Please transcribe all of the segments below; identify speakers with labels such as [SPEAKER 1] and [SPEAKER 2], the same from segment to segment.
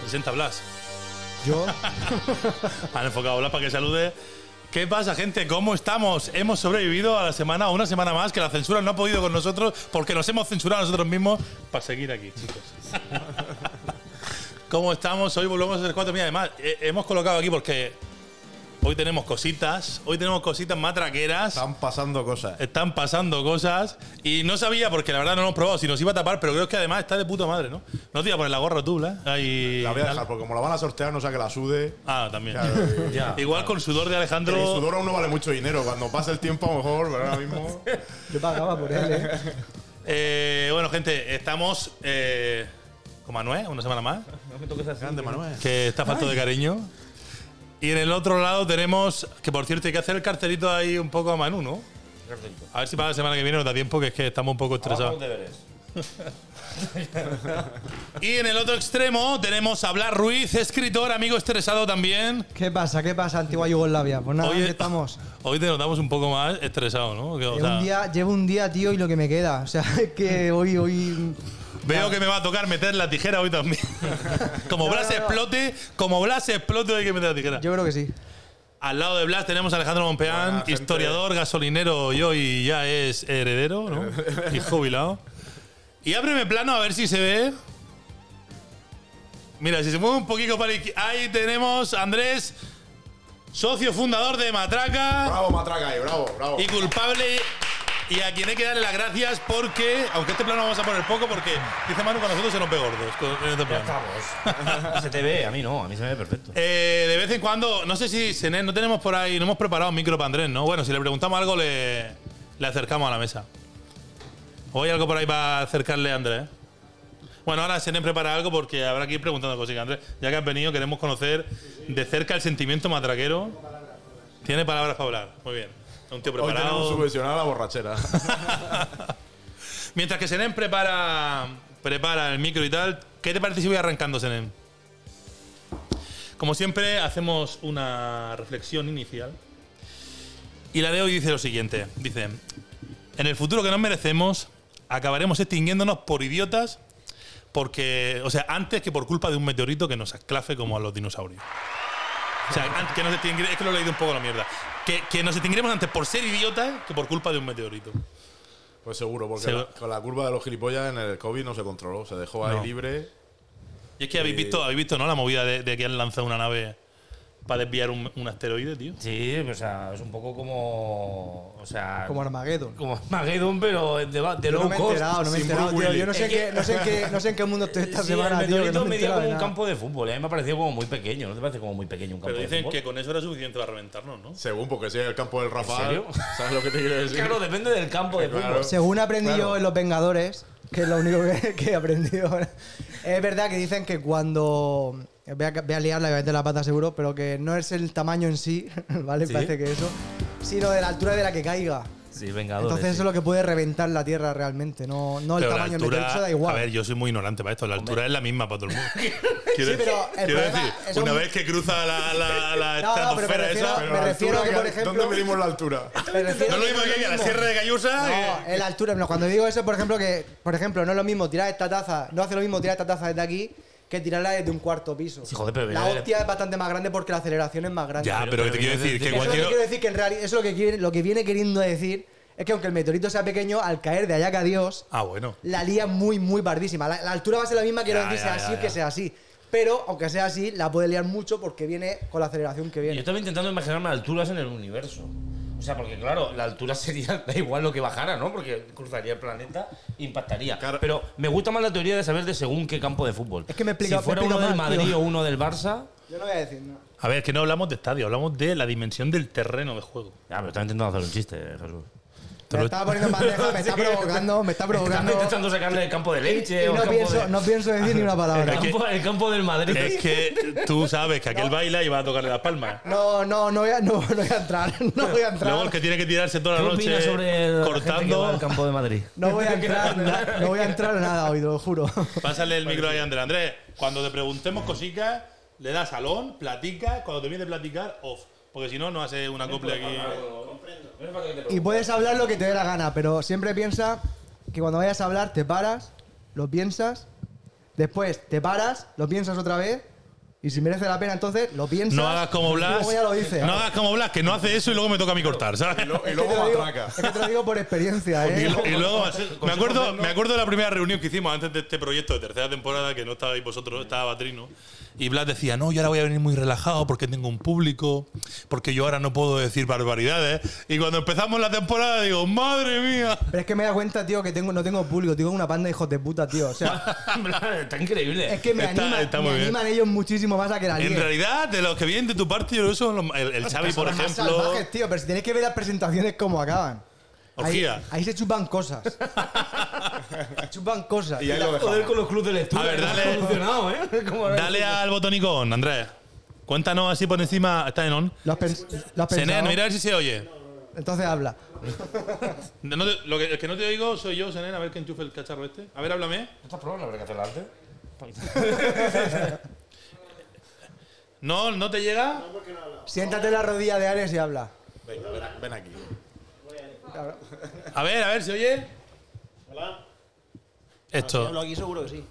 [SPEAKER 1] Presenta Blas.
[SPEAKER 2] Yo,
[SPEAKER 1] Han enfocado a Blas para que salude. ¿Qué pasa, gente? ¿Cómo estamos? Hemos sobrevivido a la semana, una semana más, que la censura no ha podido con nosotros porque nos hemos censurado a nosotros mismos para seguir aquí, chicos. ¿Cómo estamos? Hoy volvemos a hacer cuatro. Mira, además, eh, hemos colocado aquí porque hoy tenemos cositas, hoy tenemos cositas matraqueras.
[SPEAKER 2] están pasando cosas.
[SPEAKER 1] Están pasando cosas y no sabía, porque la verdad no lo hemos probado, si nos iba a tapar, pero creo que además está de puta madre, ¿no? No te iba a poner la gorra tú, ¿eh? Ahí-
[SPEAKER 2] La voy a dejar, porque como la van a sortear, no sea que la sude.
[SPEAKER 1] Ah, también.
[SPEAKER 2] Claro, y-
[SPEAKER 1] Igual con sudor de
[SPEAKER 2] El
[SPEAKER 1] Alejandro.
[SPEAKER 2] sudor aún no vale mucho dinero. Cuando pase el tiempo, a lo mejor, pero ahora mismo.
[SPEAKER 3] Yo pagaba por él, ¿eh?
[SPEAKER 1] Eh, bueno, gente, estamos eh, con Manuel, una semana más,
[SPEAKER 2] Grande, Manuel.
[SPEAKER 1] que está falto de cariño. Y en el otro lado tenemos, que por cierto hay que hacer el cartelito ahí un poco a Manu, ¿no? A ver si para la semana que viene nos da tiempo, que es que estamos un poco estresados. Y en el otro extremo tenemos a Blas Ruiz, escritor, amigo estresado también.
[SPEAKER 3] ¿Qué pasa? ¿Qué pasa, antigua Yugoslavia? Pues nada,
[SPEAKER 1] Hoy-
[SPEAKER 3] aquí estamos.
[SPEAKER 1] Hoy te notamos un poco más estresado, ¿no? Que, o
[SPEAKER 3] Llevo
[SPEAKER 1] sea,
[SPEAKER 3] un día, llevo un día, tío, y lo que me queda. O sea, es que hoy, hoy.
[SPEAKER 1] Veo que me va a tocar meter la tijera hoy también. como
[SPEAKER 3] No,
[SPEAKER 1] Blas
[SPEAKER 3] no, no.
[SPEAKER 1] explote, como Blas explote, hay que meter la tijera.
[SPEAKER 3] Yo creo que sí.
[SPEAKER 1] Al lado de Blas tenemos a Alejandro Monpeán,
[SPEAKER 2] Buena gente.
[SPEAKER 1] historiador, gasolinero y hoy ya es heredero, ¿no? y jubilado. Y ábreme plano a ver si se ve. Mira, si se mueve un poquito para la izquier- Ahí tenemos a Andrés, socio fundador de Matraca
[SPEAKER 2] Bravo, Matraca, ahí, bravo, bravo.
[SPEAKER 1] y culpable. Y a quien hay que darle las gracias porque, aunque este plano vamos a poner poco, porque dice Manu que a nosotros se nos ve gordos. con- en este plano.
[SPEAKER 4] Estamos. se te ve, a mí no, a mí se me ve perfecto.
[SPEAKER 1] Eh, de vez en cuando, no sé si Sené, no tenemos por ahí, no hemos preparado un micro para Andrés, ¿no? Bueno, si le preguntamos algo, le, le acercamos a la mesa. O hay algo por ahí para acercarle a Andrés. Bueno, ahora Sené prepara algo porque habrá que ir preguntando cosas. Andrés, ya que has venido, queremos conocer de cerca el sentimiento matraquero. Tiene palabras para hablar. Muy bien. Un tío
[SPEAKER 2] Hoy tenemos
[SPEAKER 1] preparado.
[SPEAKER 2] subvencionada la borrachera.
[SPEAKER 1] Mientras que Senem prepara, prepara el micro y tal, ¿qué te parece si voy arrancando, Senem? Como siempre, hacemos una reflexión inicial. Y la de hoy dice lo siguiente. Dice, en el futuro que nos merecemos, acabaremos extinguiéndonos por idiotas, porque, o sea, antes que por culpa de un meteorito que nos esclafe como a los dinosaurios. O sea, antes que nos extingui- es que lo he leído un poco a la mierda. Que, que nos extinguiremos antes por ser idiotas que por culpa de un meteorito.
[SPEAKER 2] Pues seguro, porque
[SPEAKER 1] Seguro.
[SPEAKER 2] la- con la curva de los gilipollas en el COVID no se controló. Se dejó ahí
[SPEAKER 1] No.
[SPEAKER 2] libre.
[SPEAKER 1] Y es que habéis visto, habéis visto, ¿no? La movida de, de que han lanzado una nave para desviar un, un asteroide, tío.
[SPEAKER 4] Sí, o sea, es un poco como. O sea.
[SPEAKER 3] Como Armageddon.
[SPEAKER 4] Como Armageddon, pero de, ba- de
[SPEAKER 3] Yo
[SPEAKER 4] low
[SPEAKER 3] no me he
[SPEAKER 4] cost.
[SPEAKER 3] enterado, no me he
[SPEAKER 2] sin
[SPEAKER 3] enterado,
[SPEAKER 2] Bruce
[SPEAKER 3] tío.
[SPEAKER 2] Willis.
[SPEAKER 3] Yo no sé, en qué, no, sé en qué, no sé en qué mundo estoy esta
[SPEAKER 4] Sí,
[SPEAKER 3] semana,
[SPEAKER 4] el
[SPEAKER 3] tío. que
[SPEAKER 4] meteorito
[SPEAKER 3] no me he
[SPEAKER 4] medía
[SPEAKER 3] enterado
[SPEAKER 4] como
[SPEAKER 3] de
[SPEAKER 4] un
[SPEAKER 3] nada.
[SPEAKER 4] campo de fútbol. A mí me ha parecido como muy pequeño. ¿No te parece como muy pequeño un campo
[SPEAKER 1] Pero
[SPEAKER 4] de
[SPEAKER 1] dicen
[SPEAKER 4] fútbol?
[SPEAKER 1] que con eso era suficiente para reventarnos, ¿no?
[SPEAKER 2] Según, porque si es el campo del Rafael.
[SPEAKER 4] serio?
[SPEAKER 2] ¿Sabes lo que te quiero decir?
[SPEAKER 4] Claro, depende del campo de
[SPEAKER 2] Claro.
[SPEAKER 4] fútbol.
[SPEAKER 3] Según aprendí
[SPEAKER 2] Claro.
[SPEAKER 3] yo en Los Vengadores, que es lo único que, que he aprendido. Es verdad que dicen que cuando. Voy a, voy a liarla y voy a meter la pata seguro, pero que no es el tamaño en sí, ¿vale?
[SPEAKER 4] Sí.
[SPEAKER 3] Parece que eso. Sino de la altura de la que caiga.
[SPEAKER 4] Sí, vengadores.
[SPEAKER 3] Entonces, eso es lo que puede reventar la Tierra realmente, no, no el
[SPEAKER 1] Pero
[SPEAKER 3] tamaño. del meteorito da igual.
[SPEAKER 1] A ver, yo soy muy ignorante para esto. La altura es la misma para todo el mundo. quiero
[SPEAKER 3] Sí, pero el
[SPEAKER 1] quiero
[SPEAKER 3] problema
[SPEAKER 1] decir,
[SPEAKER 3] es
[SPEAKER 1] una
[SPEAKER 3] un-
[SPEAKER 1] vez que cruza la, la, la
[SPEAKER 3] No, no, pero me
[SPEAKER 1] estratosfera
[SPEAKER 3] refiero-
[SPEAKER 1] esa.
[SPEAKER 2] Pero
[SPEAKER 3] me
[SPEAKER 2] la
[SPEAKER 3] refiero
[SPEAKER 2] altura
[SPEAKER 3] que, por
[SPEAKER 2] que-
[SPEAKER 3] ejemplo-
[SPEAKER 2] ¿Dónde medimos la altura?
[SPEAKER 3] Me refiero
[SPEAKER 1] No es lo mismo que la Sierra de Cayusa.
[SPEAKER 3] No, eh, es la altura. No, cuando digo eso, por ejemplo, que, por ejemplo, no es lo mismo tirar esta taza, no hace lo mismo tirar esta taza desde aquí que tirarla desde un cuarto piso.
[SPEAKER 4] Sí, joder, pero
[SPEAKER 3] la
[SPEAKER 4] mira,
[SPEAKER 3] hostia es bastante más grande porque la aceleración es más grande.
[SPEAKER 1] ya,
[SPEAKER 3] eso
[SPEAKER 1] pero, que te
[SPEAKER 4] pero
[SPEAKER 1] quiero
[SPEAKER 4] yo-
[SPEAKER 1] decir que
[SPEAKER 4] yo-
[SPEAKER 3] es lo que
[SPEAKER 1] cualquier.
[SPEAKER 3] quiero decir que en realidad, eso es lo que, quiere- lo que viene queriendo decir es que aunque el meteorito sea pequeño, al caer de allá que a Dios,
[SPEAKER 1] Ah, bueno.
[SPEAKER 3] la lía muy, muy bardísima. La, la altura va a ser la misma que
[SPEAKER 1] Ya,
[SPEAKER 3] no
[SPEAKER 1] ya,
[SPEAKER 3] sea
[SPEAKER 1] ya,
[SPEAKER 3] así
[SPEAKER 1] ya.
[SPEAKER 3] que sea así. Pero, aunque sea así, la puede liar mucho porque viene con la aceleración que
[SPEAKER 4] Yo
[SPEAKER 3] viene.
[SPEAKER 4] estaba intentando imaginarme alturas en el universo. O sea, porque claro, la altura sería da igual lo que bajara, ¿no? Porque cruzaría el planeta, impactaría.
[SPEAKER 2] Claro.
[SPEAKER 4] Pero me gusta más la teoría de saber de según qué campo de fútbol.
[SPEAKER 3] Es que me explica-
[SPEAKER 4] Si fuera
[SPEAKER 3] me
[SPEAKER 4] uno
[SPEAKER 3] explica
[SPEAKER 4] del
[SPEAKER 3] mal, tío.
[SPEAKER 4] Madrid o uno del Barça.
[SPEAKER 3] Yo no voy a decir nada.
[SPEAKER 1] A ver, que no hablamos de estadio, hablamos de la dimensión del terreno de juego.
[SPEAKER 4] Ya, pero estaba intentando hacer un chiste, Jesús.
[SPEAKER 1] Te
[SPEAKER 3] Me
[SPEAKER 1] lo-
[SPEAKER 3] estaba poniendo en bandeja, me está provocando, me está
[SPEAKER 4] Estaba
[SPEAKER 3] provocando.
[SPEAKER 4] intentando sacarle el campo de leche
[SPEAKER 3] Y
[SPEAKER 4] o
[SPEAKER 3] no,
[SPEAKER 4] el campo
[SPEAKER 3] pienso,
[SPEAKER 4] de-
[SPEAKER 3] no pienso decir ni una palabra.
[SPEAKER 4] el campo- el campo del Madrid.
[SPEAKER 1] Es que tú sabes que aquel baila y va a tocarle las palmas.
[SPEAKER 3] No, no, no voy a, no, no voy a entrar. No voy a
[SPEAKER 1] Luego el
[SPEAKER 3] entrar.
[SPEAKER 1] que tiene que tirarse toda
[SPEAKER 4] ¿Qué
[SPEAKER 1] la
[SPEAKER 4] opinas
[SPEAKER 1] noche
[SPEAKER 4] sobre la gente que va al
[SPEAKER 1] cortando.
[SPEAKER 4] campo de Madrid?
[SPEAKER 3] No voy a entrar, na- no voy a entrar en nada hoy, te lo juro.
[SPEAKER 1] Pásale el micro ahí, Andrés. Andrés, cuando te preguntemos cositas, le das salón, platica. Cuando te viene platicar, off. Porque si no, no hace una copla aquí.
[SPEAKER 3] Y puedes hablar lo que te dé la gana, pero siempre piensa que cuando vayas a hablar te paras, lo piensas, después te paras, lo piensas otra vez Y si merece la pena, entonces lo piensas.
[SPEAKER 1] No hagas como
[SPEAKER 3] y
[SPEAKER 1] Blas.
[SPEAKER 3] Luego ya lo dices.
[SPEAKER 4] ¿eh?
[SPEAKER 1] No hagas como Blas, que no hace eso y luego me toca a mí cortar, ¿sabes?
[SPEAKER 2] Y, lo- y
[SPEAKER 3] Es que te
[SPEAKER 2] luego
[SPEAKER 3] lo digo-
[SPEAKER 2] matraca.
[SPEAKER 3] Es que te lo digo por experiencia,
[SPEAKER 1] Y,
[SPEAKER 3] ¿eh?
[SPEAKER 1] lo- y luego, me acuerdo,
[SPEAKER 2] moderno.
[SPEAKER 1] me acuerdo de la primera reunión que hicimos antes de este proyecto de tercera temporada, que no estabais vosotros, estaba Batrino. Y Blas decía, no, yo ahora voy a venir muy relajado porque tengo un público, porque yo ahora no puedo decir barbaridades. Y cuando empezamos la temporada digo, madre mía.
[SPEAKER 3] Pero es que me he dado cuenta, tío, que tengo, no tengo público, tengo una banda de hijos de puta, tío. O sea,
[SPEAKER 4] Está increíble.
[SPEAKER 3] es que me,
[SPEAKER 1] Está-
[SPEAKER 3] anima-
[SPEAKER 1] está
[SPEAKER 3] me
[SPEAKER 1] muy bien.
[SPEAKER 3] animan ellos muchísimo más a que la
[SPEAKER 1] En
[SPEAKER 3] líen.
[SPEAKER 1] realidad, de los que vienen de tu parte, yo creo que son los- el, el Xavi,
[SPEAKER 3] Son
[SPEAKER 1] por
[SPEAKER 3] los más
[SPEAKER 1] ejemplo.
[SPEAKER 3] salvajes, tío, pero si tenéis que ver las presentaciones como acaban. Ahí,
[SPEAKER 1] Orgía.
[SPEAKER 3] ahí se chupan cosas. chupan cosas.
[SPEAKER 2] Y ahí lo dejamos.
[SPEAKER 4] Joder con los clubes de lectura.
[SPEAKER 1] A ver,
[SPEAKER 4] que
[SPEAKER 1] dale.
[SPEAKER 4] hemos evolucionado, ¿eh? Como ahora-
[SPEAKER 1] Dale al botonicón, Andrés. Cuéntanos así por encima. Está en on.
[SPEAKER 3] ¿Lo has, pens- lo has pensado?
[SPEAKER 1] Senen, mira a ver si se oye.
[SPEAKER 3] Entonces habla.
[SPEAKER 1] No te- lo que, el que no te oigo soy yo, Senen, a ver que enchufe el cacharro este. A ver, háblame.
[SPEAKER 4] ¿Tú estás probando la verga antes?
[SPEAKER 1] No, no te llega.
[SPEAKER 3] Siéntate en la rodilla de Ares y habla.
[SPEAKER 2] Venga, ven, ven aquí.
[SPEAKER 1] A ver, a ver, ¿se oye?
[SPEAKER 5] Hola.
[SPEAKER 3] Ah,
[SPEAKER 1] Esto.
[SPEAKER 5] aquí seguro que sí.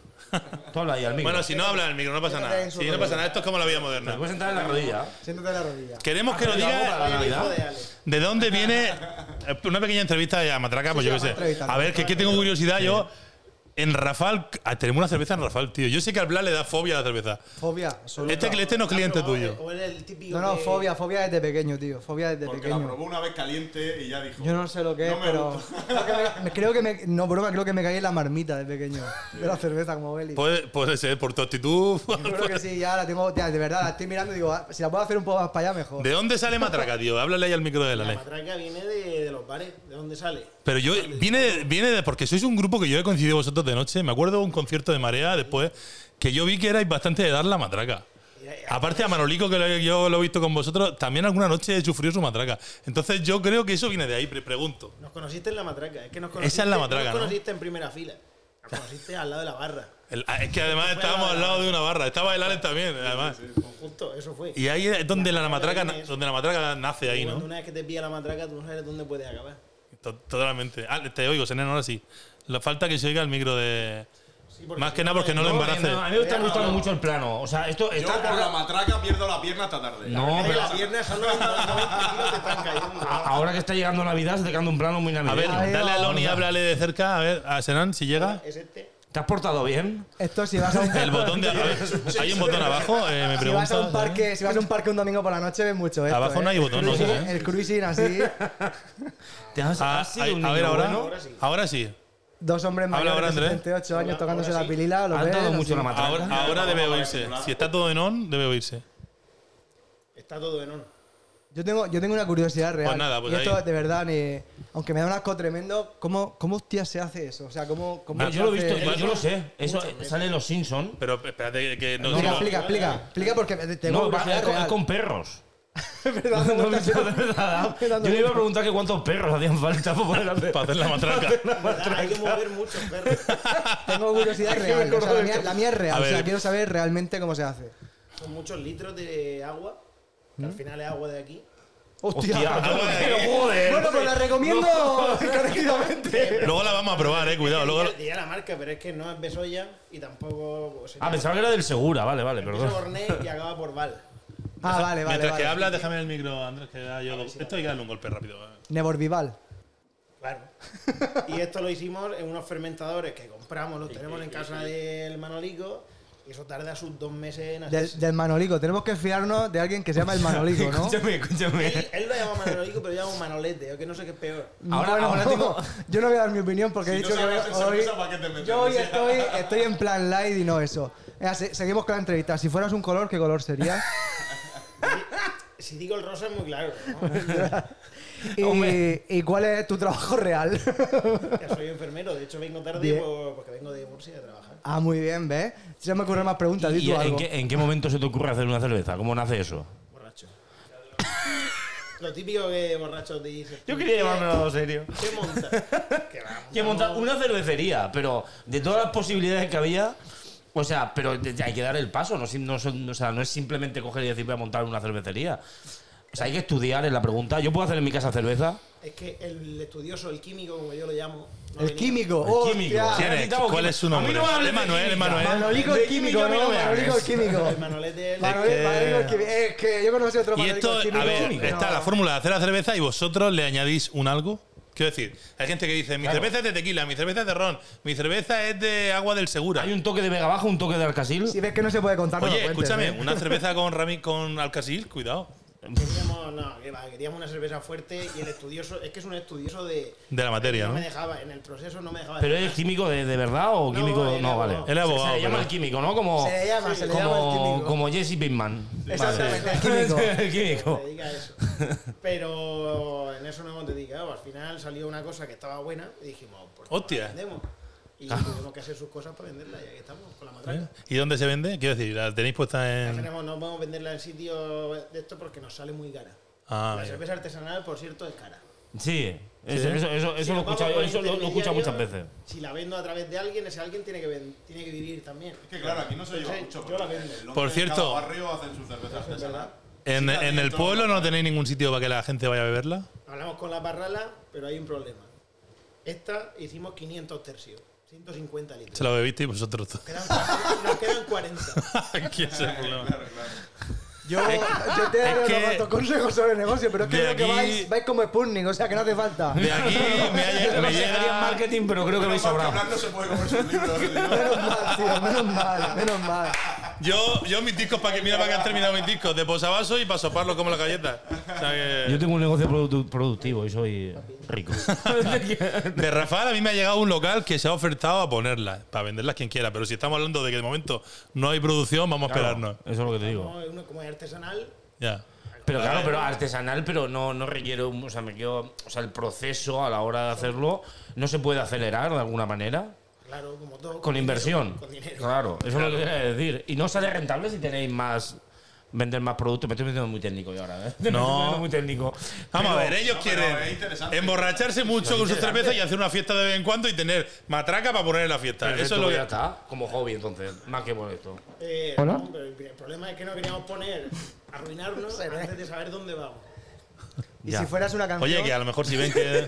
[SPEAKER 4] Tú hablas ahí al micro.
[SPEAKER 1] Bueno, si no habla en el micro, no pasa
[SPEAKER 3] Siéntate
[SPEAKER 1] nada.
[SPEAKER 3] en su
[SPEAKER 1] Si no
[SPEAKER 3] rodilla.
[SPEAKER 1] pasa nada, esto es como la vida
[SPEAKER 4] Me
[SPEAKER 1] moderna.
[SPEAKER 4] puedes sentar en la rodilla.
[SPEAKER 3] Siéntate en la rodilla.
[SPEAKER 1] Queremos que nos
[SPEAKER 4] Para
[SPEAKER 1] diga
[SPEAKER 4] la Navidad.
[SPEAKER 1] de dónde viene eh, una pequeña entrevista a Matraca, pues
[SPEAKER 3] Sí,
[SPEAKER 1] yo
[SPEAKER 3] sí,
[SPEAKER 1] qué
[SPEAKER 3] vamos
[SPEAKER 1] sé.
[SPEAKER 3] entrevistando.
[SPEAKER 1] A ver, que es que tengo curiosidad yo. En Rafal, ah, tenemos una cerveza en Rafal, tío. Yo sé que al Blas le da fobia a la cerveza.
[SPEAKER 3] Fobia, absoluta.
[SPEAKER 1] Este, este no es cliente tuyo.
[SPEAKER 5] O eres el típico.
[SPEAKER 3] No, no,
[SPEAKER 5] que-
[SPEAKER 3] fobia, fobia desde pequeño, tío. Fobia desde
[SPEAKER 2] Porque la
[SPEAKER 3] pequeño.
[SPEAKER 2] probó una vez caliente y ya dijo.
[SPEAKER 3] Yo no sé lo que
[SPEAKER 2] "No
[SPEAKER 3] es,
[SPEAKER 2] me
[SPEAKER 3] pero.
[SPEAKER 2] gusta".
[SPEAKER 3] Creo que me, creo que me- No, broma, creo que me caí en la marmita de pequeño. De la cerveza como Beli.
[SPEAKER 1] Puede, puede ser por tu actitud.
[SPEAKER 3] Yo creo que sí, ya la tengo. ya, de verdad, la estoy mirando y digo, ah, si la puedo hacer un poco más para allá, mejor.
[SPEAKER 1] ¿De dónde sale Matraca, tío? Háblale ahí al micro de la
[SPEAKER 5] La
[SPEAKER 1] ley.
[SPEAKER 5] matraca viene de, de los bares. ¿De dónde sale?
[SPEAKER 1] Pero yo viene de, viene de porque sois un grupo que yo he coincidido vosotros de noche. Me acuerdo de un concierto de Marea después que yo vi que erais bastante de dar la matraca. Aparte a Manolico que lo- yo lo he visto con vosotros, también alguna noche sufrió su matraca. Entonces yo creo que eso viene de ahí, pre- pregunto.
[SPEAKER 5] Nos conociste en la matraca. Es que nos
[SPEAKER 1] Esa
[SPEAKER 5] conociste,
[SPEAKER 1] es la matraca,
[SPEAKER 5] nos
[SPEAKER 1] ¿no?
[SPEAKER 5] conociste en primera fila. Nos conociste al lado de la barra.
[SPEAKER 1] El- ah, es que además estábamos al lado de una barra, estaba el Alex también, además.
[SPEAKER 5] Justo, eso fue.
[SPEAKER 1] Y ahí es donde la matraca, na- donde la matraca nace ahí,
[SPEAKER 5] Cuando
[SPEAKER 1] ¿no?
[SPEAKER 5] Una vez que te pilla la matraca, tú no sabes dónde puedes acabar.
[SPEAKER 1] To- Totalmente. Ah, te oigo, Senen, ahora sí. Le falta que se oiga el micro de... Más que nada porque no lo embarace.
[SPEAKER 4] no, a mí me está gustando mucho el plano. O sea, esto
[SPEAKER 2] Yo
[SPEAKER 4] está
[SPEAKER 2] por la matraca pierdo la pierna hasta tarde.
[SPEAKER 4] No,
[SPEAKER 5] Ahí
[SPEAKER 4] pero
[SPEAKER 5] las piernas son los 90 kilos te están cayendo.
[SPEAKER 4] a- ahora que está llegando Navidad, se te queda un plano muy
[SPEAKER 1] A ver,
[SPEAKER 4] navideño.
[SPEAKER 1] dale a Loni,
[SPEAKER 4] Vamos a-
[SPEAKER 1] háblale de cerca, a ver, a Senan, si llega.
[SPEAKER 5] Es este.
[SPEAKER 4] ¿Te has portado bien?
[SPEAKER 3] Esto si vas a un.
[SPEAKER 1] El botón de. a ver, ¿Hay un botón abajo? Eh, me
[SPEAKER 3] Si vas, a un
[SPEAKER 1] preguntas.
[SPEAKER 3] parque, si vas a un parque un domingo por la noche, ves mucho esto,
[SPEAKER 1] Abajo no
[SPEAKER 3] ¿eh?
[SPEAKER 1] hay botón,
[SPEAKER 3] El
[SPEAKER 1] no sé,
[SPEAKER 3] cruising-
[SPEAKER 1] ¿eh?
[SPEAKER 3] El cruising así,
[SPEAKER 4] ¿Te has,
[SPEAKER 1] Ah,
[SPEAKER 4] has sido
[SPEAKER 1] hay-
[SPEAKER 4] un
[SPEAKER 1] a ver,
[SPEAKER 4] niño
[SPEAKER 1] ahora.
[SPEAKER 4] bueno?
[SPEAKER 1] Ahora sí.
[SPEAKER 3] dos hombres
[SPEAKER 1] Habla ahora,
[SPEAKER 3] mayores de
[SPEAKER 1] Andrés.
[SPEAKER 3] 78 años tocándose
[SPEAKER 5] ahora
[SPEAKER 3] la
[SPEAKER 5] sí.
[SPEAKER 3] pilila, lo
[SPEAKER 4] ¿eh? Han
[SPEAKER 3] ves,
[SPEAKER 4] dado
[SPEAKER 3] no
[SPEAKER 4] mucho
[SPEAKER 3] sé.
[SPEAKER 4] ¿eh? la matraca.
[SPEAKER 1] Ahora, ahora debe oírse. Si está todo en on, debe oírse.
[SPEAKER 5] Está todo en uno.
[SPEAKER 3] Yo tengo, yo tengo una curiosidad real.
[SPEAKER 1] Pues nada, pues
[SPEAKER 3] y esto,
[SPEAKER 1] ahí.
[SPEAKER 3] de verdad, ni- aunque me da un asco tremendo, ¿cómo, cómo hostia se hace eso? O sea, ¿cómo, cómo
[SPEAKER 4] Bueno,
[SPEAKER 3] se
[SPEAKER 4] yo lo he
[SPEAKER 3] hace-
[SPEAKER 4] visto, yo, yo lo sé. Eso eh, sale en Los Simpsons.
[SPEAKER 1] Pero espérate que no.
[SPEAKER 3] Mira,
[SPEAKER 1] no-
[SPEAKER 3] explica, explica, explica porque me- tengo
[SPEAKER 4] No, va-
[SPEAKER 3] curiosidad
[SPEAKER 4] es con,
[SPEAKER 3] real.
[SPEAKER 4] es con perros.
[SPEAKER 3] Me da
[SPEAKER 4] No,
[SPEAKER 3] vueltas-
[SPEAKER 4] de verdad.
[SPEAKER 3] Me da
[SPEAKER 4] Yo le iba
[SPEAKER 3] vueltas.
[SPEAKER 4] a preguntar que cuántos perros hacían falta para poder hacer.
[SPEAKER 1] Para hacer la matraca.
[SPEAKER 5] ¿Verdad? Hay que mover mucho, perro.
[SPEAKER 3] Tengo curiosidad
[SPEAKER 4] me
[SPEAKER 3] real. o sea,
[SPEAKER 4] acuerdo
[SPEAKER 3] la,
[SPEAKER 4] de
[SPEAKER 3] mía,
[SPEAKER 4] que-
[SPEAKER 3] la mía es
[SPEAKER 1] A
[SPEAKER 3] real. O
[SPEAKER 1] ver.
[SPEAKER 3] sea, quiero saber realmente cómo se hace.
[SPEAKER 5] Son muchos litros de agua. que al final es agua de aquí.
[SPEAKER 3] Hostia.
[SPEAKER 4] Hostia, pero joder.
[SPEAKER 3] Bueno, pues la recomiendo encarecidamente.
[SPEAKER 1] Luego la vamos a probar, eh. Cuidado. Luego.
[SPEAKER 5] Diría- diría la marca, pero es que no es Besoya y tampoco. o sea,
[SPEAKER 4] Ah, pensaba que era del Segura, vale, vale,
[SPEAKER 5] empieza
[SPEAKER 4] perdón.
[SPEAKER 5] por Ney y acaba por Val.
[SPEAKER 3] Ah, vale, vale.
[SPEAKER 1] Mientras
[SPEAKER 3] vale.
[SPEAKER 1] que hablas, déjame el micro, Andrés, que da yo. Esto hay que darle un golpe rápido.
[SPEAKER 3] Neborvival.
[SPEAKER 5] Claro. Y esto lo hicimos en unos fermentadores que compramos, los tenemos en casa del Manolico. Y eso tarda sus dos meses en
[SPEAKER 3] Del,
[SPEAKER 5] hacerse.
[SPEAKER 3] del Manolico. Tenemos que fiarnos de alguien que se llama el Manolico, ¿no?
[SPEAKER 4] Escúchame, escúchame.
[SPEAKER 5] Él, él lo llama Manolico, pero yo llamo Manolete. Yo que no sé qué es peor.
[SPEAKER 4] Ahora-
[SPEAKER 3] Bueno,
[SPEAKER 4] ahora tengo-
[SPEAKER 3] Yo no voy a dar mi opinión porque he
[SPEAKER 2] Si no
[SPEAKER 3] dicho
[SPEAKER 2] sabes
[SPEAKER 3] que
[SPEAKER 2] hacer
[SPEAKER 3] hoy,
[SPEAKER 2] cerveza, ¿para qué te metes?
[SPEAKER 3] yo hoy
[SPEAKER 2] O sea.
[SPEAKER 3] estoy, estoy en plan light y no eso. Venga, se- seguimos con la entrevista. Si fueras un color, ¿qué color sería?
[SPEAKER 5] Si digo el rosa es muy claro.
[SPEAKER 3] y, y cuál es tu trabajo real?
[SPEAKER 5] ¿no? Ya soy enfermero, de hecho vengo tarde
[SPEAKER 3] Bien.
[SPEAKER 5] por- porque vengo de Murcia a trabajar.
[SPEAKER 3] ah, muy bien, ¿ves? Se me ocurren más preguntas. Di
[SPEAKER 4] ¿Y
[SPEAKER 3] tú
[SPEAKER 4] en
[SPEAKER 3] algo.
[SPEAKER 4] qué, en qué momento se te ocurre hacer una cerveza? ¿Cómo nace eso?
[SPEAKER 5] Borracho. Lo típico que borrachos te dicen.
[SPEAKER 4] Yo quería llevármelo serio.
[SPEAKER 5] ¿Qué monta? Que va,
[SPEAKER 4] Que montar una cervecería, pero de todas las posibilidades que había, o sea, pero te- hay que dar el paso, no, si- no, son- o sea, no es simplemente coger y decir voy a montar una cervecería. O sea, hay que estudiar en la pregunta. Yo puedo hacer en mi casa cerveza.
[SPEAKER 5] Es que el estudioso, el químico, como yo lo llamo. no
[SPEAKER 3] El
[SPEAKER 5] venía.
[SPEAKER 3] químico.
[SPEAKER 4] El químico.
[SPEAKER 3] hostia.
[SPEAKER 1] ¿Quién es? ¿Cuál es su nombre?
[SPEAKER 4] A mí no me hables de
[SPEAKER 1] Emanuel,
[SPEAKER 4] química.
[SPEAKER 1] Emanuel.
[SPEAKER 3] Manolico
[SPEAKER 4] De
[SPEAKER 3] el químico,
[SPEAKER 4] química no
[SPEAKER 3] ¿no?
[SPEAKER 4] me
[SPEAKER 3] Manolico el
[SPEAKER 4] hables.
[SPEAKER 3] químico.
[SPEAKER 5] El Manolete del-
[SPEAKER 3] Manoli-
[SPEAKER 1] que-
[SPEAKER 3] Manolico el químico. Es que yo conocí otro
[SPEAKER 1] Y esto,
[SPEAKER 3] Manolico el químico.
[SPEAKER 1] a ver,
[SPEAKER 3] No.
[SPEAKER 1] está la fórmula de hacer la cerveza y vosotros le añadís un algo. Quiero decir, hay gente que dice, mi
[SPEAKER 4] Claro.
[SPEAKER 1] cerveza es de tequila, mi cerveza es de ron, mi cerveza es de agua del Segura.
[SPEAKER 4] Hay un toque de Vega Baja, un toque de Alcasil.
[SPEAKER 3] Si ves que no se puede contar, no
[SPEAKER 1] Oye,
[SPEAKER 3] lo cuentes,
[SPEAKER 1] escúchame,
[SPEAKER 3] ¿eh?
[SPEAKER 1] una cerveza con rami con alcasil, cuidado.
[SPEAKER 5] Queríamos, no, que va, queríamos una cerveza fuerte y el estudioso, es que es un estudioso de.
[SPEAKER 1] De la materia,
[SPEAKER 5] No
[SPEAKER 1] ¿no?
[SPEAKER 5] me dejaba, en el proceso no me dejaba.
[SPEAKER 4] ¿Pero es químico de, de verdad o
[SPEAKER 5] No,
[SPEAKER 4] químico.? No,
[SPEAKER 5] era
[SPEAKER 4] vale.
[SPEAKER 5] abogado.
[SPEAKER 1] Era abogado,
[SPEAKER 4] Se le llama
[SPEAKER 1] pero-
[SPEAKER 4] el químico, ¿no? Como,
[SPEAKER 3] Se le llama, se le llama el
[SPEAKER 4] como,
[SPEAKER 3] químico.
[SPEAKER 4] como Jesse Pinkman.
[SPEAKER 3] Exactamente,
[SPEAKER 4] Vale.
[SPEAKER 3] el químico.
[SPEAKER 4] el
[SPEAKER 5] se
[SPEAKER 4] químico.
[SPEAKER 5] dedica a eso. Pero en eso no hemos dedicado. Al final salió una cosa que estaba buena y dijimos, pues no la
[SPEAKER 1] Hostia.
[SPEAKER 5] vendemos. Y tuvimos que hacer sus cosas para venderla, ya que estamos con la matraca.
[SPEAKER 1] ¿Y dónde se vende? Quiero decir, la tenéis puesta
[SPEAKER 5] Ya
[SPEAKER 1] en.
[SPEAKER 5] tenemos- no podemos venderla en sitio de esto porque nos sale muy cara.
[SPEAKER 1] Ah,
[SPEAKER 5] la
[SPEAKER 1] mira.
[SPEAKER 5] cerveza artesanal, por cierto, es cara.
[SPEAKER 4] Sí, eso, eso, eso, eso
[SPEAKER 5] Si
[SPEAKER 4] lo he
[SPEAKER 5] la pago
[SPEAKER 4] escuchado,
[SPEAKER 5] por
[SPEAKER 4] eso lo, lo he escuchado muchas
[SPEAKER 5] intermediario,
[SPEAKER 4] veces.
[SPEAKER 5] este Si la vendo a través de alguien, ese alguien tiene que, ven- tiene que vivir también.
[SPEAKER 2] Es que claro, aquí no se lleva
[SPEAKER 5] Sí,
[SPEAKER 2] mucho.
[SPEAKER 5] yo la
[SPEAKER 2] porque en
[SPEAKER 5] vendo.
[SPEAKER 2] Londres
[SPEAKER 1] Por cierto-
[SPEAKER 2] cada barrio hacen su cerveza artesanal.
[SPEAKER 1] ¿En,
[SPEAKER 2] Sí, la
[SPEAKER 1] en
[SPEAKER 2] tienen
[SPEAKER 1] el
[SPEAKER 2] todo.
[SPEAKER 1] pueblo no tenéis ningún sitio para que la gente vaya a beberla?
[SPEAKER 5] Hablamos con la barrala, pero hay un problema. Esta hicimos 500 tercios, 150 litros.
[SPEAKER 1] Se la bebisteis vosotros.
[SPEAKER 5] Quedan- nos quedan 40.
[SPEAKER 1] Aquí es el problema.
[SPEAKER 2] Claro, claro.
[SPEAKER 3] Yo, yo te daré
[SPEAKER 1] es que-
[SPEAKER 3] unos cuantos consejos sobre el negocio, pero es que
[SPEAKER 1] de
[SPEAKER 3] veo que
[SPEAKER 1] aquí-
[SPEAKER 3] vais, vais como Sputnik, o sea que no hace falta.
[SPEAKER 1] De aquí me, ha lle-
[SPEAKER 4] Yo no
[SPEAKER 1] me
[SPEAKER 4] sé, haría
[SPEAKER 1] llega.
[SPEAKER 4] marketing, pero creo que me he
[SPEAKER 2] Menos mal que
[SPEAKER 4] sobrado.
[SPEAKER 2] hablar no se puede comer sus libros.
[SPEAKER 3] Menos mal, tío, menos mal, menos mal.
[SPEAKER 1] Yo, yo mis discos para que mira para que han terminado mis discos de posavasos y para soparlos como las galletas. O sea
[SPEAKER 4] Yo
[SPEAKER 1] que-
[SPEAKER 4] tengo un negocio produ- productivo y soy rico.
[SPEAKER 1] de Rafael a mí me ha llegado un local que se ha ofertado a ponerla, para venderlas quien quiera. Pero si estamos hablando de que de momento no hay producción, vamos a esperarnos.
[SPEAKER 4] Eso es lo que te digo.
[SPEAKER 5] Como es uno- como es artesanal,
[SPEAKER 1] Ya.
[SPEAKER 4] Pero claro, pero artesanal, pero no, no requiere, un- o sea, me quedo, o sea, el proceso a la hora de hacerlo no se puede acelerar de alguna manera
[SPEAKER 5] claro, como todo.
[SPEAKER 4] con
[SPEAKER 5] dinero,
[SPEAKER 4] inversión.
[SPEAKER 5] Con dinero.
[SPEAKER 4] Claro, eso es lo que quería decir. Y no sale rentable si tenéis más vender más productos. Me estoy metiendo muy técnico yo ahora, ¿eh? Me estoy
[SPEAKER 1] No.
[SPEAKER 4] metiendo muy técnico.
[SPEAKER 1] Vamos a
[SPEAKER 4] Pero-
[SPEAKER 1] ver, ellos
[SPEAKER 2] no, pero es
[SPEAKER 1] quieren
[SPEAKER 2] interesante.
[SPEAKER 1] emborracharse mucho con sus cervezas y hacer una fiesta de vez en cuando y tener matraca para poner en la fiesta.
[SPEAKER 4] Perfecto,
[SPEAKER 1] Eso es lo
[SPEAKER 4] ya
[SPEAKER 1] que.
[SPEAKER 4] está, como hobby entonces, más que por esto.
[SPEAKER 5] Eh,
[SPEAKER 3] ¿Hola?
[SPEAKER 5] no, pero el el problema es que no queríamos poner, arruinarnos antes de saber dónde vamos.
[SPEAKER 3] Y
[SPEAKER 4] Ya.
[SPEAKER 3] si fueras una canción,
[SPEAKER 1] Oye, que a lo mejor si ven que.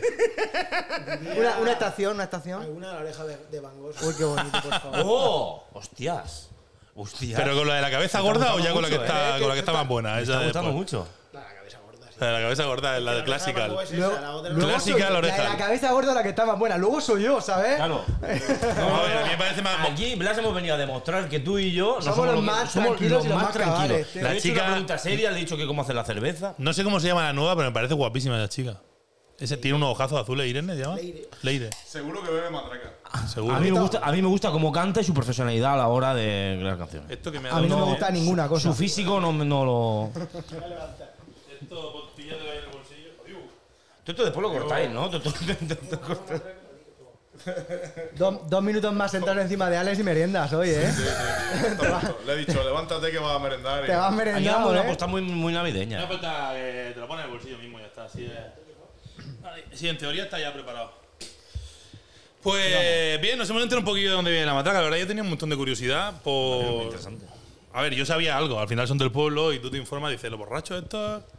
[SPEAKER 3] una, una estación, una estación.
[SPEAKER 5] Alguna de la oreja de, de Van Gogh.
[SPEAKER 3] Uy, qué bonito, por favor.
[SPEAKER 4] ¡Oh! ¡Hostias! ¡Hostias!
[SPEAKER 1] Pero con la de la cabeza gorda o ya con la que
[SPEAKER 4] mucho, eh.
[SPEAKER 1] está, con la que está más buena.
[SPEAKER 4] me
[SPEAKER 1] Esa
[SPEAKER 4] está
[SPEAKER 1] de
[SPEAKER 4] gustando
[SPEAKER 1] después.
[SPEAKER 4] mucho.
[SPEAKER 5] La de la cabeza gorda. sí.
[SPEAKER 1] La de la cabeza gorda es la de
[SPEAKER 5] Pero oreja
[SPEAKER 1] clásica.
[SPEAKER 5] Van Gogh es esa,
[SPEAKER 3] Luego-
[SPEAKER 5] la otra-
[SPEAKER 3] luego
[SPEAKER 1] Clásica
[SPEAKER 3] soy-
[SPEAKER 1] la oreja.
[SPEAKER 3] La, de la cabeza gorda la que está más buena. Luego soy yo, ¿sabes?
[SPEAKER 4] Claro.
[SPEAKER 1] No, a ver, a mí me parece más.
[SPEAKER 4] Aquí, Blas, hemos venido a demostrar que tú y yo no
[SPEAKER 3] Somos
[SPEAKER 4] somos
[SPEAKER 3] los
[SPEAKER 4] lo que-
[SPEAKER 3] más
[SPEAKER 4] somos
[SPEAKER 3] tranquilos y los más cabales, tío.
[SPEAKER 4] Le
[SPEAKER 1] La
[SPEAKER 4] he hecho
[SPEAKER 1] chica-
[SPEAKER 4] una pregunta seria, le he dicho que cómo hace la cerveza.
[SPEAKER 1] No sé cómo se llama la nueva, pero me parece guapísima esa chica. Ese tiene unos ojazos azules, Irene, ¿se llama?
[SPEAKER 5] Leire.
[SPEAKER 1] Leire,
[SPEAKER 2] Seguro que bebe matraca.
[SPEAKER 1] seguro.
[SPEAKER 4] A mí, me gusta, a mí me gusta cómo canta y su profesionalidad a la hora de crear canciones.
[SPEAKER 1] Esto que me ha
[SPEAKER 3] A mí no me gusta ninguna cosa.
[SPEAKER 4] Su físico no, no lo.
[SPEAKER 1] Esto botella de en el bolsillo.
[SPEAKER 4] Tú esto después lo cortáis, ¿no? Tú- tú- tú- tú-
[SPEAKER 3] Dos- dos minutos más sentado encima de Alex y meriendas hoy, ¿eh?
[SPEAKER 2] Le he dicho, levántate que vas a merendar. y-
[SPEAKER 3] Te vas
[SPEAKER 4] Aquí vamos a
[SPEAKER 3] merendando,
[SPEAKER 4] una
[SPEAKER 3] ¿eh?
[SPEAKER 4] apuesta muy, muy navideña.
[SPEAKER 1] falta que te lo pones en el bolsillo mismo y ya está. Así Sí, en teoría está ya preparado. Pues bien, nos hemos enterado un poquillo de dónde viene la matraca. La verdad, yo tenía un montón de curiosidad por.
[SPEAKER 4] Interesante.
[SPEAKER 1] A ver, yo sabía algo. Al final son del pueblo y tú te informas y dices, los borrachos estos.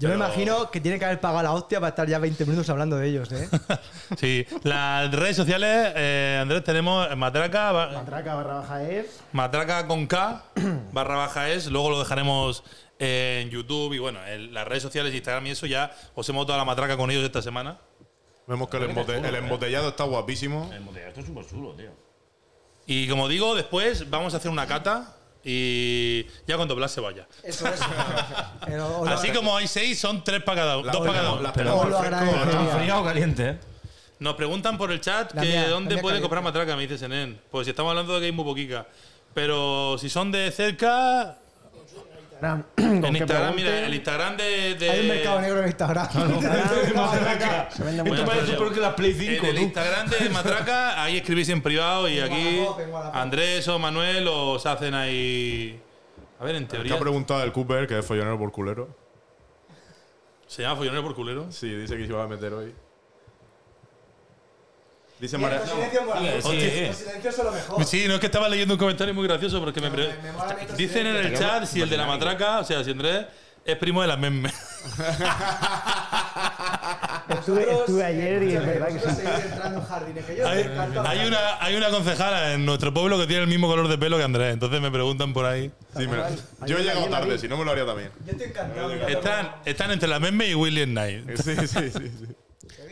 [SPEAKER 3] Yo me
[SPEAKER 1] Pero-
[SPEAKER 3] imagino que tiene que haber pagado la hostia para estar ya 20 minutos hablando de ellos, ¿eh?
[SPEAKER 1] Sí, las redes sociales, eh, Andrés, tenemos Matraca, ba-
[SPEAKER 5] Matraca barra baja es.
[SPEAKER 1] Matraca con K, barra baja es, luego lo dejaremos en YouTube y bueno, en las redes sociales, Instagram y eso, ya os hemos dado la matraca con ellos esta semana.
[SPEAKER 2] Vemos que el, embote- el embotellado está guapísimo.
[SPEAKER 4] El motel, esto es súper chulo, tío.
[SPEAKER 1] Y como digo, después vamos a hacer una cata y ya cuando Blas se vaya.
[SPEAKER 5] Eso es.
[SPEAKER 3] Pero os lo-
[SPEAKER 1] Así como hay seis, son tres para cada uno. Dos para cada uno.
[SPEAKER 3] os lo agradecería.
[SPEAKER 4] Frío o caliente, ¿eh?
[SPEAKER 1] Nos preguntan por el chat
[SPEAKER 3] La
[SPEAKER 1] que
[SPEAKER 3] mía, la
[SPEAKER 1] dónde
[SPEAKER 3] mía
[SPEAKER 1] puede
[SPEAKER 3] caliente.
[SPEAKER 1] comprar matraca, me dice Senen. Pues si estamos hablando de que hay muy poquica. Pero si son de cerca, En Instagram, mira, el Instagram de. de- eh,
[SPEAKER 3] Hay un mercado negro en Instagram.
[SPEAKER 5] Se vende
[SPEAKER 4] Esto
[SPEAKER 5] mucho.
[SPEAKER 4] parece peor que las Play 5,
[SPEAKER 1] En el
[SPEAKER 4] tú.
[SPEAKER 1] Instagram de Matraca, ahí escribís en privado y aquí
[SPEAKER 3] Wallapop, en Wallapop.
[SPEAKER 1] Andrés o Manuel os hacen ahí. A ver, en
[SPEAKER 2] ¿Te
[SPEAKER 1] teoría.
[SPEAKER 2] ha preguntado el Cooper, que es follonero por culero?
[SPEAKER 1] ¿Se llama Follonero por culero?
[SPEAKER 2] Sí, dice que se iba a meter hoy. Dice
[SPEAKER 3] Mira,
[SPEAKER 2] María.
[SPEAKER 3] con silencio mola.
[SPEAKER 4] Sí, sí.
[SPEAKER 3] Con silencio pues es lo mejor.
[SPEAKER 1] eh. Sí, no es que estaba leyendo un comentario muy gracioso porque me. pre-
[SPEAKER 3] me- me mola que esto
[SPEAKER 1] Dicen en
[SPEAKER 3] se
[SPEAKER 1] el chat si el de la Matraca, o sea, si Andrés, Es primo de la meme.
[SPEAKER 6] Estuve, estuve ayer y es verdad que
[SPEAKER 3] Vosotros
[SPEAKER 6] sí.
[SPEAKER 3] seguís entrando en jardines, que yo
[SPEAKER 1] Hay,
[SPEAKER 3] me encanta.
[SPEAKER 1] hay una, hay una concejala en nuestro pueblo que tiene el mismo color de pelo que Andrés. Entonces me preguntan por ahí.
[SPEAKER 2] Sí, me la-
[SPEAKER 6] Ayer-
[SPEAKER 2] yo he
[SPEAKER 6] ayer
[SPEAKER 2] llegado
[SPEAKER 6] la vi.
[SPEAKER 2] tarde, si no me lo haría también.
[SPEAKER 3] Yo estoy encantado.
[SPEAKER 1] Están, están entre la meme y William Knight.
[SPEAKER 2] Sí, sí, sí. sí.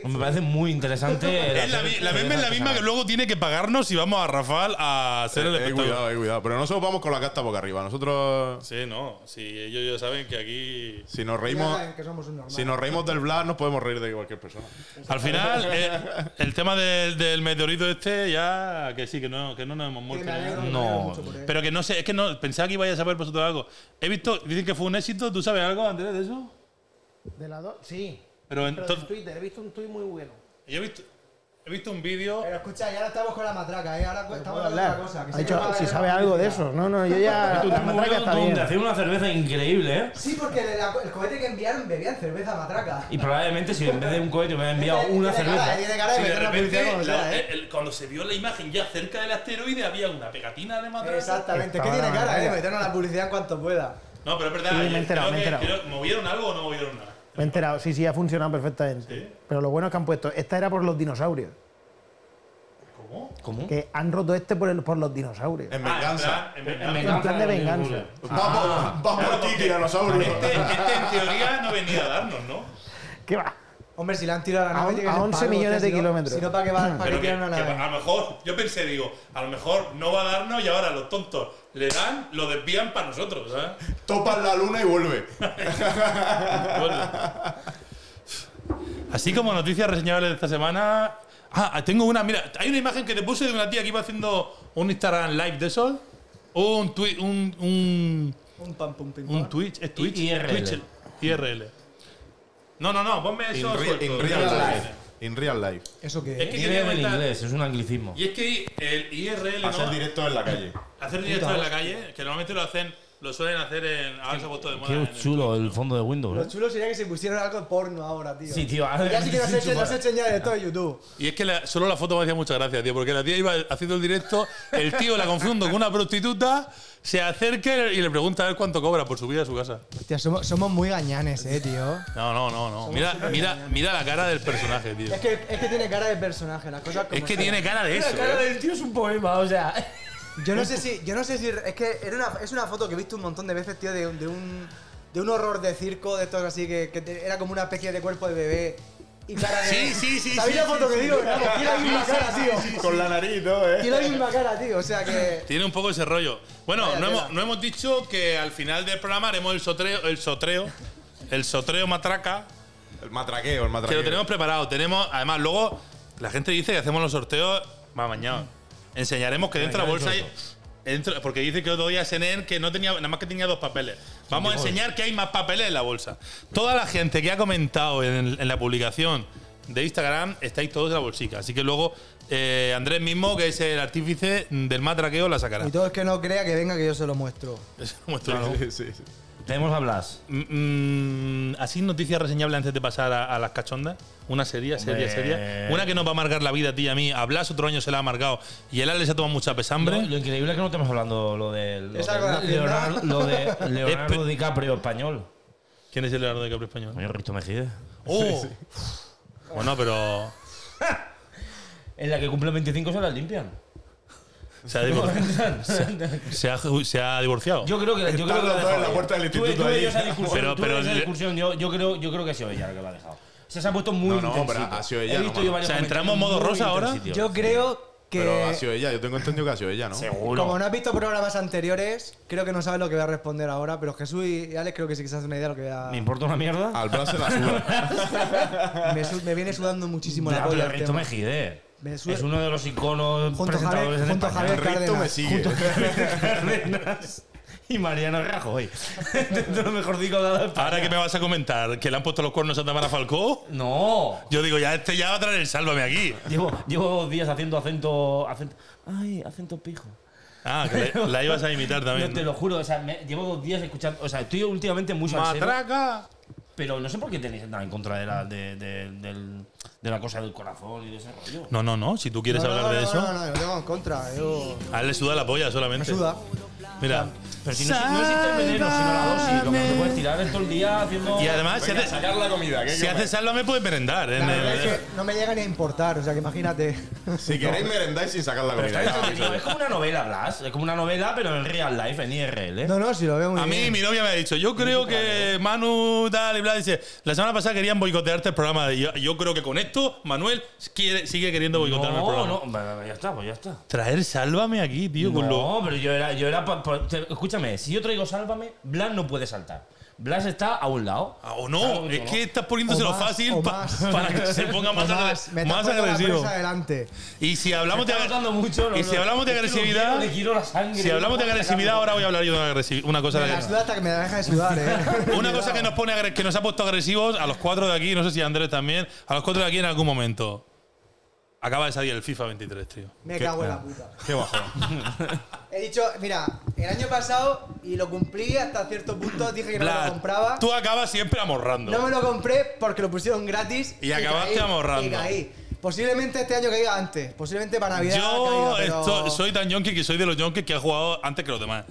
[SPEAKER 4] Me parece muy interesante. el
[SPEAKER 1] Es la,
[SPEAKER 4] hacer-
[SPEAKER 1] mi- la meme es la misma que luego tiene que pagarnos si vamos a Rafal a hacer el
[SPEAKER 2] Eh, eh,
[SPEAKER 1] espectáculo.
[SPEAKER 2] cuidado, eh, cuidado. Pero nosotros vamos con la casta boca arriba. Nosotros,
[SPEAKER 1] Sí, no. Si ellos ya saben que aquí.
[SPEAKER 2] si nos
[SPEAKER 3] Ya
[SPEAKER 2] reímos,
[SPEAKER 3] saben que somos un normal.
[SPEAKER 2] si nos reímos del Blas, nos podemos reír de cualquier persona.
[SPEAKER 1] Al final, eh, el tema del, del meteorito este, ya que sí, que no, que no nos hemos
[SPEAKER 3] Que
[SPEAKER 1] muerto.
[SPEAKER 3] me alegro, me
[SPEAKER 1] No.
[SPEAKER 3] alegro mucho por él.
[SPEAKER 1] Pero que no sé, es que no, pensaba que ibais a saber vosotros algo. He visto, dicen que fue un éxito, ¿tú sabes algo, Andrés, de eso?
[SPEAKER 5] ¿De la dos? Sí.
[SPEAKER 1] Pero
[SPEAKER 5] Pero
[SPEAKER 1] entonces.
[SPEAKER 5] en Twitter he visto un tuit muy bueno.
[SPEAKER 3] Pues
[SPEAKER 1] Yo he visto, he visto un vídeo.
[SPEAKER 3] Pero escucha, ya ahora estamos con la matraca, ¿eh? Ahora cu- estamos
[SPEAKER 6] puedo
[SPEAKER 3] hablando de
[SPEAKER 6] hablar.
[SPEAKER 3] otra cosa. que
[SPEAKER 6] Ha
[SPEAKER 3] sé que
[SPEAKER 6] dicho,
[SPEAKER 3] va a
[SPEAKER 6] si
[SPEAKER 3] haber
[SPEAKER 6] sabe
[SPEAKER 3] una
[SPEAKER 6] algo de
[SPEAKER 3] publicidad.
[SPEAKER 6] eso. No, no, yo ya.
[SPEAKER 4] Tú,
[SPEAKER 6] La
[SPEAKER 4] un
[SPEAKER 6] matraca
[SPEAKER 4] huevo
[SPEAKER 6] está
[SPEAKER 4] donde
[SPEAKER 6] bien.
[SPEAKER 4] hacer una cerveza increíble, ¿eh?
[SPEAKER 3] Sí, porque el, el cohete que enviaron bebían cerveza matraca.
[SPEAKER 4] Y probablemente si en vez de un cohete me hubiera enviado
[SPEAKER 3] Tiene-
[SPEAKER 4] una
[SPEAKER 3] tiene
[SPEAKER 4] cerveza.
[SPEAKER 3] Cara, tiene cara de
[SPEAKER 1] Si de
[SPEAKER 3] meter la
[SPEAKER 1] repente,
[SPEAKER 3] publicidad como
[SPEAKER 1] la-
[SPEAKER 3] sea, ¿eh?
[SPEAKER 1] el- el- cuando se vio la imagen ya cerca del asteroide, había una pegatina de matraca.
[SPEAKER 3] Exactamente, es que
[SPEAKER 6] Estaba
[SPEAKER 3] tiene
[SPEAKER 6] la
[SPEAKER 3] cara, eh,
[SPEAKER 6] matraca.
[SPEAKER 3] meternos la publicidad en cuanto pueda.
[SPEAKER 1] No, pero es verdad.
[SPEAKER 6] Sí, me he
[SPEAKER 1] yo
[SPEAKER 6] enterado,
[SPEAKER 1] creo
[SPEAKER 6] me he
[SPEAKER 1] que-
[SPEAKER 6] enterado.
[SPEAKER 1] creo- ¿Movieron algo o no movieron nada?
[SPEAKER 6] Me he enterado, sí, sí, ha funcionado perfectamente. Pero lo bueno es que han puesto, esta era por los dinosaurios.
[SPEAKER 1] ¿Cómo?
[SPEAKER 4] ¿Cómo?
[SPEAKER 6] Que han roto este por, el- por los dinosaurios.
[SPEAKER 2] En
[SPEAKER 1] Ah,
[SPEAKER 2] venganza.
[SPEAKER 1] en plan- en venganza.
[SPEAKER 6] En plan de venganza.
[SPEAKER 4] Ah.
[SPEAKER 2] Vamos, vamos por ti, tiranosaurio.
[SPEAKER 1] Este, este, en teoría no venía a darnos, ¿no?
[SPEAKER 6] ¿Qué va?
[SPEAKER 3] Hombre, si le han tirado a la
[SPEAKER 6] A
[SPEAKER 3] nave,
[SPEAKER 6] un-
[SPEAKER 3] tiene que
[SPEAKER 6] a
[SPEAKER 3] ser
[SPEAKER 6] 11
[SPEAKER 3] pago,
[SPEAKER 6] millones
[SPEAKER 3] que si
[SPEAKER 6] de
[SPEAKER 3] no-
[SPEAKER 6] kilómetros.
[SPEAKER 3] Si no, ¿para qué va- para qué
[SPEAKER 1] Pero que,
[SPEAKER 3] tiran una
[SPEAKER 1] que a
[SPEAKER 3] nave?
[SPEAKER 1] lo mejor, yo pensé, digo, a lo mejor no va a darnos y ahora los tontos le dan, lo desvían para nosotros, ¿sabes?
[SPEAKER 2] Topas la luna y vuelve.
[SPEAKER 1] Así como noticias reseñables de esta semana. Ah, tengo una, mira, hay una imagen que te puse de una tía que iba haciendo un Instagram live de eso. Un tweet, un, un,
[SPEAKER 3] Un pam pum pim.
[SPEAKER 1] un
[SPEAKER 3] pam.
[SPEAKER 1] Twitch, es Twitch.
[SPEAKER 4] I- IRL.
[SPEAKER 1] Twitch, IRL. No, no, no, ponme eso.
[SPEAKER 2] In, re-
[SPEAKER 1] suelto.
[SPEAKER 2] in real life. In real life.
[SPEAKER 3] ¿Eso qué?
[SPEAKER 1] Es
[SPEAKER 3] Es
[SPEAKER 1] que
[SPEAKER 4] Tiene
[SPEAKER 1] quería
[SPEAKER 4] en
[SPEAKER 1] comentar-
[SPEAKER 4] inglés, es un anglicismo.
[SPEAKER 1] Y es que el IRL, ¿no?
[SPEAKER 2] Hacer directos en la calle.
[SPEAKER 1] Hacer directos en la calle, que normalmente lo hacen, lo suelen hacer en. Ahora se ha puesto de moda. en
[SPEAKER 4] Qué
[SPEAKER 1] el-
[SPEAKER 4] chulo el fondo de
[SPEAKER 3] Lo
[SPEAKER 4] Windows, ¿eh?
[SPEAKER 3] chulo sería que se pusieran algo de porno ahora, tío.
[SPEAKER 4] Sí, tío. ahora-
[SPEAKER 3] Ya sí que nos echen, nos echen ya de todo YouTube.
[SPEAKER 1] Y es que la- solo la foto me hacía muchas gracias, tío, porque la tía iba haciendo el directo, el tío la confundo con una prostituta, se acerca y le pregunta a ver cuánto cobra por subir a su casa.
[SPEAKER 3] Hostia, somos, somos muy gañanes, eh, tío.
[SPEAKER 1] No, no, no, no. Mira, mira, mira la cara del personaje, tío.
[SPEAKER 3] Es que, es que tiene cara de personaje, las cosas como
[SPEAKER 1] Es que
[SPEAKER 3] son.
[SPEAKER 1] tiene cara de eso. ¿eh?
[SPEAKER 4] del tío es un poema, o sea.
[SPEAKER 3] Yo no sé si. Yo no sé si. Es que era una- es una foto que he visto un montón de veces, tío, de, un- de un. De un horror de circo, de estos así, que, que te- era como una especie de cuerpo de bebé. Y cara de.
[SPEAKER 1] Sí, sí, sí,
[SPEAKER 3] ¿Sabéis
[SPEAKER 1] sí,
[SPEAKER 3] la foto que digo? Vamos, Tiene la misma cara, tío.
[SPEAKER 2] Con la nariz, ¿no?
[SPEAKER 3] Tiene la misma cara, tío. O sea que.
[SPEAKER 1] Tiene un poco ese rollo. Bueno,
[SPEAKER 3] Vaya
[SPEAKER 1] no
[SPEAKER 3] tela.
[SPEAKER 1] hemos, no hemos dicho que al final del programa haremos el sotreo, el sotreo, el sotreo matraca,
[SPEAKER 2] El matraqueo, el
[SPEAKER 1] que
[SPEAKER 2] matraqueo.
[SPEAKER 1] lo tenemos preparado. Tenemos, además, luego la gente dice que hacemos los sorteos más mañana. Enseñaremos que dentro de la bolsa hay. dentro- porque dice que otro día CNN que no tenía, nada más que tenía dos papeles. Vamos a enseñar que hay más papeles en la bolsa. Toda la gente que ha comentado en, en la publicación de Instagram estáis todos en la bolsica. Así que luego eh, Andrés mismo, que es el artífice del matraqueo, la sacará.
[SPEAKER 3] Y todo el que no crea que venga que yo se lo muestro.
[SPEAKER 1] Eso lo muestro yo.
[SPEAKER 2] Sí, sí, sí.
[SPEAKER 4] Tenemos a Blas.
[SPEAKER 1] Mm, mm, así noticias reseñables antes de pasar a, a las cachondas. Una seria, seria,
[SPEAKER 4] Hombre.
[SPEAKER 1] seria. Una que nos va a amargar la vida a ti y a mí. A Blas otro año se la ha amargado. Y el Alex se ha tomado mucha pesambre.
[SPEAKER 4] No, lo increíble es que no estamos hablando lo de, lo
[SPEAKER 3] Es
[SPEAKER 4] de
[SPEAKER 3] algo de Hacienda.
[SPEAKER 4] Leonardo, lo de
[SPEAKER 1] Espe-
[SPEAKER 4] Leonardo DiCaprio español.
[SPEAKER 1] ¿Quién es el Leonardo de Capri español?
[SPEAKER 4] Coño, Risto Mejide.
[SPEAKER 1] ¡Oh! Bueno, pero.
[SPEAKER 4] En la que cumple 25 se las limpian.
[SPEAKER 1] Se ha, divor- se ha ju- se ha divorciado.
[SPEAKER 4] Yo creo que, yo
[SPEAKER 2] Están
[SPEAKER 4] creo que
[SPEAKER 2] los dos
[SPEAKER 4] ha dejado
[SPEAKER 2] en la
[SPEAKER 4] bien.
[SPEAKER 2] puerta del
[SPEAKER 4] Tuve-
[SPEAKER 2] instituto
[SPEAKER 4] tuve
[SPEAKER 2] ahí.
[SPEAKER 4] yo esa discusión,
[SPEAKER 1] Pero-
[SPEAKER 4] tuve
[SPEAKER 1] pero
[SPEAKER 4] esa
[SPEAKER 1] le-
[SPEAKER 4] discusión. Yo, yo creo, yo creo que ha sido ella la que lo ha dejado. O sea, se ha puesto muy
[SPEAKER 2] No, no,
[SPEAKER 4] intensito.
[SPEAKER 2] pero ha sido ella,
[SPEAKER 4] He
[SPEAKER 2] no
[SPEAKER 4] visto
[SPEAKER 2] mames.
[SPEAKER 4] yo varios
[SPEAKER 1] O sea, ¿entramos modo
[SPEAKER 4] comentarios muy
[SPEAKER 1] rosa ahora?
[SPEAKER 4] intensitos.
[SPEAKER 3] Yo creo que.
[SPEAKER 2] Pero ha sido ella, yo tengo entendido que ha sido ella, ¿no?
[SPEAKER 4] Seguro.
[SPEAKER 3] Como no has visto programas anteriores, creo que no sabes lo que voy a responder ahora, pero Jesús y Alex creo que sí que se hacen una idea de lo que voy a.
[SPEAKER 4] ¿Me importa una mierda?
[SPEAKER 2] Al Blas se la suda.
[SPEAKER 3] Me, su- me viene sudando muchísimo
[SPEAKER 4] Ya,
[SPEAKER 3] la
[SPEAKER 4] pero
[SPEAKER 3] polla. el
[SPEAKER 4] Risto
[SPEAKER 3] tema.
[SPEAKER 4] Mejide.
[SPEAKER 3] Me sube-
[SPEAKER 4] Es uno de los iconos
[SPEAKER 3] Junto a
[SPEAKER 4] presentadores
[SPEAKER 3] Javier,
[SPEAKER 4] en
[SPEAKER 3] junto a
[SPEAKER 4] España.
[SPEAKER 3] Javier
[SPEAKER 2] Rito me
[SPEAKER 3] Cárdenas.
[SPEAKER 2] sigue.
[SPEAKER 4] Cárdenas y Mariano Rajoy. Dentro de lo mejor digo de España.
[SPEAKER 1] Ahora que me vas a comentar que le han puesto los cuernos a Tamara Falcó,
[SPEAKER 4] No.
[SPEAKER 1] yo digo, ya este ya va a traer el sálvame aquí.
[SPEAKER 4] Llevo, llevo dos días haciendo acento, acento. Ay, acento pijo.
[SPEAKER 1] Ah, que le- la ibas a imitar
[SPEAKER 4] No,
[SPEAKER 1] también.
[SPEAKER 4] te
[SPEAKER 1] ¿no?
[SPEAKER 4] lo juro, o sea, me- llevo dos días escuchando. O sea, estoy últimamente muy salsero,
[SPEAKER 1] ¡Matraca!
[SPEAKER 4] pero no sé por qué tenéis nada en contra de la, de, de- del- de la cosa del corazón y de ese rollo.
[SPEAKER 1] No, no, no. Si tú quieres
[SPEAKER 3] No, no,
[SPEAKER 1] hablar de
[SPEAKER 3] no,
[SPEAKER 1] eso,
[SPEAKER 3] No, no, no, yo tengo en contra. Yo...
[SPEAKER 1] a él le suda la polla
[SPEAKER 3] Me
[SPEAKER 1] solamente.
[SPEAKER 3] suda.
[SPEAKER 1] Mira.
[SPEAKER 4] Pero si no, si- no existe el veneno, sino la dosis. Lo que te puedes tirar es todo el día haciendo.
[SPEAKER 1] Y además, si
[SPEAKER 2] Venga,
[SPEAKER 1] haces
[SPEAKER 2] sacar la comida. que hay
[SPEAKER 1] si
[SPEAKER 2] que comer.
[SPEAKER 1] haces sálvame, puedes merendar. ¿eh?
[SPEAKER 3] La
[SPEAKER 1] En el-
[SPEAKER 3] verdad es que no me llega ni a importar, o sea que imagínate.
[SPEAKER 2] Si queréis merendáis sin sacar la
[SPEAKER 4] Pero está
[SPEAKER 2] comida.
[SPEAKER 4] bien entretenido. Es como una novela, Blas. Es como una novela, pero en real life, en IRL.
[SPEAKER 3] No, no, si lo veo muy
[SPEAKER 1] A mí
[SPEAKER 3] bien.
[SPEAKER 1] mi novia me ha dicho, yo creo que Manu tal y bla, dice, la semana pasada querían boicotearte el programa. Y yo, yo creo que con esto, Manuel quiere- sigue queriendo boicotearme el
[SPEAKER 4] no,
[SPEAKER 1] programa.
[SPEAKER 4] no. Bueno, ya está, pues ya está.
[SPEAKER 1] Traer Sálvame aquí, tío, con lo...
[SPEAKER 4] No, pero yo era. Yo era pa- pa- te- escúchame, si yo traigo Sálvame, Blas no puede saltar. Blas está a un lado.
[SPEAKER 1] Ah, O no,
[SPEAKER 4] Claro
[SPEAKER 1] es
[SPEAKER 4] no.
[SPEAKER 1] que estás poniéndoselo
[SPEAKER 3] O más,
[SPEAKER 1] fácil
[SPEAKER 3] o
[SPEAKER 1] pa-
[SPEAKER 3] más.
[SPEAKER 1] para que se ponga más, agre-
[SPEAKER 3] Tomás, me
[SPEAKER 1] más
[SPEAKER 3] estás poniendo la
[SPEAKER 1] agresivo.
[SPEAKER 3] presa adelante.
[SPEAKER 1] Y si hablamos de,
[SPEAKER 4] Está
[SPEAKER 1] agre-
[SPEAKER 4] notando mucho, no,
[SPEAKER 1] y
[SPEAKER 4] no.
[SPEAKER 1] si hablamos de
[SPEAKER 4] Es que lo
[SPEAKER 1] agresividad,
[SPEAKER 4] quiero, le quiero la sangre.
[SPEAKER 1] si hablamos de
[SPEAKER 4] Vamos a
[SPEAKER 1] agresividad,
[SPEAKER 4] sacarlo.
[SPEAKER 1] ahora voy a hablar yo de una, agresi- una cosa
[SPEAKER 3] Me
[SPEAKER 1] de-
[SPEAKER 3] la suda hasta que me deja de sudar, eh.
[SPEAKER 1] Una cosa que nos pone agre- que nos ha puesto agresivos a los cuatro de aquí, no sé si Andrés también, a los cuatro de aquí en algún momento. Acaba de salir el FIFA 23, tío.
[SPEAKER 3] Me cago en la puta.
[SPEAKER 2] Qué bajo.
[SPEAKER 3] He dicho, mira, el año pasado, y lo cumplí hasta cierto punto, dije que no me
[SPEAKER 1] Blas,
[SPEAKER 3] lo compraba.
[SPEAKER 1] Tú acabas siempre amorrando.
[SPEAKER 3] No me lo compré porque lo pusieron gratis.
[SPEAKER 1] Y acabaste
[SPEAKER 3] caí,
[SPEAKER 1] amorrando.
[SPEAKER 3] Y caí. Posiblemente este año caiga antes. Posiblemente para Navidad.
[SPEAKER 1] Yo
[SPEAKER 3] caiga, pero-
[SPEAKER 1] esto- soy tan yonki que soy de los yonkis que ha jugado antes que los demás.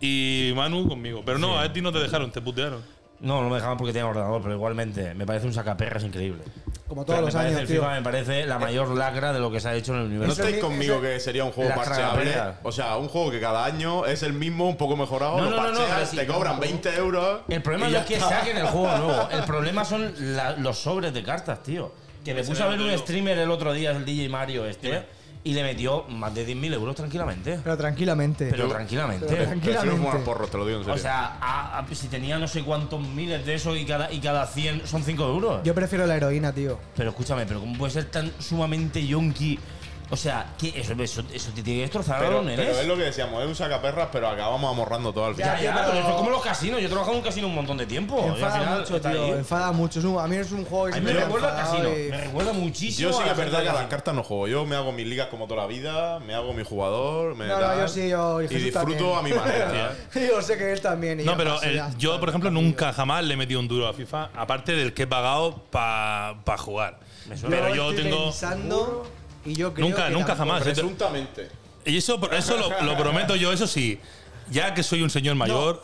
[SPEAKER 1] Y Manu conmigo. Pero no, a ti no te dejaron, te putearon.
[SPEAKER 4] No, no me dejaban porque tenía ordenador, pero igualmente me parece un sacaperras increíble.
[SPEAKER 3] Como todos
[SPEAKER 4] O sea,
[SPEAKER 3] los
[SPEAKER 4] me parece
[SPEAKER 3] años,
[SPEAKER 4] el
[SPEAKER 3] tío. Eh,
[SPEAKER 4] FIFA me parece la mayor lacra de lo que se ha hecho en el
[SPEAKER 2] ¿No
[SPEAKER 4] universo.
[SPEAKER 2] estáis
[SPEAKER 3] mi-
[SPEAKER 2] conmigo
[SPEAKER 3] eso-
[SPEAKER 2] que sería un juego
[SPEAKER 4] La
[SPEAKER 2] parcheable?
[SPEAKER 4] cagapela.
[SPEAKER 2] O sea, un juego que cada año es el mismo, un poco mejorado,
[SPEAKER 4] No,
[SPEAKER 2] lo
[SPEAKER 4] no, no, no,
[SPEAKER 2] parcheas,
[SPEAKER 4] pero
[SPEAKER 2] te
[SPEAKER 4] sí.
[SPEAKER 2] cobran 20 euros.
[SPEAKER 4] El problema
[SPEAKER 2] y
[SPEAKER 4] no
[SPEAKER 2] ya
[SPEAKER 4] es que
[SPEAKER 2] está.
[SPEAKER 4] saquen el juego nuevo. El problema son la- los sobres de cartas, tío. Que me
[SPEAKER 1] Ese
[SPEAKER 4] puse a
[SPEAKER 1] era
[SPEAKER 4] ver
[SPEAKER 1] el
[SPEAKER 4] un
[SPEAKER 1] juego.
[SPEAKER 4] streamer el otro día, el DJ Mario este,
[SPEAKER 1] Sí.
[SPEAKER 4] y le metió más de 10.000 euros tranquilamente.
[SPEAKER 3] Pero tranquilamente.
[SPEAKER 4] Pero tranquilamente.
[SPEAKER 3] Pero
[SPEAKER 2] Prefiero
[SPEAKER 3] tranquilamente.
[SPEAKER 2] fumar porros, te lo digo en serio.
[SPEAKER 4] O sea, a- a- si tenía no sé cuántos miles de eso y cada, y cada 100 son 5 euros.
[SPEAKER 3] Yo prefiero la heroína, tío.
[SPEAKER 4] Pero escúchame, pero ¿cómo puede ser tan sumamente yonki? O sea, que eso, eso, eso te tiene que destrozar a
[SPEAKER 2] pero,
[SPEAKER 4] los
[SPEAKER 2] pero
[SPEAKER 4] nenes.
[SPEAKER 2] es lo que decíamos, es un sacaperras, pero acabamos amorrando todo al
[SPEAKER 4] Ya,
[SPEAKER 2] final.
[SPEAKER 4] ya,
[SPEAKER 3] tío,
[SPEAKER 4] pero
[SPEAKER 3] pero-
[SPEAKER 4] eso es como los casinos. Yo he trabajado en un casino un montón de
[SPEAKER 1] Oh,
[SPEAKER 4] tiempo. y al
[SPEAKER 3] Enfada
[SPEAKER 4] final
[SPEAKER 3] mucho,
[SPEAKER 4] está
[SPEAKER 3] tío.
[SPEAKER 4] ahí.
[SPEAKER 3] Enfada mucho. Es un- a mí es un juego que
[SPEAKER 4] A mí me
[SPEAKER 3] siempre ha
[SPEAKER 4] recuerda al casino.
[SPEAKER 3] enfadado
[SPEAKER 4] Me recuerda muchísimo.
[SPEAKER 2] Yo sí
[SPEAKER 4] a
[SPEAKER 2] que
[SPEAKER 4] la
[SPEAKER 2] es verdad
[SPEAKER 4] gente
[SPEAKER 2] que a las
[SPEAKER 4] del casino.
[SPEAKER 2] cartas no juego. Yo me hago mis ligas como toda la vida, me hago mi jugador, me
[SPEAKER 3] No, no,
[SPEAKER 2] tal,
[SPEAKER 3] yo sí, yo- y
[SPEAKER 2] y,
[SPEAKER 3] Jesús
[SPEAKER 2] disfruto
[SPEAKER 3] también.
[SPEAKER 2] a mi manera.
[SPEAKER 3] y yo sé que él también. y
[SPEAKER 1] No,
[SPEAKER 3] ya
[SPEAKER 1] pero
[SPEAKER 3] pasa,
[SPEAKER 1] el-
[SPEAKER 3] ya.
[SPEAKER 1] yo, por ejemplo, nunca jamás le he metido un duro a FIFA, aparte del que he pagado para jugar. Pero yo
[SPEAKER 3] estoy
[SPEAKER 1] tengo.
[SPEAKER 3] Pensando, y yo creo
[SPEAKER 1] Nunca,
[SPEAKER 3] que
[SPEAKER 1] nunca
[SPEAKER 3] tampoco.
[SPEAKER 4] Ah,
[SPEAKER 1] jamás. ¿eh?
[SPEAKER 2] Presuntamente.
[SPEAKER 1] Y eso, eso lo, lo prometo yo, eso sí. Ya que soy un señor mayor,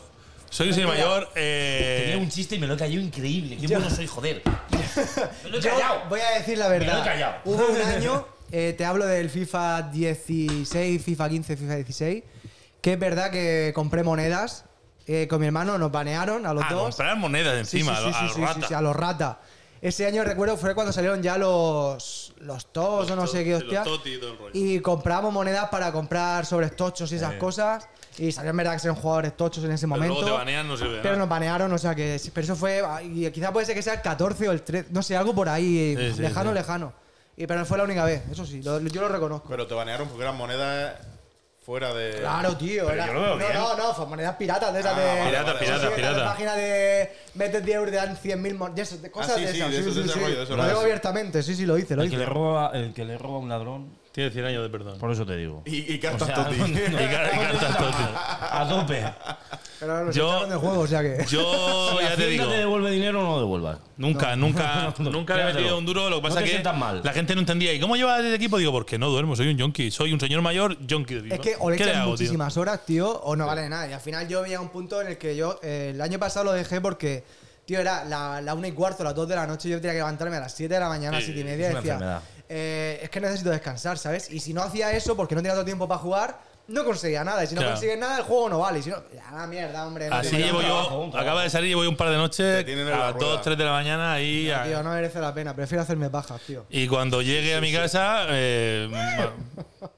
[SPEAKER 1] soy un señor mayor. eh,
[SPEAKER 4] Tenía un chiste y me lo he callado increíble. Qué bueno soy, joder. Me lo he
[SPEAKER 3] Yo
[SPEAKER 4] callado.
[SPEAKER 3] voy a decir la
[SPEAKER 4] Me lo
[SPEAKER 3] verdad.
[SPEAKER 4] he callado.
[SPEAKER 3] Hubo un año, eh, te hablo del FIFA 16, FIFA 15, FIFA 16, que es verdad que compré monedas eh, con mi hermano, nos banearon a los
[SPEAKER 1] a
[SPEAKER 3] dos.
[SPEAKER 1] comprar ah, monedas
[SPEAKER 3] Sí, sí,
[SPEAKER 1] encima,
[SPEAKER 3] sí,
[SPEAKER 1] a,
[SPEAKER 3] sí,
[SPEAKER 1] los
[SPEAKER 3] sí, sí,
[SPEAKER 1] ratas.
[SPEAKER 3] sí, a los rata. Ese año recuerdo fue cuando salieron ya los los tos o no sé qué
[SPEAKER 1] Los
[SPEAKER 3] hostia.
[SPEAKER 1] totis y todo el rollo.
[SPEAKER 3] Y comprábamos monedas para comprar sobres tochos y esas cosas. Y sabían verdad que eran jugadores tochos en ese
[SPEAKER 1] Eh. Pero
[SPEAKER 3] momento.
[SPEAKER 1] luego te banean, no sirve de
[SPEAKER 3] Pero
[SPEAKER 1] nada.
[SPEAKER 3] nos banearon, o sea que. Pero eso fue. Y quizá puede ser que sea el 14 o el 13, no sé, algo por ahí.
[SPEAKER 1] Sí, sí,
[SPEAKER 3] lejano,
[SPEAKER 1] sí.
[SPEAKER 3] lejano. Y, pero fue la única vez, eso sí, lo- yo lo reconozco.
[SPEAKER 2] Pero te banearon porque eran monedas fuera de.
[SPEAKER 3] Claro, tío. era-
[SPEAKER 4] yo lo veo
[SPEAKER 3] no,
[SPEAKER 4] bien.
[SPEAKER 3] no, no, fue monedas piratas de esas de.
[SPEAKER 1] pirata,
[SPEAKER 3] sí,
[SPEAKER 1] pirata,
[SPEAKER 3] de esas de
[SPEAKER 1] pirata.
[SPEAKER 3] página de. Metes 10 euros y te dan 100.000 monedas. Cosas
[SPEAKER 2] Ah, sí,
[SPEAKER 3] de
[SPEAKER 2] sí,
[SPEAKER 3] esas.
[SPEAKER 2] de eso, de ese rollo, de eso,
[SPEAKER 3] Lo
[SPEAKER 2] de
[SPEAKER 3] digo
[SPEAKER 2] eso.
[SPEAKER 3] abiertamente, sí, sí, lo hice, lo
[SPEAKER 4] El que, le
[SPEAKER 3] hice.
[SPEAKER 4] roba, el que le roba a un ladrón,
[SPEAKER 1] Tiene 100 años de perdón.
[SPEAKER 4] por eso te digo.
[SPEAKER 2] Y, y cartas
[SPEAKER 4] O sea,
[SPEAKER 2] toti.
[SPEAKER 4] no, no,
[SPEAKER 1] Y ca- y cartas totis.
[SPEAKER 2] Ah,
[SPEAKER 4] A tope.
[SPEAKER 3] Pero nos
[SPEAKER 1] Yo-
[SPEAKER 3] echaron del juego, o sea que.
[SPEAKER 1] Yo
[SPEAKER 4] Si
[SPEAKER 1] ya te
[SPEAKER 4] Hacienda
[SPEAKER 1] digo.
[SPEAKER 4] te devuelve dinero o no devuelvas.
[SPEAKER 1] Nunca, nunca,
[SPEAKER 4] No, no,
[SPEAKER 1] nunca le he
[SPEAKER 4] llévatelo.
[SPEAKER 1] metido un duro. Lo que
[SPEAKER 4] No
[SPEAKER 1] pasa
[SPEAKER 4] te
[SPEAKER 1] es que
[SPEAKER 4] sientas mal.
[SPEAKER 1] la gente no entendía. ¿Y cómo llevas el equipo? Digo, porque no duermo, soy un yonki. Soy un señor mayor yonki de FIFA.
[SPEAKER 3] Es que o le
[SPEAKER 1] ¿Qué
[SPEAKER 3] echas
[SPEAKER 1] hago, tío?
[SPEAKER 3] muchísimas horas, tío, o no vale de nada. Y al final yo llegué a un punto en el que yo eh, el año pasado lo dejé porque, tío, era la, la una y cuarto, las dos de la noche, yo tenía que levantarme a las 7 de la mañana,
[SPEAKER 1] Sí,
[SPEAKER 3] siete y media,
[SPEAKER 4] es
[SPEAKER 3] y
[SPEAKER 4] una
[SPEAKER 3] decía,
[SPEAKER 4] enfermedad.
[SPEAKER 3] eh, es que necesito descansar, ¿sabes? Y si no hacía eso, porque no tenía tanto tiempo para jugar, no conseguía nada. Y si no
[SPEAKER 1] Claro.
[SPEAKER 3] consigues nada, el juego no vale. Y si no, ya la mierda, hombre. no
[SPEAKER 1] Así
[SPEAKER 3] te-
[SPEAKER 1] llevo
[SPEAKER 4] trabajo, un
[SPEAKER 1] yo.
[SPEAKER 4] trabajo.
[SPEAKER 1] Acaba de salir, llevo yo un par de noches.
[SPEAKER 2] Te tienen en
[SPEAKER 1] A
[SPEAKER 2] la
[SPEAKER 1] las 2,
[SPEAKER 2] rueda.
[SPEAKER 1] 3 de la mañana ahí. a-
[SPEAKER 3] Tío, no merece la pena. Prefiero hacerme bajas, tío.
[SPEAKER 1] Y cuando llegue a mi casa, eh, ma-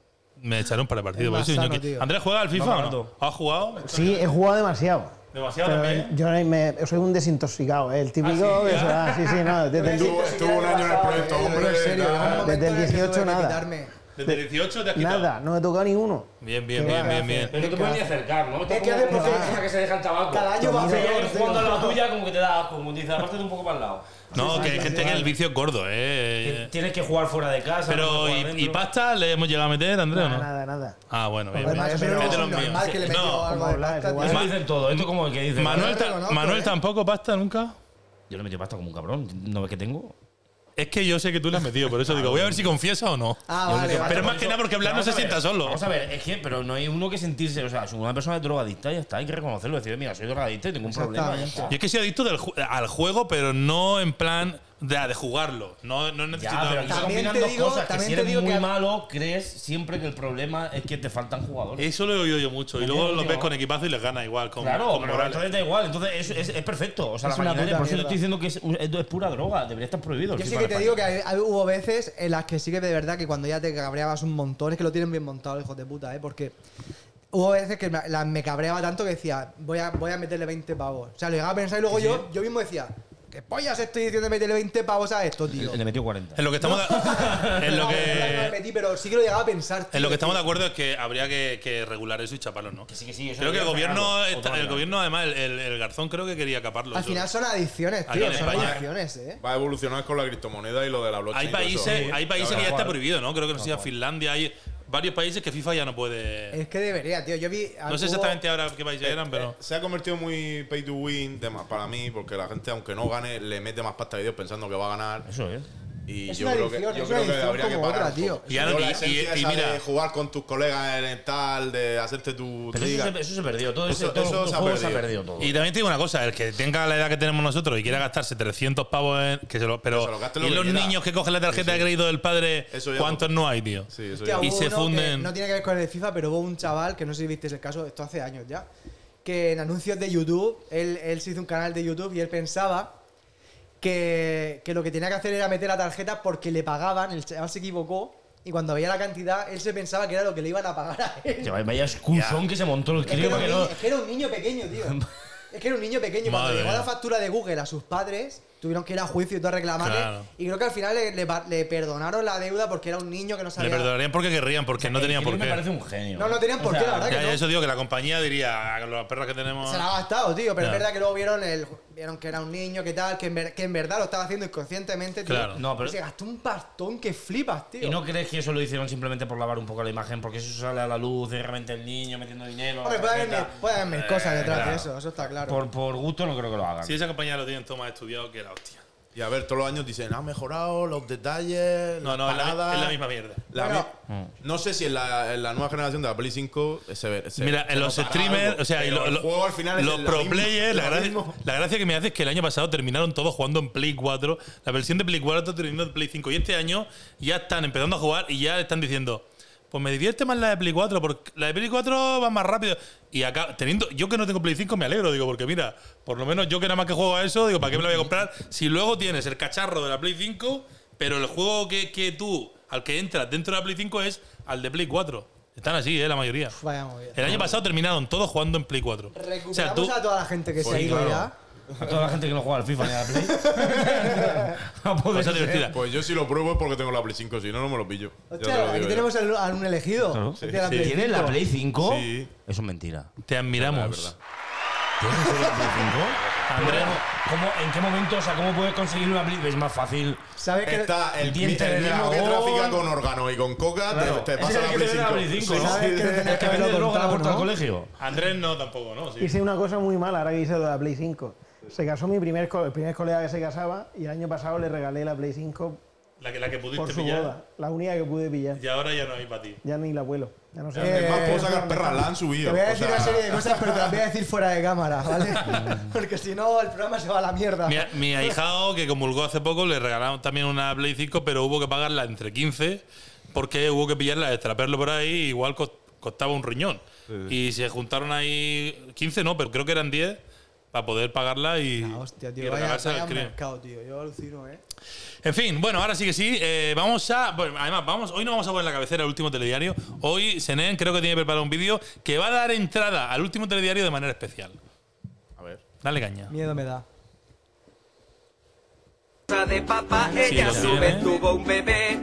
[SPEAKER 1] me echaron para el partido.
[SPEAKER 3] Es
[SPEAKER 1] por
[SPEAKER 3] más
[SPEAKER 1] eso soy un
[SPEAKER 3] sano,
[SPEAKER 1] yonki.
[SPEAKER 3] tío.
[SPEAKER 1] ¿Andrés juega al FIFA o no? ¿Has jugado?
[SPEAKER 6] Sí, he jugado demasiado.
[SPEAKER 1] Demasiado
[SPEAKER 5] eh,
[SPEAKER 6] Pero
[SPEAKER 1] también.
[SPEAKER 6] yo me- soy un desintoxicado, ¿eh? el típico
[SPEAKER 1] Ah, sí,
[SPEAKER 6] que
[SPEAKER 1] ya.
[SPEAKER 6] se va- sí, sí, no, desde el-
[SPEAKER 2] Estuvo, estuvo un año en el proyecto,
[SPEAKER 3] Te lo digo
[SPEAKER 2] hombre.
[SPEAKER 3] Eh, en serio, llegó un
[SPEAKER 2] nada.
[SPEAKER 3] momento
[SPEAKER 6] Desde el
[SPEAKER 3] en que tuve
[SPEAKER 6] 18
[SPEAKER 3] que
[SPEAKER 6] nada.
[SPEAKER 3] quitarme.
[SPEAKER 1] Desde 18 te has quitado.
[SPEAKER 6] nada, no he tocado ni uno.
[SPEAKER 1] Bien, bien, bien, bien, bien.
[SPEAKER 4] Pero no te puedes ni acercar, ¿no?
[SPEAKER 3] Es que hace
[SPEAKER 4] como una
[SPEAKER 3] poco-
[SPEAKER 4] persona que se deja el tabaco.
[SPEAKER 3] Cada año va
[SPEAKER 4] Si hay
[SPEAKER 3] peor,
[SPEAKER 4] alguien
[SPEAKER 3] tío.
[SPEAKER 4] jugando a la tuya, como que te da asco. Como dices, apártate un poco para el lado.
[SPEAKER 1] No, que hay gente que el vicio es gordo, eh.
[SPEAKER 4] Tienes que jugar fuera de casa. no
[SPEAKER 1] Pero,
[SPEAKER 4] puedes jugar
[SPEAKER 1] ¿y, y
[SPEAKER 4] dentro.
[SPEAKER 1] pasta le hemos llegado a meter, Andrés, o
[SPEAKER 6] Nada,
[SPEAKER 1] no?
[SPEAKER 6] nada, nada.
[SPEAKER 1] Ah, bueno, bien.
[SPEAKER 6] Además,
[SPEAKER 1] bien.
[SPEAKER 6] eso
[SPEAKER 1] Es
[SPEAKER 6] no
[SPEAKER 1] de
[SPEAKER 6] es
[SPEAKER 1] los míos.
[SPEAKER 3] normal que le metió
[SPEAKER 1] No,
[SPEAKER 3] algo de
[SPEAKER 6] como hablar,
[SPEAKER 3] pasta,
[SPEAKER 6] igual.
[SPEAKER 3] tío.
[SPEAKER 4] Eso dicen todo. Esto como el que dice.
[SPEAKER 1] Manuel,
[SPEAKER 3] Yo
[SPEAKER 1] ta-
[SPEAKER 3] lo conozco,
[SPEAKER 1] Manuel
[SPEAKER 3] eh.
[SPEAKER 1] tampoco pasta nunca.
[SPEAKER 4] Yo le he metido pasta como un cabrón. ¿No ves que tengo?
[SPEAKER 1] Es que yo sé que tú la has metido, por eso digo, voy a ver si confiesa o no.
[SPEAKER 3] Ah,
[SPEAKER 4] Yo
[SPEAKER 3] vale,
[SPEAKER 4] creo
[SPEAKER 3] vale.
[SPEAKER 1] Pero más que nada porque hablar no
[SPEAKER 4] Vamos
[SPEAKER 1] se
[SPEAKER 4] a ver,
[SPEAKER 1] sienta solo.
[SPEAKER 4] Vamos a ver, es que, pero no hay uno que sentirse, o sea, si una persona es drogadicta, ya está, hay que reconocerlo, decir, mira, soy drogadicta y tengo un problema. ya está.
[SPEAKER 1] Yo es que soy adicto del ju- al juego, pero no en plan de, de jugarlo. No, no necesito.
[SPEAKER 4] Ya, pero aquí se
[SPEAKER 3] También
[SPEAKER 4] combinan
[SPEAKER 3] te
[SPEAKER 4] dos
[SPEAKER 3] digo-
[SPEAKER 4] cosas, que
[SPEAKER 3] también
[SPEAKER 4] si
[SPEAKER 3] te
[SPEAKER 4] eres
[SPEAKER 3] digo
[SPEAKER 4] muy
[SPEAKER 3] que-
[SPEAKER 4] malo, crees siempre que el problema es que te faltan jugadores.
[SPEAKER 1] Eso lo he oído yo mucho. Y
[SPEAKER 4] También
[SPEAKER 1] luego
[SPEAKER 4] lo
[SPEAKER 1] los
[SPEAKER 4] digo.
[SPEAKER 1] ves con equipazo y les gana igual. Con,
[SPEAKER 4] Claro,
[SPEAKER 1] con
[SPEAKER 4] pero
[SPEAKER 1] Morales.
[SPEAKER 4] entonces da igual, entonces es, es, es perfecto. O sea,
[SPEAKER 3] Es
[SPEAKER 4] la
[SPEAKER 3] una puta
[SPEAKER 4] maquinaria, por eso te estoy
[SPEAKER 3] mierda.
[SPEAKER 4] diciendo que es, es- es pura droga, debería estar prohibido. el
[SPEAKER 1] Pues
[SPEAKER 3] Yo sí
[SPEAKER 4] FIFA
[SPEAKER 3] que
[SPEAKER 4] en
[SPEAKER 3] te
[SPEAKER 4] España.
[SPEAKER 3] digo que hay- hay- hubo veces en las que sí que de verdad que cuando ya te cabreabas un montón, es que lo tienen bien montado, hijos de puta, ¿eh? Porque hubo veces que me, la- me cabreaba tanto que decía, voy a, voy a meterle 20 pavos. O sea, lo llegaba a pensar y luego yo, yo mismo decía, ¿qué pollas estoy diciendo de meterle 20 pavos a esto, tío?
[SPEAKER 4] Le metió 40.
[SPEAKER 1] En lo que estamos. de- en lo
[SPEAKER 3] No, no me
[SPEAKER 1] que.
[SPEAKER 3] metí, pero sí que lo llegaba a pensar. tío.
[SPEAKER 1] En lo que estamos de acuerdo es que habría que, que regular eso y chaparlo, ¿no?
[SPEAKER 4] sí, que sí, eso
[SPEAKER 1] creo que el
[SPEAKER 4] debería
[SPEAKER 1] gobierno,
[SPEAKER 4] frenarlo,
[SPEAKER 1] está- el
[SPEAKER 4] automáticamente.
[SPEAKER 1] gobierno además, el, el- el Garzón creo que quería caparlo.
[SPEAKER 3] Al
[SPEAKER 1] eso.
[SPEAKER 3] final son adicciones,
[SPEAKER 1] Aquí
[SPEAKER 3] tío,
[SPEAKER 1] en
[SPEAKER 3] son
[SPEAKER 1] España.
[SPEAKER 3] adicciones, ¿eh?
[SPEAKER 2] Va a evolucionar con la criptomoneda y lo de la blockchain.
[SPEAKER 1] hay
[SPEAKER 2] y todo eso.
[SPEAKER 1] países, hay países que ya está
[SPEAKER 4] cual.
[SPEAKER 1] prohibido, ¿no? Creo que no sea Finlandia, hay varios países que FIFA ya no puede.
[SPEAKER 3] Es que debería, tío. Yo vi.
[SPEAKER 1] No sé
[SPEAKER 3] hubo-
[SPEAKER 1] exactamente ahora qué países eran, pero.
[SPEAKER 2] Se ha convertido muy pay to win de más para mí, porque la gente, aunque no gane, le mete más pasta a Dios pensando que va a ganar.
[SPEAKER 4] Eso ¿eh?
[SPEAKER 3] Pues
[SPEAKER 4] es.
[SPEAKER 2] Y
[SPEAKER 3] Es
[SPEAKER 2] yo
[SPEAKER 3] una
[SPEAKER 2] creo que,
[SPEAKER 3] adicción,
[SPEAKER 2] yo
[SPEAKER 3] es una
[SPEAKER 2] creo que
[SPEAKER 3] adicción
[SPEAKER 2] habría que
[SPEAKER 3] como
[SPEAKER 2] pagar.
[SPEAKER 3] otra, tío.
[SPEAKER 1] Y ahora-
[SPEAKER 2] Yo
[SPEAKER 1] y-
[SPEAKER 2] la esencia
[SPEAKER 1] y- y
[SPEAKER 2] esa
[SPEAKER 1] mira-
[SPEAKER 2] de jugar con tus colegas en el tal, de hacerte tu
[SPEAKER 4] Pero eso
[SPEAKER 2] liga.
[SPEAKER 4] se, eso se perdió, todo
[SPEAKER 2] Eso-
[SPEAKER 4] ese todo
[SPEAKER 2] eso
[SPEAKER 4] el
[SPEAKER 2] se ha
[SPEAKER 4] juego se ha
[SPEAKER 2] perdido.
[SPEAKER 4] perdido todo.
[SPEAKER 1] Y también te digo una cosa, el que tenga la edad que tenemos nosotros y quiera gastarse 300 pavos en, que se lo, pero
[SPEAKER 2] Que se lo gaste lo
[SPEAKER 1] y
[SPEAKER 2] que
[SPEAKER 1] los
[SPEAKER 2] quiera.
[SPEAKER 1] niños que cogen la tarjeta de crédito del padre,
[SPEAKER 2] Eso ya
[SPEAKER 1] ¿cuántos no hay, tío?
[SPEAKER 2] Sí, eso
[SPEAKER 3] Hostia,
[SPEAKER 2] ya-
[SPEAKER 1] Y
[SPEAKER 3] hubo
[SPEAKER 1] se
[SPEAKER 3] uno que
[SPEAKER 1] funden-
[SPEAKER 3] No tiene que ver con el FIFA, pero hubo un chaval, que no sé si visteis el caso, esto hace años ya, que en anuncios de YouTube, él, él se hizo un canal de YouTube y él pensaba que, que lo que tenía que hacer era meter la tarjeta porque le pagaban, el chaval se equivocó y cuando veía la cantidad, él se pensaba que era lo que le iban a pagar a él.
[SPEAKER 4] Que vaya- Vaya excusón que se montó el
[SPEAKER 3] Es que,
[SPEAKER 4] crío
[SPEAKER 3] era un
[SPEAKER 4] porque
[SPEAKER 3] niño,
[SPEAKER 4] no.
[SPEAKER 3] es que era un niño pequeño, tío. Es que era un niño pequeño. Cuando
[SPEAKER 1] Madre
[SPEAKER 3] llegó
[SPEAKER 1] mía.
[SPEAKER 3] la factura de Google a sus padres, tuvieron que ir a juicio y todo a reclamarle.
[SPEAKER 1] Claro.
[SPEAKER 3] Y creo que al final le, le pa- le perdonaron la deuda porque era un niño que no
[SPEAKER 1] Le
[SPEAKER 3] sabía.
[SPEAKER 1] perdonarían porque querrían, porque no
[SPEAKER 4] El
[SPEAKER 1] tenían
[SPEAKER 4] crío
[SPEAKER 1] por
[SPEAKER 4] Me parece
[SPEAKER 1] qué.
[SPEAKER 4] un genio.
[SPEAKER 3] No, no tenían por qué, la verdad.
[SPEAKER 1] Ya,
[SPEAKER 3] que no.
[SPEAKER 1] eso digo que la compañía diría, a los perros que tenemos.
[SPEAKER 3] Se la ha gastado, tío. Pero
[SPEAKER 1] Ya.
[SPEAKER 3] es verdad que luego vieron, el, vieron que era un niño, que tal, que en, ver- que en verdad lo estaba haciendo inconscientemente, tío.
[SPEAKER 1] Claro.
[SPEAKER 4] No, pero-
[SPEAKER 3] Y se gastó un pastón que flipas, tío.
[SPEAKER 4] ¿Y no crees que eso lo hicieron simplemente por lavar un poco la imagen? Porque eso sale a la luz y realmente el niño metiendo dinero.
[SPEAKER 3] Hombre,
[SPEAKER 4] la
[SPEAKER 3] puede haber,
[SPEAKER 4] tarjeta.
[SPEAKER 3] mil- puede haber mil cosas detrás
[SPEAKER 4] claro.
[SPEAKER 3] de eso, eso está claro.
[SPEAKER 4] por, por gusto no creo que lo hagan.
[SPEAKER 1] Si esa compañía lo tienen todo más estudiado que la hostia.
[SPEAKER 2] Y a ver, todos los años dicen, ha mejorado los detalles,
[SPEAKER 1] No, no, es
[SPEAKER 2] las
[SPEAKER 1] la,
[SPEAKER 2] paradas".
[SPEAKER 1] es la misma mierda.
[SPEAKER 2] La
[SPEAKER 3] Bueno.
[SPEAKER 2] mi- no sé si en la, en la nueva generación de la Play 5 se ve. se-
[SPEAKER 1] Mira,
[SPEAKER 2] se
[SPEAKER 1] en los
[SPEAKER 2] notará
[SPEAKER 1] streamers,
[SPEAKER 2] algo,
[SPEAKER 1] o sea, y
[SPEAKER 2] pero
[SPEAKER 1] lo-
[SPEAKER 2] el
[SPEAKER 1] lo-
[SPEAKER 2] juego al final es
[SPEAKER 1] los
[SPEAKER 2] el-
[SPEAKER 1] pro
[SPEAKER 2] mismo-
[SPEAKER 1] players, la,
[SPEAKER 2] lo
[SPEAKER 1] gra-
[SPEAKER 2] mismo.
[SPEAKER 1] la gracia que me hace es que el año pasado terminaron todos jugando en Play 4, la versión de Play 4 terminó en Play 5 y este año ya están empezando a jugar y ya están diciendo, pues me divierte más la de Play 4 porque la de Play 4 va más rápido y acá teniendo yo que no tengo Play 5 me alegro, digo, porque mira, por lo menos yo que nada más que juego a eso, digo, ¿para qué me la voy a comprar si luego tienes el cacharro de la Play 5, pero el juego que, que tú al que entras dentro de la Play 5 es al de Play 4? Están así, eh, la mayoría.
[SPEAKER 3] Vaya movida.
[SPEAKER 1] El año pasado terminaron todos jugando en Play 4.
[SPEAKER 3] Recuperamos
[SPEAKER 1] O sea, tú,
[SPEAKER 3] a toda la gente que
[SPEAKER 2] Pues
[SPEAKER 3] se ha ido ya.
[SPEAKER 4] A toda la gente que no juega al FIFA ni a la Play. Va a poder
[SPEAKER 1] cosa
[SPEAKER 4] ser.
[SPEAKER 1] divertida.
[SPEAKER 2] Pues yo si lo pruebo es porque tengo la Play 5, si no, no me lo pillo. Ya te lo
[SPEAKER 3] Hostia, aquí
[SPEAKER 2] digo
[SPEAKER 3] tenemos
[SPEAKER 2] yo.
[SPEAKER 3] al- a un elegido.
[SPEAKER 4] Claro.
[SPEAKER 3] Hostia, la Play
[SPEAKER 4] ¿Tienes la
[SPEAKER 3] cinco.
[SPEAKER 4] Play 5?
[SPEAKER 2] Sí.
[SPEAKER 4] Eso es mentira.
[SPEAKER 1] te admiramos.
[SPEAKER 2] verdad.
[SPEAKER 4] ¿Tienes en serio la Play 5?
[SPEAKER 1] Andrea.
[SPEAKER 4] ¿Cómo, ¿En qué momento? O sea, ¿cómo puedes conseguir una Play? Es más fácil.
[SPEAKER 3] ¿Sabes que
[SPEAKER 2] Está el, el
[SPEAKER 4] Diente de
[SPEAKER 2] mismo que
[SPEAKER 4] dragón.
[SPEAKER 2] trafica con órganos y con coca, te-
[SPEAKER 4] Claro.
[SPEAKER 2] te,
[SPEAKER 4] Ese
[SPEAKER 2] pasa
[SPEAKER 4] es el
[SPEAKER 2] la
[SPEAKER 4] que
[SPEAKER 2] Play
[SPEAKER 4] te da
[SPEAKER 2] 5.
[SPEAKER 4] la Play
[SPEAKER 2] Sí,
[SPEAKER 4] 5, ¿no?
[SPEAKER 2] sí.
[SPEAKER 3] ¿Sabes que le
[SPEAKER 4] El
[SPEAKER 3] tenías que
[SPEAKER 4] que
[SPEAKER 3] haberlo
[SPEAKER 4] vende droga a la
[SPEAKER 3] contado,
[SPEAKER 4] puerta del
[SPEAKER 3] no?
[SPEAKER 4] colegio.
[SPEAKER 1] Andrés no tampoco, ¿no? Sí.
[SPEAKER 6] Hice una cosa muy mala ahora que hice lo de la Play 5. Se casó mi primer, co- el primer colega que se casaba y el año pasado le regalé la Play 5
[SPEAKER 1] La que, la que pudiste
[SPEAKER 6] por su
[SPEAKER 1] pillar.
[SPEAKER 6] boda. La única que pude pillar.
[SPEAKER 1] Y ahora ya no hay para ti.
[SPEAKER 6] Ya ni la abuelo. Ya no sé.
[SPEAKER 3] Eh,
[SPEAKER 2] Es más, puedo sacar
[SPEAKER 6] eh,
[SPEAKER 2] perras, la han
[SPEAKER 3] Te
[SPEAKER 2] subido.
[SPEAKER 3] voy a
[SPEAKER 2] o
[SPEAKER 3] decir
[SPEAKER 2] sea, Mm.
[SPEAKER 3] una serie de cosas, pero te las voy a decir fuera de cámara, ¿vale? Porque si no, el programa se va a la mierda.
[SPEAKER 1] Mi, mi ahijado, que comulgó hace poco, le regalaron también una Play 5, pero hubo que pagarla entre 15 porque hubo que pillarla, extraperlo por ahí, igual cos- costaba un riñón. Y se juntaron ahí 15, no, pero creo que eran 10 para poder pagarla y.
[SPEAKER 3] Ah, hostia,
[SPEAKER 1] y
[SPEAKER 3] tío, vaya,
[SPEAKER 1] regalarse al
[SPEAKER 3] vaya
[SPEAKER 1] crío.
[SPEAKER 3] mercado, tío. Yo alucino, ¿eh?
[SPEAKER 1] En fin, bueno, ahora sí que sí. eh, vamos a. bueno, además, vamos, hoy no vamos a poner la cabecera al último telediario. Hoy Senen creo que tiene preparado un vídeo que va a dar entrada al último telediario de manera especial.
[SPEAKER 2] A ver.
[SPEAKER 1] Dale caña.
[SPEAKER 3] Miedo me da.
[SPEAKER 7] Casa de papá,
[SPEAKER 1] Sí,
[SPEAKER 7] ella
[SPEAKER 1] lo
[SPEAKER 7] a su vez
[SPEAKER 1] tiene.
[SPEAKER 7] tuvo un bebé,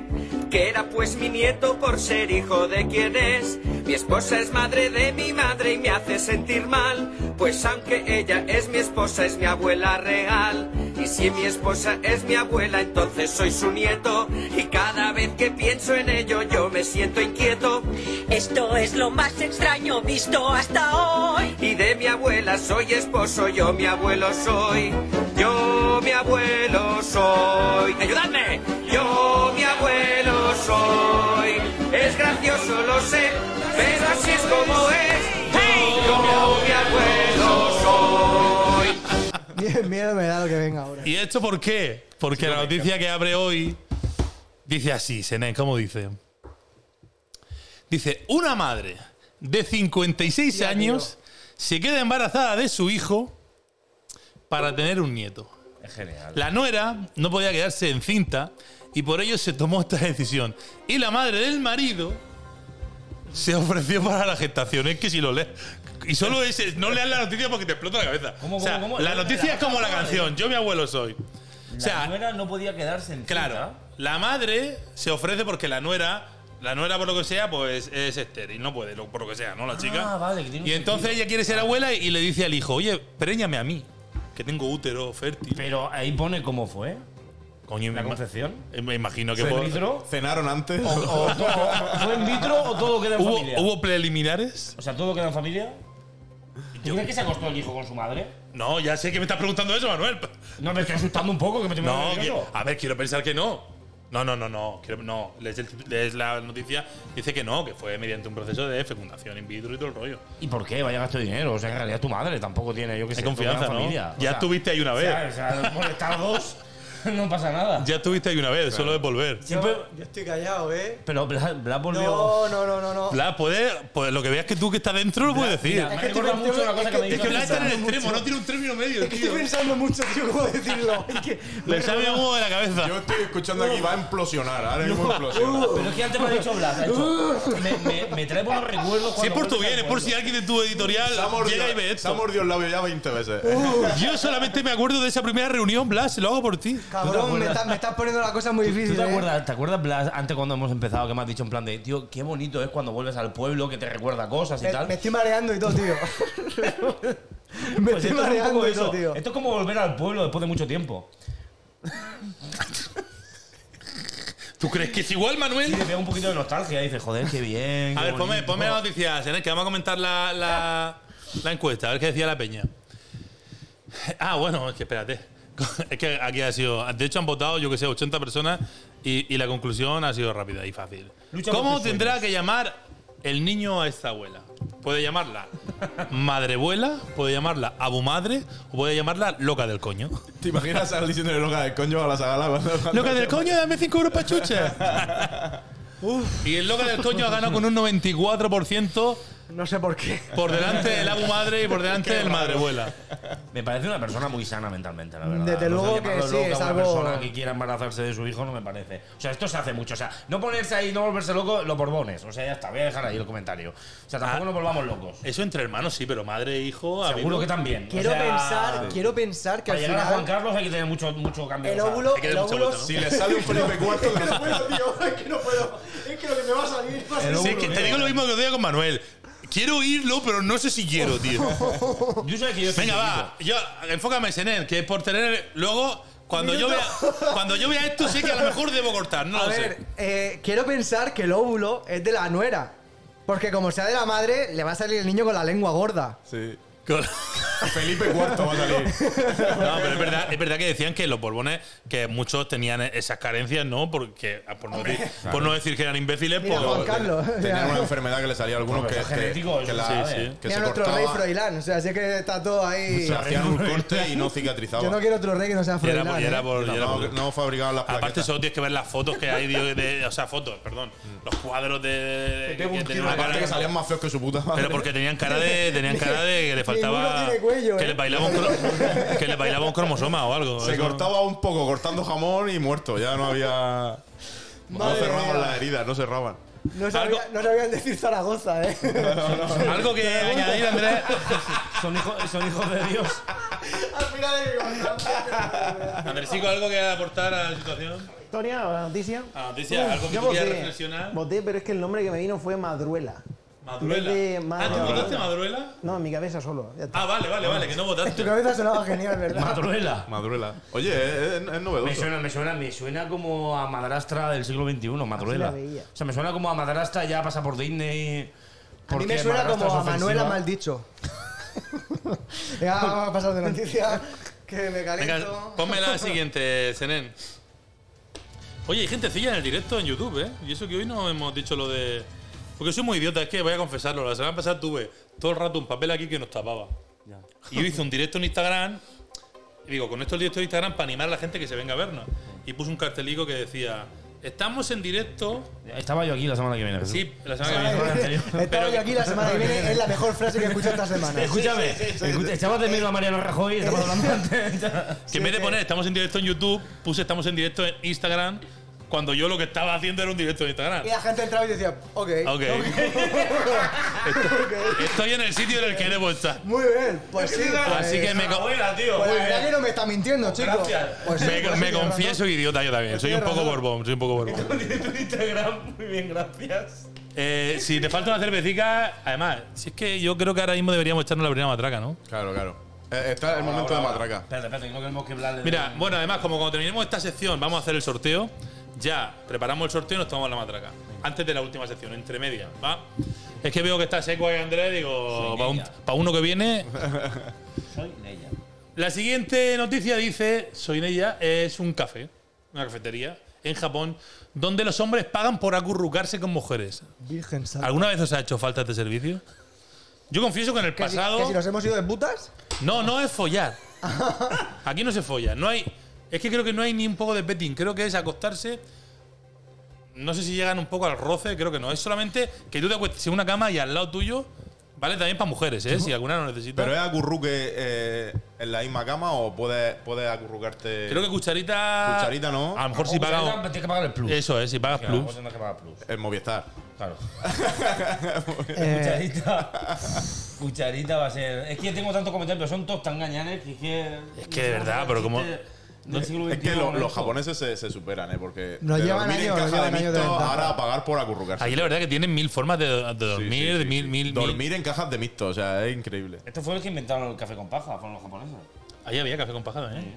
[SPEAKER 7] que era pues mi nieto por ser hijo de quien es. Mi esposa es madre de mi madre y me hace sentir mal, pues aunque ella es mi esposa, es mi abuela real. Y si mi esposa es mi abuela, entonces soy su nieto, y cada vez que pienso en ello yo me siento inquieto.
[SPEAKER 8] Esto es lo más extraño visto hasta hoy.
[SPEAKER 7] Y de mi abuela soy esposo, yo mi abuelo soy. Yo mi abuelo soy. ¡Ayudadme!
[SPEAKER 3] miedo me da lo que venga ahora.
[SPEAKER 1] ¿Y esto por qué? Porque la noticia que abre hoy dice así, Senen, ¿cómo dice? Dice, una madre de 56 años se queda embarazada de su hijo para tener un nieto.
[SPEAKER 4] Es genial.
[SPEAKER 1] La nuera no podía quedarse encinta y por ello se tomó esta decisión. Y la madre del marido se ofreció para la gestación. Es que si lo lees. Y solo ese, no leas la noticia porque te explota la cabeza.
[SPEAKER 4] ¿Cómo,
[SPEAKER 1] O sea,
[SPEAKER 4] cómo, cómo?
[SPEAKER 1] La noticia es como la
[SPEAKER 4] madre.
[SPEAKER 1] canción. Yo mi abuelo soy.
[SPEAKER 4] La
[SPEAKER 1] O sea,
[SPEAKER 4] nuera no podía quedarse en
[SPEAKER 1] Claro, la madre se ofrece porque la nuera, la nuera por lo que sea, pues es estéril, no puede, lo- por lo que sea, ¿no? La chica.
[SPEAKER 4] Ah, vale, que tiene un
[SPEAKER 1] y entonces
[SPEAKER 4] sentido.
[SPEAKER 1] ella quiere ser abuela y le dice al hijo, oye, préñame a mí, que tengo útero fértil.
[SPEAKER 4] Pero ahí pone cómo fue.
[SPEAKER 1] Coño,
[SPEAKER 4] La
[SPEAKER 1] me- eh,
[SPEAKER 4] concepción.
[SPEAKER 1] Me imagino que
[SPEAKER 4] ¿Fue
[SPEAKER 1] por-
[SPEAKER 4] in vitro?
[SPEAKER 2] ¿Cenaron antes?
[SPEAKER 4] ¿O todo- ¿Fue in vitro o todo queda en
[SPEAKER 1] ¿Hubo,
[SPEAKER 4] familia?
[SPEAKER 1] ¿Hubo preliminares?
[SPEAKER 4] O sea, todo queda en familia. ¿Tú crees que se acostó el hijo con su madre?
[SPEAKER 1] No, ya sé que me estás preguntando eso, Manuel.
[SPEAKER 4] No, me estoy asustando un poco, que me estoy
[SPEAKER 1] No,
[SPEAKER 4] poniendo
[SPEAKER 1] que-
[SPEAKER 4] nervioso.
[SPEAKER 1] a ver, quiero pensar que no. No, no, no, no. quiero- no. Lees, el tit- lees la noticia, dice que no, que fue mediante un proceso de fecundación in vitro y todo el rollo.
[SPEAKER 4] ¿Y por qué? Vaya gasto de dinero. O sea, en realidad tu madre tampoco tiene, yo que sé,
[SPEAKER 1] Hay
[SPEAKER 4] todo queda en
[SPEAKER 1] confianza, ¿no?
[SPEAKER 4] familia.
[SPEAKER 1] Ya
[SPEAKER 4] O sea,
[SPEAKER 1] estuviste ahí una
[SPEAKER 4] o
[SPEAKER 1] vez.
[SPEAKER 4] sea, o sea, molestar dos, no pasa nada.
[SPEAKER 1] Ya estuviste ahí una vez, solo es volver.
[SPEAKER 3] Yo,
[SPEAKER 4] Siempre-
[SPEAKER 3] yo estoy callado, ¿eh?
[SPEAKER 4] Pero Blas, Blas volvió.
[SPEAKER 3] No, no, no, no. no.
[SPEAKER 1] Blas, puedes, pues lo que veas que tú que estás dentro lo puedes decir.
[SPEAKER 4] Mira, me
[SPEAKER 3] Es
[SPEAKER 4] ha
[SPEAKER 3] que estoy
[SPEAKER 4] recordado mucho una
[SPEAKER 3] pensando-
[SPEAKER 4] cosa que me
[SPEAKER 1] es
[SPEAKER 4] dijo
[SPEAKER 1] que Blas está en el
[SPEAKER 4] Lisa.
[SPEAKER 1] extremo, no tiene un término medio,
[SPEAKER 3] Estoy
[SPEAKER 1] tío.
[SPEAKER 3] pensando mucho, tío, cómo decirlo. Es que-
[SPEAKER 1] Le sale un huevo de la cabeza.
[SPEAKER 2] Yo estoy escuchando aquí, va a implosionar. Ahora mismo implosiona.
[SPEAKER 1] Uh.
[SPEAKER 4] Pero es que antes me ha dicho Blas, ha dicho, me, me, me trae buenos recuerdos cuando
[SPEAKER 1] si es por tu
[SPEAKER 4] vuelves
[SPEAKER 1] bien,
[SPEAKER 4] al
[SPEAKER 1] es por si
[SPEAKER 4] pueblo.
[SPEAKER 1] alguien de tu editorial
[SPEAKER 2] Se ha mordido-
[SPEAKER 1] llega y ve
[SPEAKER 2] se ha
[SPEAKER 1] esto.
[SPEAKER 2] mordido el labio ya 20 veces.
[SPEAKER 1] Yo solamente me acuerdo de esa primera reunión, Blas, lo hago por ti.
[SPEAKER 3] Cabrón, me
[SPEAKER 4] acuerdas?
[SPEAKER 3] estás, me estás poniendo la cosa muy
[SPEAKER 4] ¿Tú
[SPEAKER 3] difícil.
[SPEAKER 4] te
[SPEAKER 3] ¿eh?
[SPEAKER 4] acuerdas, te acuerdas, Blas, antes cuando hemos empezado, que me has dicho en plan de, tío, qué bonito es cuando vuelves al pueblo, que te recuerda cosas y
[SPEAKER 3] Me,
[SPEAKER 4] tal?
[SPEAKER 3] me estoy mareando y todo, tío. me
[SPEAKER 4] Pues
[SPEAKER 3] estoy
[SPEAKER 4] esto es un
[SPEAKER 3] mareando
[SPEAKER 4] poco
[SPEAKER 3] y todo,
[SPEAKER 4] eso.
[SPEAKER 3] tío.
[SPEAKER 4] Esto es como volver al pueblo después de mucho tiempo.
[SPEAKER 1] ¿Tú crees que es igual, Manuel?
[SPEAKER 4] Y te pega un poquito de nostalgia y dices, joder, qué bien.
[SPEAKER 1] A
[SPEAKER 4] qué
[SPEAKER 1] ver, ponme,
[SPEAKER 4] bonito.
[SPEAKER 1] ponme las noticias, Senés, que vamos a comentar la, la- la encuesta, a ver qué decía la peña. Ah, bueno, es que espérate. Es que aquí ha sido. De hecho, han votado, yo que sé, 80 personas y, y la conclusión ha sido rápida y fácil.
[SPEAKER 4] Lucha por
[SPEAKER 1] ¿Cómo
[SPEAKER 4] tus
[SPEAKER 1] tendrá que llamar el niño a esta abuela? Puede llamarla madrebuela, puede llamarla abumadre o puede llamarla loca del coño.
[SPEAKER 2] ¿Te imaginas al diciéndole loca del coño a la sagala cuando, cuando-
[SPEAKER 1] Loca del coño, dame 5 euros para chucha. Uf. Y el loca del coño ha ganado con un 94%.
[SPEAKER 3] No sé por qué.
[SPEAKER 1] Por delante del abu madre y por delante del madrebuela.
[SPEAKER 4] Me parece una persona muy sana mentalmente, la verdad.
[SPEAKER 3] Desde
[SPEAKER 4] O sea,
[SPEAKER 3] luego que
[SPEAKER 4] llamarlo
[SPEAKER 3] sí,
[SPEAKER 4] loca a
[SPEAKER 3] es
[SPEAKER 4] una
[SPEAKER 3] algo-
[SPEAKER 4] persona que quiera embarazarse de su hijo no me parece. O sea, esto se hace mucho. O sea, no ponerse ahí, no volverse loco, los borbones. O sea, ya está, voy a dejar ahí el comentario. O sea, tampoco
[SPEAKER 1] Ah.
[SPEAKER 4] nos volvamos locos.
[SPEAKER 1] Eso entre hermanos sí, pero madre e hijo. ha
[SPEAKER 4] Seguro
[SPEAKER 1] habido-
[SPEAKER 4] que también. O
[SPEAKER 3] Quiero
[SPEAKER 4] sea,
[SPEAKER 3] pensar, quiero pensar que
[SPEAKER 4] Para
[SPEAKER 3] al
[SPEAKER 4] llegar a Juan
[SPEAKER 3] final
[SPEAKER 4] Carlos hay que tener mucho, mucho cambio.
[SPEAKER 3] el
[SPEAKER 4] o sea,
[SPEAKER 3] óvulo,
[SPEAKER 1] hay que
[SPEAKER 3] el
[SPEAKER 1] darle mucha
[SPEAKER 3] óvulo,
[SPEAKER 1] vuelta,
[SPEAKER 2] Si le sale un Felipe IV, que
[SPEAKER 3] No puedo, tío, es que no puedo. Es que lo que me va a salir va a ser-
[SPEAKER 1] Sí, es que te digo lo mismo que os digo con Manuel. Quiero oírlo, pero no sé si quiero, tío.
[SPEAKER 4] Yo sabes que yo soy
[SPEAKER 1] Venga, va.
[SPEAKER 4] chiquito.
[SPEAKER 1] Yo, enfócame, él, que por tener. Luego, cuando yo, vea, cuando yo vea esto, sé que a lo mejor debo cortar, no
[SPEAKER 3] A
[SPEAKER 1] lo
[SPEAKER 3] ver,
[SPEAKER 1] sé.
[SPEAKER 3] eh, quiero pensar que el óvulo es de la nuera. Porque como sea de la madre, le va a salir el niño con la lengua gorda.
[SPEAKER 2] Sí.
[SPEAKER 1] Con-
[SPEAKER 2] Felipe IV va a salir.
[SPEAKER 1] No, pero es verdad, es verdad que decían que los borbones, que muchos tenían esas carencias, ¿no? Porque, ah, por no, decir, por no decir que eran imbéciles, pues,
[SPEAKER 3] Mira,
[SPEAKER 1] por-
[SPEAKER 3] Juan Carlos.
[SPEAKER 2] Tenía una
[SPEAKER 3] Mira,
[SPEAKER 2] enfermedad que le salía a algunos
[SPEAKER 4] Hombre,
[SPEAKER 2] que,
[SPEAKER 4] eso es genético,
[SPEAKER 2] que,
[SPEAKER 4] eso
[SPEAKER 2] que la,
[SPEAKER 1] sí, sí.
[SPEAKER 2] que
[SPEAKER 3] mira
[SPEAKER 2] se
[SPEAKER 3] nuestro rey
[SPEAKER 2] cortaba,
[SPEAKER 3] Froilán. O sea, así que está todo ahí.
[SPEAKER 2] se hacían un corte y no cicatrizaba.
[SPEAKER 3] Yo no quiero otro rey que no sea
[SPEAKER 1] y era
[SPEAKER 3] Froilán.
[SPEAKER 1] por- y
[SPEAKER 3] ¿eh?
[SPEAKER 1] era por- y era
[SPEAKER 2] No,
[SPEAKER 1] por-
[SPEAKER 2] no fabricaban las plaquetas.
[SPEAKER 1] Aparte, solo tienes que ver las fotos que hay, de, de- o sea, fotos, perdón. Los cuadros de. de-
[SPEAKER 2] Pego
[SPEAKER 1] que
[SPEAKER 2] un
[SPEAKER 1] tenían
[SPEAKER 2] tiro en
[SPEAKER 1] una
[SPEAKER 2] la
[SPEAKER 1] cara-
[SPEAKER 2] cara que salían más feos que su puta madre.
[SPEAKER 1] pero porque tenían cara de. Tenían cara de que le faltaba.
[SPEAKER 3] Ninguno tiene cuello,
[SPEAKER 1] que
[SPEAKER 3] ¿eh?
[SPEAKER 1] les bailaba un cro- que les bailaba un cromosoma o algo.
[SPEAKER 2] Se
[SPEAKER 1] Eso-
[SPEAKER 2] cortaba un poco cortando jamón y muerto. Ya no había. No
[SPEAKER 3] Madre
[SPEAKER 2] cerraban
[SPEAKER 3] mía.
[SPEAKER 2] las heridas, no cerraban.
[SPEAKER 3] No sabía-
[SPEAKER 1] Algo-
[SPEAKER 3] no sabían decir Zaragoza, ¿eh?
[SPEAKER 1] Algo que añadir, Andrés.
[SPEAKER 4] Son hijos, son hijos de Dios.
[SPEAKER 3] Al final de mi
[SPEAKER 1] Andresico, algo que aportar a la situación.
[SPEAKER 6] ¿Historia o la noticia?
[SPEAKER 1] A la noticia, algo que
[SPEAKER 6] yo
[SPEAKER 1] tú quieras
[SPEAKER 6] voté.
[SPEAKER 1] reflexionar.
[SPEAKER 6] Voté, pero es que el nombre que me vino fue Madruela.
[SPEAKER 1] Madruela.
[SPEAKER 6] Vete,
[SPEAKER 1] Ah, ¿tú
[SPEAKER 6] Madruela.
[SPEAKER 1] votaste Madruela?
[SPEAKER 6] No, en mi cabeza solo. Ya está.
[SPEAKER 1] Ah, vale, vale, vale, que no
[SPEAKER 3] Tu
[SPEAKER 1] votaste.
[SPEAKER 3] cabeza sonaba genial, ¿verdad?
[SPEAKER 4] Matruela.
[SPEAKER 2] Madruela. Oye, es, es- es
[SPEAKER 4] Me
[SPEAKER 2] novedoso.
[SPEAKER 4] suena, me suena, me suena como a madrastra del siglo XXI, Madruela.
[SPEAKER 6] Así la veía.
[SPEAKER 4] O sea, me suena como a madrastra ya pasa por Disney.
[SPEAKER 3] A mí
[SPEAKER 4] porque
[SPEAKER 3] me suena
[SPEAKER 4] madrastra
[SPEAKER 3] como
[SPEAKER 4] es
[SPEAKER 3] a
[SPEAKER 4] ofensiva.
[SPEAKER 3] Manuela Maldicho. ya, vamos a pasar de noticia. Que me
[SPEAKER 1] Venga,
[SPEAKER 3] caliento.
[SPEAKER 1] ponme la siguiente, Zenén. Oye, hay gentecilla en el directo en YouTube, ¿eh? Y eso que hoy no hemos dicho lo de. Porque soy muy idiota, es que voy a confesarlo. La semana pasada tuve todo el rato un papel aquí que nos tapaba. Y yo hice un directo en Instagram Y digo, con esto el directo de Instagram para animar a la gente que se venga a vernos. Y puse un cartelico que decía, estamos en directo.
[SPEAKER 4] Estaba yo aquí la semana que viene. Jesús.
[SPEAKER 1] Sí, la semana que viene.
[SPEAKER 3] Estaba yo aquí la semana que viene, es la mejor frase que he escuchado esta semana.
[SPEAKER 4] Escúchame, escucha- echabas de miedo a Mariano Rajoy, estabas hablando antes.
[SPEAKER 1] Que en vez de poner estamos en directo en YouTube, puse estamos en directo en Instagram, cuando yo lo que estaba haciendo era un directo en Instagram.
[SPEAKER 3] Y la gente entraba y decía, "Oh, ok.
[SPEAKER 1] Ok. Estoy en el sitio en el que debo estar.
[SPEAKER 3] Muy bien, pues sí. pues-
[SPEAKER 1] Así que me, co-
[SPEAKER 4] tío.
[SPEAKER 3] Pues la verdad que no me está mintiendo, chico.
[SPEAKER 4] Gracias.
[SPEAKER 3] Pues sí,
[SPEAKER 1] me-
[SPEAKER 3] pues sí,
[SPEAKER 1] me
[SPEAKER 3] tienes
[SPEAKER 1] confieso idiota yo también. Soy un poco borbón, soy un poco borbón.
[SPEAKER 4] Directo de Instagram, muy bien, gracias.
[SPEAKER 1] Eh, si te falta una cervecita, además, si es que yo creo que ahora mismo deberíamos echarnos la primera matraca, ¿no?
[SPEAKER 2] Claro, claro. Eh, Está el momento de matraca.
[SPEAKER 4] Espérate, espérate, que no queremos que hablarle. de-
[SPEAKER 1] Mira, bueno, además, como cuando terminemos esta sección, vamos a hacer el sorteo. Ya, preparamos el sorteo y nos tomamos la matraca. Antes de la última sección, entre media, ¿va? Es que veo que está seco ahí, Andrés, digo,
[SPEAKER 4] Soy
[SPEAKER 1] para
[SPEAKER 4] ella.
[SPEAKER 1] uno que viene.
[SPEAKER 4] Soy Leia.
[SPEAKER 1] La siguiente noticia dice, soy ella, es un café, una cafetería, en Japón, donde los hombres pagan por acurrucarse con mujeres.
[SPEAKER 3] razón. Virgen santa.
[SPEAKER 1] ¿Alguna vez os ha hecho falta este servicio? Yo confieso que en el
[SPEAKER 3] Que si-
[SPEAKER 1] pasado...
[SPEAKER 3] que si nos hemos ido de putas,
[SPEAKER 1] No, no es follar. Aquí no se folla. No hay. Es que creo que no hay ni un poco de petting. Creo que es acostarse. No sé si llegan un poco al roce, creo que no. Es solamente que tú te acuestes en una cama y al lado tuyo. Vale, también para mujeres, ¿eh? Si alguna lo necesita.
[SPEAKER 2] ¿Pero es acurruque eh, en la misma cama o puedes, puedes acurrucarte?
[SPEAKER 1] creo que cucharita.
[SPEAKER 2] Cucharita no.
[SPEAKER 1] A lo mejor si
[SPEAKER 4] O sea,
[SPEAKER 1] pagas.
[SPEAKER 4] Tienes que pagar el plus.
[SPEAKER 1] Eso es, si pagas
[SPEAKER 4] Claro,
[SPEAKER 1] plus.
[SPEAKER 4] vos tendrás que pagar plus.
[SPEAKER 2] El Movistar.
[SPEAKER 4] Claro.
[SPEAKER 3] eh,
[SPEAKER 4] Cucharita. Cucharita va a ser. Es que yo tengo tantos comentarios, pero son todos tan gañanes que es que.
[SPEAKER 1] Es que de verdad, pero como-
[SPEAKER 4] No siglo
[SPEAKER 2] Es
[SPEAKER 4] XXI,
[SPEAKER 2] que lo-
[SPEAKER 4] con
[SPEAKER 2] los
[SPEAKER 4] esto.
[SPEAKER 2] japoneses se, se superan, ¿eh? Porque
[SPEAKER 3] Nos
[SPEAKER 2] de
[SPEAKER 3] llevan
[SPEAKER 2] dormir en
[SPEAKER 3] años, nos
[SPEAKER 2] caja de
[SPEAKER 3] llevan años de
[SPEAKER 2] mixto,
[SPEAKER 3] ventaja.
[SPEAKER 2] ahora a pagar por acurrucarse.
[SPEAKER 1] Aquí la verdad que tienen mil formas de, de
[SPEAKER 2] Sí, sí,
[SPEAKER 1] dormir,
[SPEAKER 2] sí,
[SPEAKER 1] de
[SPEAKER 2] sí.
[SPEAKER 1] mil, mil,
[SPEAKER 2] Dormir
[SPEAKER 1] mil-
[SPEAKER 2] en cajas de mixto, o sea, es increíble.
[SPEAKER 4] Esto fue el que inventaron el café con paja, fueron los japoneses.
[SPEAKER 1] Ahí había café con paja, ¿eh?
[SPEAKER 4] Sí.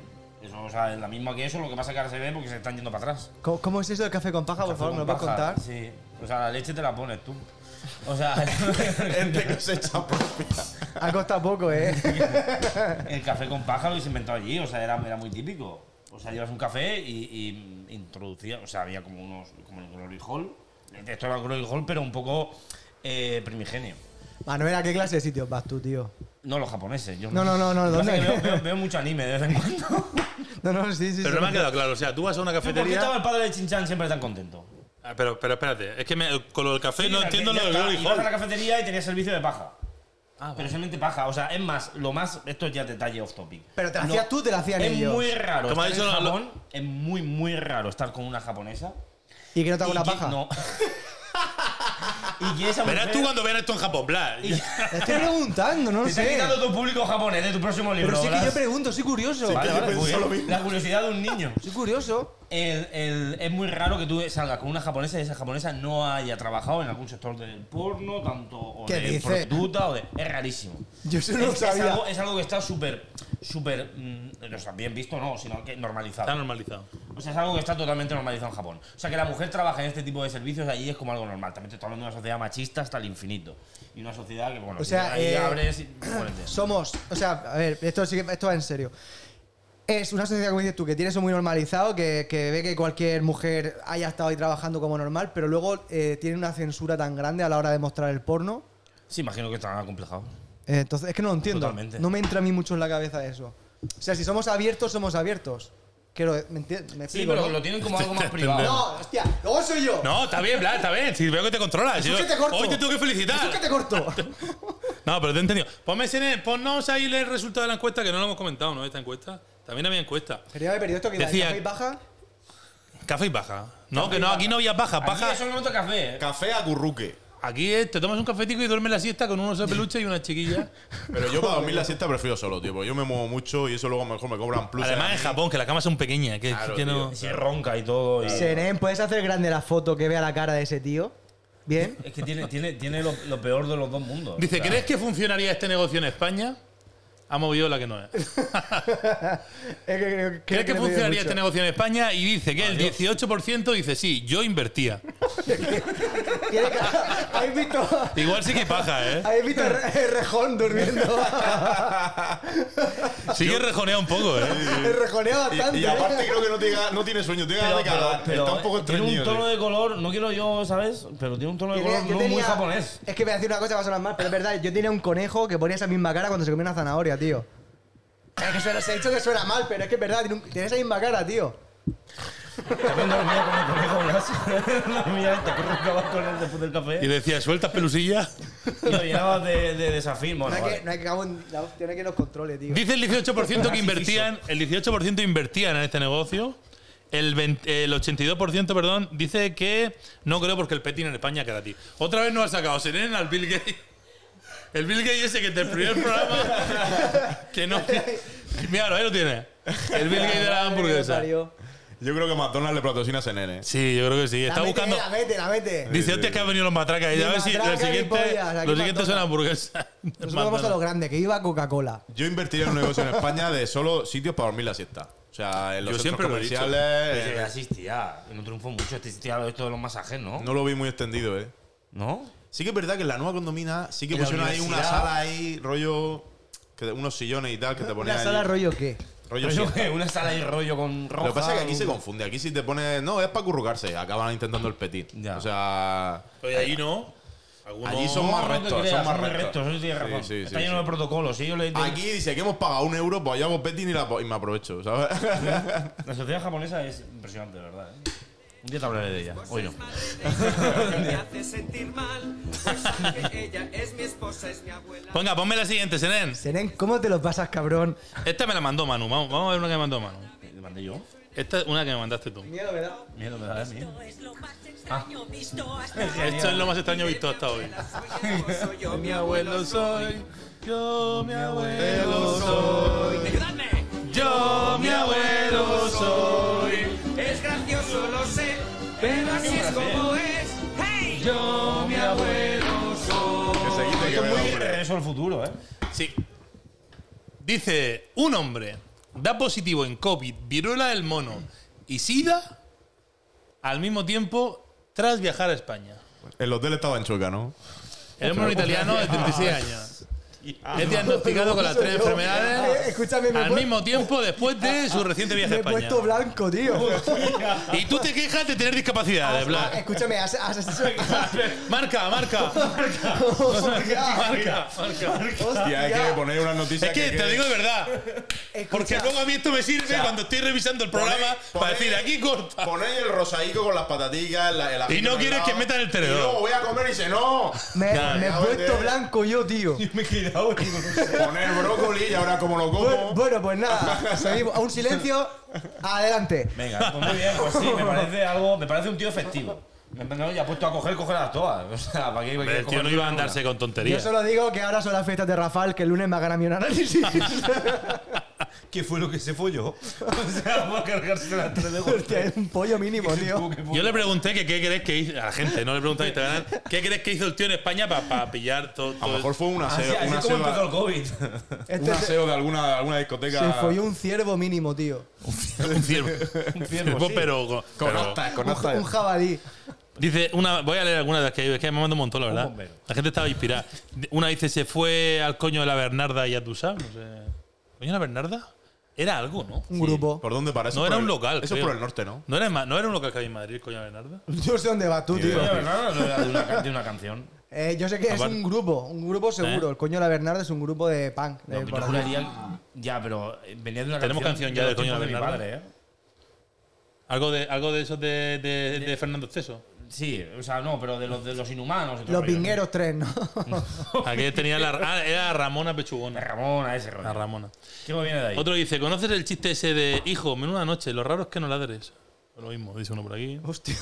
[SPEAKER 4] Eso, o sea, es la misma que eso, lo que pasa es que ahora se ve porque se están yendo para atrás.
[SPEAKER 3] ¿cómo, cómo es eso del café con paja? Por
[SPEAKER 4] Café
[SPEAKER 3] favor,
[SPEAKER 4] con
[SPEAKER 3] ¿me lo puedes
[SPEAKER 4] paja,
[SPEAKER 3] contar?
[SPEAKER 4] Sí. O sea, la leche te la pones tú. O sea,
[SPEAKER 2] Entre cosecha propia.
[SPEAKER 3] Ha costado poco, ¿eh?
[SPEAKER 4] el café con paja lo se inventó allí, o sea, era, era muy típico. O sea, llevas un café y, y introducía, o sea, había como unos, como el glorijol. Esto era el glorijol, pero un poco eh, primigenio.
[SPEAKER 3] Manuel, ¿a qué clase de sitios vas tú, tío?
[SPEAKER 4] No los japoneses. Yo
[SPEAKER 3] No, no, no, no,
[SPEAKER 4] Lo que pasa es que
[SPEAKER 3] ¿dónde?
[SPEAKER 4] Veo, veo- veo mucho anime de vez en cuando.
[SPEAKER 3] No, no, sí, sí.
[SPEAKER 1] Pero
[SPEAKER 3] sí.
[SPEAKER 1] no me ha quedado claro. O sea, tú vas a una
[SPEAKER 4] ¿Por qué estaba
[SPEAKER 1] cafetería.
[SPEAKER 4] el padre de Chinchan siempre tan contento?
[SPEAKER 1] Ah, pero, pero espérate, es que me- con lo del café no
[SPEAKER 4] Sí,
[SPEAKER 1] entiendo
[SPEAKER 4] ya
[SPEAKER 1] lo del
[SPEAKER 4] está,
[SPEAKER 1] glory
[SPEAKER 4] Ibas a
[SPEAKER 1] hole.
[SPEAKER 4] la cafetería y tenía servicio de paja.
[SPEAKER 3] Ah,
[SPEAKER 1] Ah,
[SPEAKER 4] Pero solamente paja. O sea, es más, lo más. Esto es ya detalle off topic.
[SPEAKER 3] Pero te la hacías tú, te la hacían
[SPEAKER 4] Es
[SPEAKER 3] ellos.
[SPEAKER 4] muy raro.
[SPEAKER 1] Como ha
[SPEAKER 4] estar en
[SPEAKER 1] dicho lo-
[SPEAKER 4] Japón, es muy, muy raro estar con una japonesa.
[SPEAKER 3] ¿Y que no te hago
[SPEAKER 4] y
[SPEAKER 3] una
[SPEAKER 4] que-
[SPEAKER 3] paja?
[SPEAKER 4] No. y que esa
[SPEAKER 1] Verás
[SPEAKER 4] mujer-
[SPEAKER 1] tú cuando veas esto en Japón, Blas.
[SPEAKER 3] Te estoy preguntando, no lo
[SPEAKER 4] Te está
[SPEAKER 3] sé.
[SPEAKER 4] quitando tu público japonés de tu próximo libro.
[SPEAKER 3] Pero sí que
[SPEAKER 4] ¿verdad?
[SPEAKER 3] yo pregunto, soy curioso.
[SPEAKER 4] Vale,
[SPEAKER 2] yo
[SPEAKER 4] vale,
[SPEAKER 2] pienso
[SPEAKER 4] muy bien.
[SPEAKER 2] lo mismo.
[SPEAKER 4] La curiosidad de un niño.
[SPEAKER 3] Soy curioso.
[SPEAKER 4] El- el- es muy raro que tú salgas con una japonesa y esa japonesa no haya trabajado en algún sector del porno, tanto o
[SPEAKER 3] ¿Qué
[SPEAKER 4] de
[SPEAKER 3] dice?
[SPEAKER 4] prostituta o de. Es rarísimo.
[SPEAKER 3] Yo eso no lo
[SPEAKER 4] es, es
[SPEAKER 3] sabía.
[SPEAKER 4] algo, es algo que está súper, súper. mm, no está bien visto, no, sino que normalizado.
[SPEAKER 1] Está normalizado.
[SPEAKER 4] O sea, es algo que está totalmente normalizado en Japón. O sea, que la mujer trabaja en este tipo de servicios allí es como algo normal. También te estoy hablando de una sociedad machista hasta el infinito. Y una sociedad que, bueno,
[SPEAKER 3] O sea,
[SPEAKER 4] ahí
[SPEAKER 3] eh,
[SPEAKER 4] abres y muérete.
[SPEAKER 3] Somos, o sea, a ver, esto, sí que- esto va en serio. Es una sociedad, como dices tú, que tiene eso muy normalizado, que, que ve que cualquier mujer haya estado ahí trabajando como normal, pero luego eh, tiene una censura tan grande a la hora de mostrar el porno.
[SPEAKER 4] Sí, imagino que estarán acomplejados.
[SPEAKER 3] Eh, entonces, es que no lo entiendo.
[SPEAKER 4] Totalmente.
[SPEAKER 3] No me entra a mí mucho en la cabeza eso. O sea, si somos abiertos, somos abiertos. Quiero, ¿me, entiendes? me
[SPEAKER 4] Sí,
[SPEAKER 3] explico,
[SPEAKER 4] pero
[SPEAKER 3] ¿no?
[SPEAKER 4] que lo tienen como algo más privado.
[SPEAKER 3] No, hostia, luego soy yo.
[SPEAKER 1] No, está bien, Blas, está bien. Si veo que te controlas.
[SPEAKER 3] Jesús,
[SPEAKER 1] Yo-
[SPEAKER 3] que te corto.
[SPEAKER 1] Hoy te tengo que felicitar.
[SPEAKER 3] Jesús, que te corto.
[SPEAKER 1] No, pero te he entendido. Ponme ese, ponnos ahí el resultado de la encuesta, que no lo hemos comentado, ¿no? Esta encuesta. También había encuesta.
[SPEAKER 3] Pero ya me he perdido esto que
[SPEAKER 1] Decía-
[SPEAKER 3] la baja.
[SPEAKER 1] Café y paja. No, que no, aquí no había paja. Paja.
[SPEAKER 4] Aquí eso no te café. ¿eh?
[SPEAKER 2] Café acurruque.
[SPEAKER 1] Aquí es, te tomas un cafetico y duermes la siesta con unos de peluche y una chiquilla.
[SPEAKER 2] Pero yo para dormir la siesta prefiero solo, tío. Porque yo me muevo mucho y eso luego a lo mejor me cobran plus. eh.
[SPEAKER 1] Además, en Japón, que las camas son pequeñas. Que,
[SPEAKER 2] Claro,
[SPEAKER 1] que no.
[SPEAKER 4] Se ronca y todo. y-
[SPEAKER 3] Seren, ¿puedes hacer grande la foto que vea la cara de ese tío? Bien.
[SPEAKER 4] Es que tiene, tiene, tiene lo, lo peor de los dos mundos.
[SPEAKER 1] Dice,
[SPEAKER 4] O sea,
[SPEAKER 1] ¿crees que funcionaría este negocio en España? Ha movido la que no es.
[SPEAKER 3] Es que creo, creo
[SPEAKER 1] ¿Crees que
[SPEAKER 3] le he pedido
[SPEAKER 1] funcionaría
[SPEAKER 3] mucho.
[SPEAKER 1] este negocio en España? Y dice que el 18% dice, sí, yo invertía.
[SPEAKER 3] Tiene que- ¿Habéis visto,
[SPEAKER 1] Igual sí que paja, ¿eh?
[SPEAKER 3] habéis visto el el rejón durmiendo?
[SPEAKER 1] Sí que rejonea un poco, ¿eh?
[SPEAKER 3] El rejonea
[SPEAKER 2] Y,
[SPEAKER 3] bastante.
[SPEAKER 2] y aparte creo que no tiene, ga- no tiene sueño, tiene ganas
[SPEAKER 4] Pero,
[SPEAKER 2] de cagar.
[SPEAKER 4] pero- eh,
[SPEAKER 2] Está un poco
[SPEAKER 4] tiene un
[SPEAKER 2] estreñido.
[SPEAKER 4] tono
[SPEAKER 2] tío.
[SPEAKER 4] de color, no quiero yo, ¿sabes? Pero tiene un tono de
[SPEAKER 3] Yo tenía-
[SPEAKER 4] color
[SPEAKER 3] yo
[SPEAKER 4] no muy
[SPEAKER 3] tenía-
[SPEAKER 4] japonés.
[SPEAKER 3] Es que voy a decir una cosa, va a sonar mal, pero es verdad. Yo tenía un conejo que ponía esa misma cara cuando se comía una zanahoria, tío. Es que suena, se ha dicho que suena mal, pero es que es verdad, tiene un- tiene esa misma cara, tío.
[SPEAKER 4] También dormía con el conejo Blas. Dormía, te acurrucabas con él después del
[SPEAKER 1] Y
[SPEAKER 4] café.
[SPEAKER 1] decía, suelta pelusilla.
[SPEAKER 4] Y lo llenabas de, de desafío.
[SPEAKER 3] No
[SPEAKER 4] Bueno,
[SPEAKER 3] hay
[SPEAKER 4] vale.
[SPEAKER 3] que, no hay que, cago en la hostia, no hay que nos controle, tío.
[SPEAKER 1] Dice el 18% que invertían, el 18% invertían en este negocio. El, 20 el 82%, perdón, dice que no creo porque el petting en España queda a ti. Otra vez nos ha sacado Serena al Bill Gates. El Bill Gates ese que del primer programa que no Míralo, ahí lo tiene. El Bill Gates de la
[SPEAKER 3] Madre que me
[SPEAKER 1] hamburguesa.
[SPEAKER 3] parió.
[SPEAKER 2] Yo creo que McDonald's le patrocina a CNN.
[SPEAKER 1] Sí, yo creo que sí.
[SPEAKER 3] La
[SPEAKER 1] Está
[SPEAKER 3] mete,
[SPEAKER 1] buscando.
[SPEAKER 3] La mete, la mete.
[SPEAKER 1] Dice, hostia, que han venido los matracas. Y
[SPEAKER 3] Ni
[SPEAKER 1] a ver si
[SPEAKER 3] matraca
[SPEAKER 1] el
[SPEAKER 3] ni
[SPEAKER 1] siguiente,
[SPEAKER 3] pollas, aquí
[SPEAKER 1] los siguientes son
[SPEAKER 3] McDonald's.
[SPEAKER 1] hamburguesas.
[SPEAKER 3] Nosotros vamos a lo grande, que iba Coca-Cola.
[SPEAKER 2] Yo invertiría en un negocio en España de solo sitios para dormir la siesta. O sea, en los
[SPEAKER 1] Yo
[SPEAKER 2] centros
[SPEAKER 1] siempre lo he dicho.
[SPEAKER 2] comerciales.
[SPEAKER 4] Pero
[SPEAKER 2] eh,
[SPEAKER 4] ya asistía. No triunfó mucho. Este existía lo- esto de los masajes, ¿no?
[SPEAKER 2] no lo vi muy extendido, ¿eh?
[SPEAKER 4] ¿No?
[SPEAKER 2] Sí que es verdad que en la nueva condomina sí que
[SPEAKER 4] En la
[SPEAKER 2] pusieron ahí una
[SPEAKER 4] universidad.
[SPEAKER 2] sala ahí, rollo. que- unos sillones y tal, que te ponían.
[SPEAKER 3] ¿Una
[SPEAKER 2] ahí.
[SPEAKER 3] sala rollo qué?
[SPEAKER 2] rollo
[SPEAKER 4] Rollo
[SPEAKER 2] siesta.
[SPEAKER 4] que una sala y rollo con roja.
[SPEAKER 2] Lo que pasa es que aquí se
[SPEAKER 4] con-
[SPEAKER 2] confunde. Aquí si te pones. No, es para currucarse. Acaban intentando el petit.
[SPEAKER 4] Ya.
[SPEAKER 2] O sea.
[SPEAKER 1] Oye, allí no. Algunos-
[SPEAKER 2] Allí son
[SPEAKER 4] No,
[SPEAKER 2] más
[SPEAKER 4] no te
[SPEAKER 2] rectos.
[SPEAKER 4] creas,
[SPEAKER 2] Son más
[SPEAKER 4] muy
[SPEAKER 2] rectos.
[SPEAKER 4] eso tienes
[SPEAKER 2] Sí,
[SPEAKER 4] razón.
[SPEAKER 2] sí,
[SPEAKER 4] Está
[SPEAKER 2] sí,
[SPEAKER 4] lleno
[SPEAKER 2] sí.
[SPEAKER 4] de protocolos. ¿sí? Yo le
[SPEAKER 2] Aquí dice que hemos pagado un euro, pues yo hago petit y, la po- y me aprovecho, ¿sabes?
[SPEAKER 4] La sociedad japonesa es impresionante, de verdad. ¿eh? Un día te hablaré de ella. Hoy no.
[SPEAKER 7] me hace sentir mal, pues aunque ella es mi esposa, es mi abuela.
[SPEAKER 1] Venga, ponme la siguiente, Senen.
[SPEAKER 3] Seren, ¿cómo te lo pasas, cabrón?
[SPEAKER 1] Esta me la mandó Manu. Vamos, vamos a ver una que me mandó Manu.
[SPEAKER 4] ¿Le mandé yo?
[SPEAKER 1] Esta es una que me mandaste tú.
[SPEAKER 3] Miedo me da.
[SPEAKER 4] Miedo me da a mí.
[SPEAKER 8] Esto es lo más extraño visto hasta ahora.
[SPEAKER 1] Ah. Esto es lo más extraño visto hasta hoy.
[SPEAKER 7] Soy el esposo, yo mi abuelo soy.
[SPEAKER 1] soy, yo mi abuelo soy,
[SPEAKER 7] ¡Ayúdame!
[SPEAKER 1] yo mi abuelo soy,
[SPEAKER 7] Es gracioso, lo sé, pero así es como es. ¡Hey!
[SPEAKER 1] yo mi abuelo soy.
[SPEAKER 2] que seguiste que me da hambre.
[SPEAKER 4] Regreso al futuro, ¿eh?
[SPEAKER 1] Sí. Dice, un hombre da positivo en COVID, viruela del mono y sida al mismo tiempo tras viajar a España.
[SPEAKER 2] El hotel estaba en choca, ¿no?
[SPEAKER 1] El hombre italiano de 36 años. Es diagnosticado con las tres enfermedades
[SPEAKER 3] Eh, escúchame, me he
[SPEAKER 1] al
[SPEAKER 3] pu-
[SPEAKER 1] mismo tiempo después de su reciente viaje
[SPEAKER 3] Me
[SPEAKER 1] a
[SPEAKER 3] he
[SPEAKER 1] España.
[SPEAKER 3] puesto blanco, tío.
[SPEAKER 1] Y tú te quejas de tener discapacidades,
[SPEAKER 3] Ah,
[SPEAKER 1] Black.
[SPEAKER 3] Escúchame, has, has- has-
[SPEAKER 1] Marca, marca. Marca, marca.
[SPEAKER 2] Y hay que poner una noticia.
[SPEAKER 1] Es que te
[SPEAKER 2] quede-
[SPEAKER 1] digo de verdad.
[SPEAKER 3] Escucha,
[SPEAKER 1] Porque luego a mí esto me sirve cuando estoy revisando el programa
[SPEAKER 2] Poné-
[SPEAKER 1] para
[SPEAKER 2] poné-
[SPEAKER 1] decir aquí corta.
[SPEAKER 2] Ponéis el rosaico con las pataticas, la, el ajito
[SPEAKER 1] no
[SPEAKER 2] en el
[SPEAKER 1] quieres
[SPEAKER 2] lado,
[SPEAKER 1] que metan el tenedor.
[SPEAKER 2] Y luego voy a comer y dice, no.
[SPEAKER 3] me,
[SPEAKER 1] Ya,
[SPEAKER 3] me he
[SPEAKER 2] ya,
[SPEAKER 3] puesto
[SPEAKER 2] vete.
[SPEAKER 3] blanco yo, tío.
[SPEAKER 4] Yo me he quedado. ¿eh?
[SPEAKER 2] Poner brócoli y ahora como
[SPEAKER 3] Bu-
[SPEAKER 2] lo como.
[SPEAKER 3] Bueno, pues nada, seguimos. A un silencio, adelante.
[SPEAKER 4] Venga, pues muy bien, pues sí, me parece algo. Me parece un tío efectivo. Me me- me ha puesto a coger, coger las todas. O sea, ¿para qué? para qué
[SPEAKER 1] El tío
[SPEAKER 4] coger
[SPEAKER 1] no iba a
[SPEAKER 4] ninguna?
[SPEAKER 1] andarse con
[SPEAKER 3] Yo
[SPEAKER 1] tonterías.
[SPEAKER 3] solo digo que ahora son las fiestas de Rafal, que el lunes me gana mi análisis.
[SPEAKER 4] ¿Qué fue lo que se folló? O sea, va a cargarse las tres de
[SPEAKER 3] Hostia,
[SPEAKER 4] golpe.
[SPEAKER 3] es un pollo mínimo, tío.
[SPEAKER 1] Yo le pregunté que qué crees que hizo a la gente, no le pregunté a Instagram, qué crees que hizo el tío en España para pillar todo.
[SPEAKER 2] A lo
[SPEAKER 1] todo-
[SPEAKER 2] mejor fue una
[SPEAKER 4] Así,
[SPEAKER 2] aseo,
[SPEAKER 4] así
[SPEAKER 2] un
[SPEAKER 4] es
[SPEAKER 2] aseo,
[SPEAKER 4] como empezó el
[SPEAKER 2] de-
[SPEAKER 4] COVID.
[SPEAKER 2] un
[SPEAKER 3] Este se,
[SPEAKER 2] aseo de alguna, de alguna discoteca.
[SPEAKER 3] se folló un ciervo mínimo, tío.
[SPEAKER 1] un ciervo. Un ciervo, pero,
[SPEAKER 2] Con
[SPEAKER 1] pero-
[SPEAKER 2] hostias, con
[SPEAKER 3] Un,
[SPEAKER 2] hostias.
[SPEAKER 3] un jabalí.
[SPEAKER 1] Dice una, voy a leer algunas de las que hay, es que me mando un montón, la verdad.
[SPEAKER 4] bombero.
[SPEAKER 1] La gente estaba inspirada. Una dice, se fue al coño de la Bernarda y a Tusa. No sé. ¿Coño de la Bernarda? Era algo, ¿no?
[SPEAKER 3] Un grupo.
[SPEAKER 2] ¿Por dónde parece?
[SPEAKER 1] No era un local.
[SPEAKER 2] Eso es
[SPEAKER 1] creo.
[SPEAKER 2] por el norte, ¿no?
[SPEAKER 1] No era, en Ma- no era un local que había en Madrid, el coño de la Bernarda.
[SPEAKER 3] Yo sé dónde vas tú, tío.
[SPEAKER 4] Oye, Bernardo, no era de una, can- de una canción.
[SPEAKER 3] Eh, yo sé que es
[SPEAKER 1] Aparte-
[SPEAKER 3] un grupo, un grupo seguro.
[SPEAKER 1] ¿Eh?
[SPEAKER 3] El coño de la Bernarda es un grupo de punk. de
[SPEAKER 4] Yo
[SPEAKER 3] Eh, por aquí.
[SPEAKER 4] juraría. Ya, pero eh, venía de una
[SPEAKER 1] Tenemos canción ya
[SPEAKER 4] de
[SPEAKER 1] de Coño
[SPEAKER 4] de
[SPEAKER 1] de
[SPEAKER 4] mi
[SPEAKER 1] Bernardo.
[SPEAKER 4] padre, ¿eh?
[SPEAKER 1] Algo de, algo de esos de, de- de Fernando Esteso.
[SPEAKER 4] ¿eh? Sí, o sea, no, pero de los, de los inhumanos. y todo
[SPEAKER 3] Los
[SPEAKER 4] el rollo.
[SPEAKER 3] vingueros tres, ¿no?
[SPEAKER 1] Aquí tenía la. ah, era Ramona
[SPEAKER 4] De
[SPEAKER 1] Pechugona.
[SPEAKER 4] Ramona, ese rollo.
[SPEAKER 1] La Ramona.
[SPEAKER 4] ¿Qué me viene de ahí?
[SPEAKER 1] Otro dice, ¿conoces el chiste ese de hijo, menuda noche? Lo raro es que no ladres. Lo mismo, dice uno por aquí.
[SPEAKER 3] Hostia.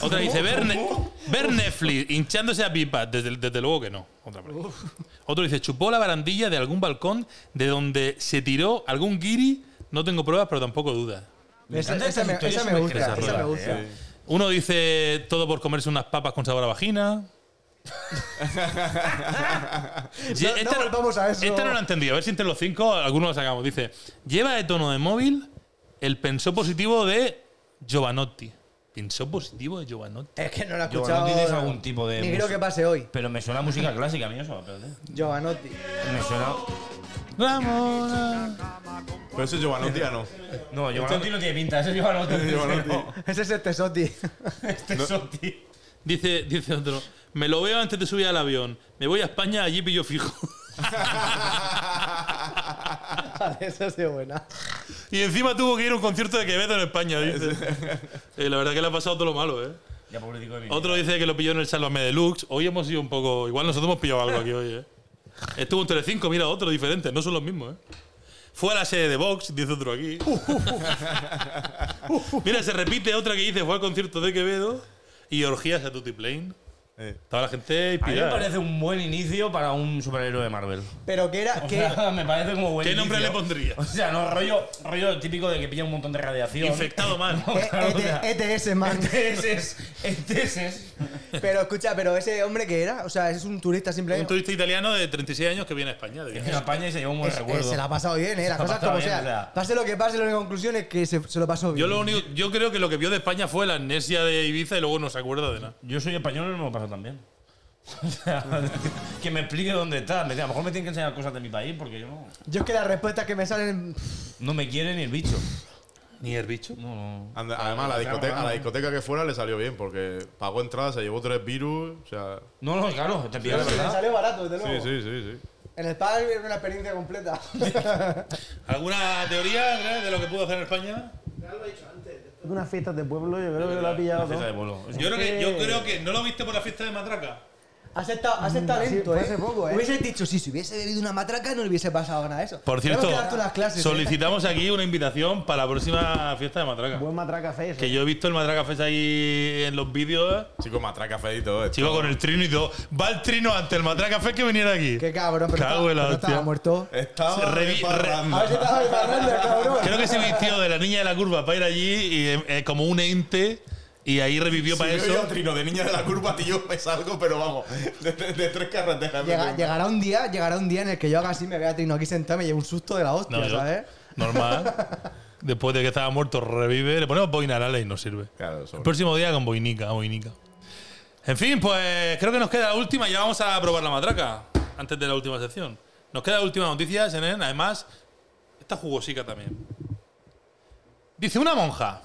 [SPEAKER 1] Otra dice, ver, ne- ver Netflix hinchándose a pipa. Desde, desde luego que no. Otra por aquí. Otro dice, chupó la barandilla de algún balcón de donde se tiró algún guiri. No tengo pruebas, pero tampoco dudas.
[SPEAKER 3] Esa, esa
[SPEAKER 4] encantan esas
[SPEAKER 3] me,
[SPEAKER 4] historias
[SPEAKER 3] esa me
[SPEAKER 4] súper
[SPEAKER 3] gusta, esa me
[SPEAKER 4] creativas,
[SPEAKER 3] gusta.
[SPEAKER 4] ¿eh?
[SPEAKER 1] Uno dice, todo por comerse unas papas con sabor a vagina. Ye-
[SPEAKER 3] No- no volvamos a eso.
[SPEAKER 1] Esta no la he entendido. A ver si entre los cinco algunos la sacamos. Dice, lleva de tono de móvil el pensó positivo de Giovanotti. Pensó positivo de Giovanotti.
[SPEAKER 3] Es que no la he
[SPEAKER 4] Yo, ¿no
[SPEAKER 3] escuchado.
[SPEAKER 4] tienes algún tipo de
[SPEAKER 3] Ni creo
[SPEAKER 4] música?
[SPEAKER 3] que pase hoy.
[SPEAKER 4] Pero me suena a música clásica a mí eso. espérate.
[SPEAKER 3] Giovanotti.
[SPEAKER 4] Me suena.
[SPEAKER 1] Ramona.
[SPEAKER 2] Pero ese es Giovanotti, ya no.
[SPEAKER 4] No,
[SPEAKER 1] Este
[SPEAKER 4] Giovanotti no tiene pinta, ese Giovanotti.
[SPEAKER 2] Giovanotti.
[SPEAKER 3] Ese es el Tesotti.
[SPEAKER 4] Este es Sotti.
[SPEAKER 1] Dice, dice otro, me lo veo antes de subir al avión. Me voy a España, allí pillo fijo.
[SPEAKER 3] Vale, esa ha sido buena.
[SPEAKER 1] Y encima tuvo que ir a un concierto de Quevedo en España, dice. Eh, la verdad que le ha pasado todo lo malo, ¿eh?
[SPEAKER 4] Ya político de mi.
[SPEAKER 1] Otro dice que lo pilló en el Salomé Deluxe. Hoy hemos sido un poco. Igual nosotros hemos pillado algo aquí hoy, ¿eh? Estuvo en Telecinco, mira, otro diferente. No son los mismos, ¿eh? Fue a la sede de Vox, dice otro aquí. Mira, se repite otra que dice: fue al concierto de Quevedo y orgías a Tutti Plane.
[SPEAKER 2] Eh.
[SPEAKER 1] Estaba la gente
[SPEAKER 4] A mí me
[SPEAKER 1] inspirada.
[SPEAKER 4] parece un buen inicio para un superhéroe de Marvel.
[SPEAKER 3] Pero que era.
[SPEAKER 4] O
[SPEAKER 3] Que,
[SPEAKER 4] sea, me parece como buen
[SPEAKER 1] ¿Qué nombre
[SPEAKER 4] inicio.
[SPEAKER 1] le pondría?
[SPEAKER 4] O sea, no, rollo, rollo típico de que pilla un montón de radiación.
[SPEAKER 1] Infectado mal.
[SPEAKER 4] No, claro, o sea,
[SPEAKER 3] E- E- ETS, man.
[SPEAKER 4] ETS es- ETS es-
[SPEAKER 3] Pero escucha, pero ese hombre que era, o sea, es un turista
[SPEAKER 1] Un
[SPEAKER 3] simplemente.
[SPEAKER 1] turista italiano de 36 años que viene a España. de
[SPEAKER 4] En
[SPEAKER 1] viaje.
[SPEAKER 4] España y se lleva un buen
[SPEAKER 3] Es- eh,
[SPEAKER 4] recuerdo.
[SPEAKER 3] se la ha pasado bien, eh. Las
[SPEAKER 4] Se la ha
[SPEAKER 3] cosas
[SPEAKER 4] pasado
[SPEAKER 3] como
[SPEAKER 4] bien,
[SPEAKER 3] sea.
[SPEAKER 4] o sea.
[SPEAKER 3] Pase lo que pase, la única conclusión es que se, se lo pasó bien.
[SPEAKER 1] Yo, lo único, yo creo que lo que vio de España fue la amnesia de Ibiza y luego no se acuerda de nada.
[SPEAKER 4] Yo soy español y me lo paso también. O sea, que me explique dónde está. Me- A lo mejor me tienen que enseñar cosas de mi país porque yo no,
[SPEAKER 3] Yo es que las respuestas que me salen.
[SPEAKER 4] no me quiere ni el bicho.
[SPEAKER 1] Ni el bicho.
[SPEAKER 4] No, no.
[SPEAKER 2] Ande- Además, a la, discoteca, a la discoteca que fuera le salió bien porque pagó entrada, se llevó tres virus. O sea,
[SPEAKER 4] No, no, claro, te pido la
[SPEAKER 3] Me
[SPEAKER 4] verdad.
[SPEAKER 3] salió barato, desde
[SPEAKER 2] sí,
[SPEAKER 3] luego.
[SPEAKER 2] sí, sí. sí.
[SPEAKER 3] En el PAL era una experiencia completa.
[SPEAKER 1] ¿Alguna teoría, Andrés, de lo que pudo hacer en España?
[SPEAKER 6] Unas fiestas de pueblo, yo creo que lo ha pillado
[SPEAKER 4] Fiesta
[SPEAKER 1] Eh,
[SPEAKER 4] de
[SPEAKER 6] todo.
[SPEAKER 4] bolo.
[SPEAKER 1] Yo creo, que, yo creo que no lo viste por la fiesta de Matraca.
[SPEAKER 3] Has estado, has estado
[SPEAKER 6] sí,
[SPEAKER 3] lento,
[SPEAKER 6] fue
[SPEAKER 3] eh.
[SPEAKER 6] hace poco, eh.
[SPEAKER 3] Hubieses dicho, sí, si hubiese bebido una matraca no le hubiese pasado nada de eso.
[SPEAKER 1] Por
[SPEAKER 3] Tenemos
[SPEAKER 1] cierto,
[SPEAKER 3] que darte unas clases, eh.
[SPEAKER 1] solicitamos aquí una invitación para la próxima fiesta de Matraca.
[SPEAKER 6] Buen matraca face.
[SPEAKER 1] Que yo he visto el Matraca Fest ahí en los vídeos.
[SPEAKER 2] Chico, matraca feito.
[SPEAKER 1] Chico, con el trino y todo. Va el trino ante el Matraca Fest que viniera aquí.
[SPEAKER 3] Qué cabrón, pero,
[SPEAKER 1] Cago en la
[SPEAKER 3] estaba, pero
[SPEAKER 1] hostia.
[SPEAKER 3] estaba muerto.
[SPEAKER 1] Se
[SPEAKER 2] Estaba
[SPEAKER 1] revi-
[SPEAKER 2] re, Ah,
[SPEAKER 3] A ver si estaba de parranda, cabrón.
[SPEAKER 1] Creo que se vistió de la niña de la curva para ir allí y, eh, eh, como un ente y ahí revivió para
[SPEAKER 2] yo
[SPEAKER 1] eso.
[SPEAKER 2] trino de niña de la curva, tío, me salgo, pero vamos, de, de- de tres carreteras.
[SPEAKER 3] Llega-
[SPEAKER 2] me-
[SPEAKER 3] llegará un día, llegará un día en el que yo haga así, me vea trino aquí sentado, me llevo un susto de la hostia,
[SPEAKER 1] No, yo-
[SPEAKER 3] ¿sabes?
[SPEAKER 1] normal. Después de que estaba muerto, revive. Le ponemos boina a la ley y no sirve.
[SPEAKER 2] Claro, sobre.
[SPEAKER 1] El próximo día con boinica, boinica. En fin, pues creo que nos queda la última. Ya vamos a probar la matraca antes de la última sección. Nos queda la última noticia, Senen. Además, esta jugosica también. Dice una monja.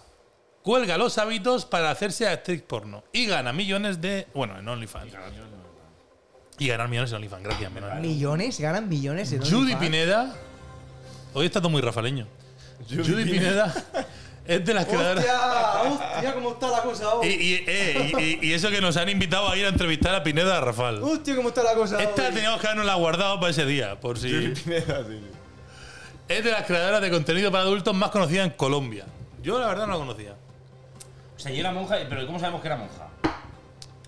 [SPEAKER 1] Cuelga los hábitos para hacerse actriz porno. Y gana millones de... Bueno, en OnlyFans. Y ganar millones en OnlyFans. Gracias, menos.
[SPEAKER 3] Millones, ganan millones. en
[SPEAKER 1] Judy
[SPEAKER 3] OnlyFans.
[SPEAKER 1] Pineda. Hoy está todo muy rafaleño. Judy, Pineda es de las creadoras.
[SPEAKER 3] ¡Hostia! ¡Hostia, cómo está la cosa
[SPEAKER 1] Y,
[SPEAKER 3] hoy!
[SPEAKER 1] y- eh, y- y- y eso que nos han invitado a ir a entrevistar a Pineda a Rafal.
[SPEAKER 3] ¡Hostia, cómo está la cosa
[SPEAKER 1] Esta
[SPEAKER 3] hoy!
[SPEAKER 1] teníamos que habernosla guardado para ese día, por si. Es de las creadoras de contenido para adultos más conocidas en Colombia. Yo la verdad no la conocía.
[SPEAKER 4] O sea, yo era monja, pero ¿cómo sabemos que era monja?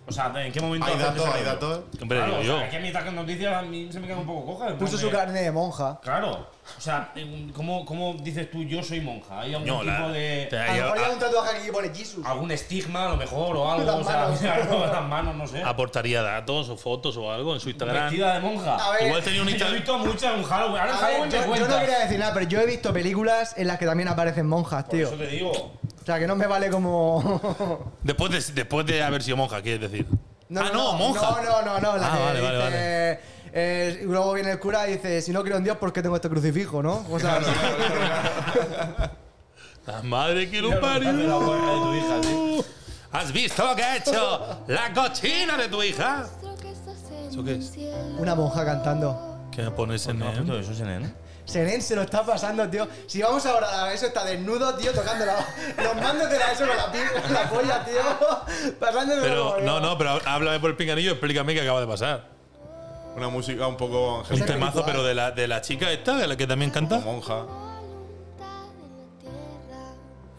[SPEAKER 4] O sea, ¿en qué momento?
[SPEAKER 2] Hay
[SPEAKER 4] la gente
[SPEAKER 2] datos,
[SPEAKER 4] se
[SPEAKER 2] hay
[SPEAKER 4] reveló?
[SPEAKER 2] datos.
[SPEAKER 1] Hombre,
[SPEAKER 4] Claro,
[SPEAKER 1] digo yo.
[SPEAKER 4] O sea, aquí a mitad con noticias a mí se me queda un poco coja. en
[SPEAKER 3] Puso
[SPEAKER 4] plan
[SPEAKER 3] su
[SPEAKER 4] de-
[SPEAKER 3] carne de monja.
[SPEAKER 4] Claro. O sea, en- ¿cómo, ¿cómo dices tú yo soy monja? ¿Hay algún
[SPEAKER 1] No,
[SPEAKER 4] tipo
[SPEAKER 1] la-
[SPEAKER 4] de.
[SPEAKER 1] te-
[SPEAKER 3] A lo mejor le da
[SPEAKER 1] a-
[SPEAKER 3] un tatuaje aquí que pone Jesus.
[SPEAKER 4] algún estigma a lo mejor o algo?
[SPEAKER 3] Las
[SPEAKER 4] o sea,
[SPEAKER 3] manos.
[SPEAKER 4] claro, las manos, no sé.
[SPEAKER 1] aportaría datos o fotos o algo en su Instagram.
[SPEAKER 4] Vestida de monja.
[SPEAKER 3] A ver,
[SPEAKER 1] Igual tenía un
[SPEAKER 4] Yo he
[SPEAKER 1] Instagram.
[SPEAKER 4] visto muchas en Halloween. Ahora en
[SPEAKER 3] A ver,
[SPEAKER 4] Halloween
[SPEAKER 3] yo,
[SPEAKER 4] me
[SPEAKER 3] yo
[SPEAKER 4] cuentas.
[SPEAKER 3] no quería decir nada, pero yo he visto películas en las que también aparecen monjas,
[SPEAKER 4] Por
[SPEAKER 3] tío.
[SPEAKER 4] eso te digo.
[SPEAKER 3] O sea, que no me vale como...
[SPEAKER 1] Después de, después de haber sido monja, quieres decir. ah, no, monja.
[SPEAKER 3] No, no, no, no. La
[SPEAKER 1] Ah,
[SPEAKER 3] que
[SPEAKER 1] vale, vale,
[SPEAKER 3] dice,
[SPEAKER 1] vale.
[SPEAKER 3] eh, luego viene el cura y dice, si no creo en Dios, ¿por qué tengo este crucifijo, no? O sea,
[SPEAKER 1] La madre que lo
[SPEAKER 4] Mira lo que te hace la
[SPEAKER 1] parió.
[SPEAKER 4] gorra de tu hija, tío.
[SPEAKER 1] ¿Has visto lo que ha hecho la cochina de tu hija? ¿Eso qué es?
[SPEAKER 3] una monja cantando.
[SPEAKER 1] ¿Qué me pones en
[SPEAKER 4] No,
[SPEAKER 1] el?
[SPEAKER 4] puto, eso es NN.
[SPEAKER 3] Seren se lo está pasando, tío. Si vamos ahora a eso, está desnudo, tío, tocando la- los mandos de la eso con la, pi- con la polla, tío. Pasándose
[SPEAKER 1] Pero,
[SPEAKER 3] la
[SPEAKER 1] no, no, pero háblame por el pinganillo y explícame qué acaba de pasar.
[SPEAKER 2] Una música un poco
[SPEAKER 1] Un
[SPEAKER 2] angelical,
[SPEAKER 1] temazo, pero de la, de la chica esta, de la que también canta.
[SPEAKER 2] monja.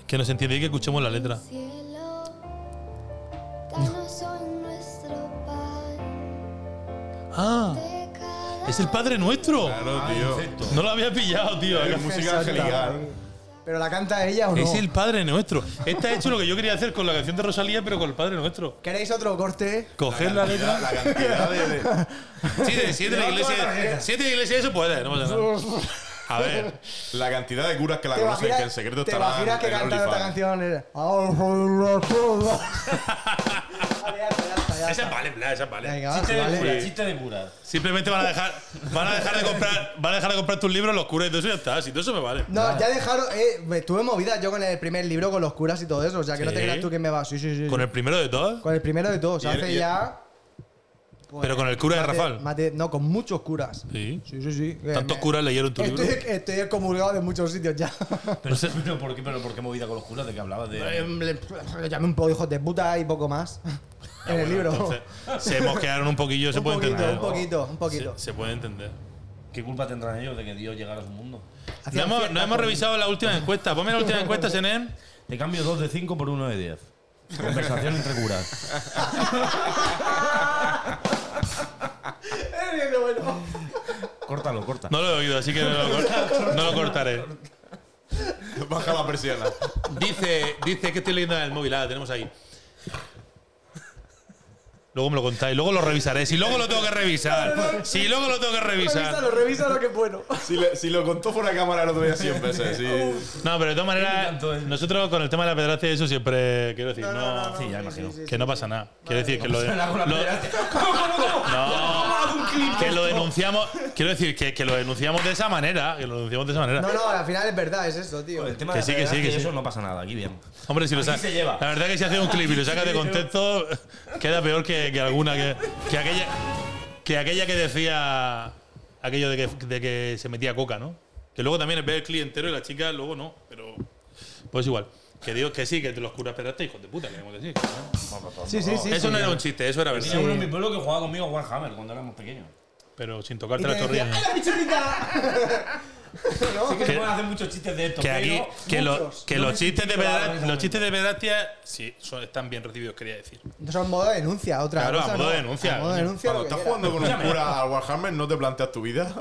[SPEAKER 1] Que no se entiende y que escuchemos la letra. Ah, es el Padre Nuestro.
[SPEAKER 2] Claro, tío.
[SPEAKER 1] No lo había pillado, tío.
[SPEAKER 2] Es música angelical.
[SPEAKER 3] Pero la canta ella o no.
[SPEAKER 1] Es el Padre Nuestro. Esta ha hecho lo que yo quería hacer con la canción de Rosalía, pero con el Padre Nuestro.
[SPEAKER 3] ¿Queréis otro corte?
[SPEAKER 1] Coger la letra.
[SPEAKER 2] La cantidad de. de-
[SPEAKER 1] Sí, de siete de la iglesia. Siete de la iglesia, eso puede, no pasa nada. A ver.
[SPEAKER 2] La cantidad de curas que la conocen, que en secreto
[SPEAKER 3] te
[SPEAKER 2] estarán
[SPEAKER 3] imaginas que
[SPEAKER 2] en
[SPEAKER 3] cantando esta
[SPEAKER 2] OnlyFans.
[SPEAKER 3] canción? era, "Ahora soy la sola". Vale, ya está, ya está, ya
[SPEAKER 1] Esa
[SPEAKER 3] está.
[SPEAKER 1] vale, bla, esa vale.
[SPEAKER 3] Venga, va,
[SPEAKER 4] Chiste de
[SPEAKER 3] Ah, vale.
[SPEAKER 4] cura, chiste de cura.
[SPEAKER 1] Simplemente van a dejar, van a dejar de comprar, van a dejar de comprar tus libros, los curas y todo eso ya está. Si todo eso me vale.
[SPEAKER 3] No, ya dejaron. Eh, me tuve movidas yo con el primer libro, con los curas y todo eso. O sea, que no
[SPEAKER 1] Sí.
[SPEAKER 3] te creas tú que me va. Sí, sí, sí.
[SPEAKER 1] Con
[SPEAKER 3] sí.
[SPEAKER 1] el primero de todos.
[SPEAKER 3] Con el primero de todos.
[SPEAKER 2] Y el-
[SPEAKER 3] hace
[SPEAKER 2] y el-
[SPEAKER 3] ya. Pues,
[SPEAKER 1] Pero con el cura de
[SPEAKER 3] mate-
[SPEAKER 1] Rafal.
[SPEAKER 3] mate- no, con muchos curas.
[SPEAKER 1] Sí.
[SPEAKER 3] Sí, sí, sí.
[SPEAKER 1] Tantos
[SPEAKER 3] Eh,
[SPEAKER 1] curas leyeron tu libro.
[SPEAKER 3] Estoy, estoy excomulgado de muchos sitios ya.
[SPEAKER 4] Pero, pero ¿por qué, pero ¿por qué movida con los curas? ¿De qué hablabas? De,
[SPEAKER 3] Eh, le- Lo llamé un poco hijos de puta y poco más. en el libro.
[SPEAKER 1] Entonces, se mosquearon un poquillo, se
[SPEAKER 3] un
[SPEAKER 1] puede
[SPEAKER 3] poquito,
[SPEAKER 1] entender.
[SPEAKER 3] un poquito, un poquito.
[SPEAKER 1] Se, se puede entender.
[SPEAKER 4] ¿Qué culpa tendrán ellos de que Dios llegara a su mundo?
[SPEAKER 1] No
[SPEAKER 3] Hacían
[SPEAKER 1] hemos,
[SPEAKER 3] fiestas
[SPEAKER 1] no hemos
[SPEAKER 3] por-
[SPEAKER 1] revisado la última encuesta. Ponme la última encuesta, Senem.
[SPEAKER 4] Te cambio 2 de 5 por 1 de 10. Conversación entre curas. Córtalo, corta.
[SPEAKER 1] No lo he oído, así que no lo, cor- no lo cortaré.
[SPEAKER 2] Baja la persiana.
[SPEAKER 1] Dice, dice que estoy leyendo en el móvil, ah, la tenemos ahí. Luego me lo contáis, luego lo revisaré. Si luego lo tengo que revisar. Si luego lo tengo que revisar.
[SPEAKER 3] Revísalo, revísalo, que es bueno.
[SPEAKER 2] Si, le- si lo contó fuera de cámara el otro día 100 veces. Sí.
[SPEAKER 1] No, pero de todas maneras, nosotros con el tema de la pedracia y eso siempre, quiero decir, no,
[SPEAKER 4] Sí, ya imagino.
[SPEAKER 1] que no pasa nada. Quiero decir que lo de... lo-
[SPEAKER 4] ¿Cómo, cómo, cómo?
[SPEAKER 1] No, que lo denunciamos, quiero decir que, que lo denunciamos de esa manera, que lo denunciamos de esa manera.
[SPEAKER 3] No, no, al final es verdad, es eso, tío.
[SPEAKER 4] El tema
[SPEAKER 1] Que
[SPEAKER 4] de la
[SPEAKER 1] sí, que sí,
[SPEAKER 4] pedracia
[SPEAKER 1] que
[SPEAKER 4] y
[SPEAKER 1] sí.
[SPEAKER 4] eso no pasa nada, aquí bien.
[SPEAKER 1] Hombre, si lo
[SPEAKER 4] Aquí
[SPEAKER 1] sacas.
[SPEAKER 4] se lleva.
[SPEAKER 1] La verdad que si haces un clip y lo sacas de contexto, queda peor que, que alguna que, que aquella que aquella que decía aquello de que, de que se metía coca, ¿no? Que luego también ve el clip entero y la chica luego no, pero pues igual. Que digo que sí, que te los curas pedraste, hijos de puta, queremos decir.
[SPEAKER 3] Sí, sí, sí.
[SPEAKER 1] eso
[SPEAKER 3] sí.
[SPEAKER 1] no era un chiste, eso era
[SPEAKER 4] Tenía
[SPEAKER 1] verdad.
[SPEAKER 4] uno en mi pueblo que jugaba conmigo a Warhammer cuando éramos pequeños.
[SPEAKER 1] Pero sin tocarte
[SPEAKER 3] Y
[SPEAKER 1] la
[SPEAKER 3] te decía,
[SPEAKER 1] chorrilla.
[SPEAKER 3] ¡Ay, la pichurrita!
[SPEAKER 4] Sí que
[SPEAKER 1] Que-
[SPEAKER 4] se pueden hacer muchos chistes de esto,
[SPEAKER 1] que
[SPEAKER 4] pero
[SPEAKER 1] aquí que, lo-
[SPEAKER 3] muchos.
[SPEAKER 1] que
[SPEAKER 4] No
[SPEAKER 1] los
[SPEAKER 4] me
[SPEAKER 1] chistes de
[SPEAKER 4] sentí clavado en
[SPEAKER 1] pedrastia,
[SPEAKER 4] ese
[SPEAKER 1] los
[SPEAKER 4] momento.
[SPEAKER 1] chistes de pedrastia sí son- están bien recibidos quería decir
[SPEAKER 3] Eso es modo de denuncia, otra
[SPEAKER 1] Claro, a
[SPEAKER 3] cosa,
[SPEAKER 1] modo
[SPEAKER 3] ¿no?
[SPEAKER 1] de denuncia.
[SPEAKER 3] A modo de denuncia.
[SPEAKER 2] Cuando
[SPEAKER 3] lo que
[SPEAKER 2] estás
[SPEAKER 3] quiera.
[SPEAKER 2] jugando con un cura al Warhammer, no te planteas tu vida.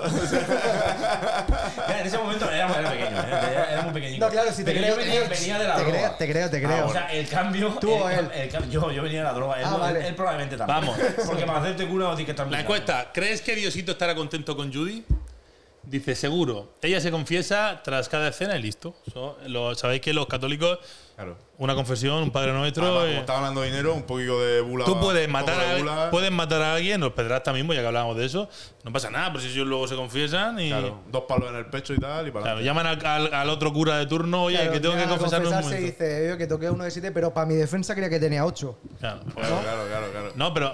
[SPEAKER 4] en ese momento era, era pequeño, era, era muy pequeñito.
[SPEAKER 3] No, claro, si te
[SPEAKER 4] Pero
[SPEAKER 3] creo,
[SPEAKER 4] yo
[SPEAKER 3] te
[SPEAKER 4] venía,
[SPEAKER 3] creo.
[SPEAKER 4] venía de la
[SPEAKER 3] Te
[SPEAKER 4] droga.
[SPEAKER 3] creo, te creo, te creo.
[SPEAKER 4] Ah, o sea, el cambio.
[SPEAKER 3] Tú o
[SPEAKER 4] el-
[SPEAKER 3] él.
[SPEAKER 4] el cam- yo, yo venía de la droga. Él,
[SPEAKER 3] Ah,
[SPEAKER 4] no-
[SPEAKER 3] vale.
[SPEAKER 4] él probablemente también.
[SPEAKER 1] Vamos.
[SPEAKER 4] Porque para hacerte cura no tienes que estar muy
[SPEAKER 1] la
[SPEAKER 4] claro.
[SPEAKER 1] encuesta crees que Diosito estará contento con Judy dice seguro ella se confiesa tras cada escena y listo Eso, lo- sabéis que los católicos
[SPEAKER 2] Claro.
[SPEAKER 1] una confesión un Padre Nuestro
[SPEAKER 2] Además, como
[SPEAKER 1] eh,
[SPEAKER 2] estaba ganando dinero, un poquito de bula.
[SPEAKER 1] tú puedes
[SPEAKER 2] un poco
[SPEAKER 1] matar
[SPEAKER 2] de
[SPEAKER 1] a,
[SPEAKER 2] bula.
[SPEAKER 1] puedes matar a alguien los pedrastas mismo ya que hablábamos de eso no pasa nada pero si ellos luego se confiesan y
[SPEAKER 2] Claro, dos palos en el pecho y tal. Y para
[SPEAKER 1] Claro, llaman al, al- al otro cura de turno oye
[SPEAKER 3] Claro,
[SPEAKER 1] que tengo que
[SPEAKER 3] llega a
[SPEAKER 1] confesarme un
[SPEAKER 3] confesarse y
[SPEAKER 1] momento
[SPEAKER 3] dice, "Oye, que toqué uno de siete, pero para mi defensa creía que tenía ocho.
[SPEAKER 1] Claro.
[SPEAKER 2] Claro, claro, claro, claro.
[SPEAKER 1] No, pero.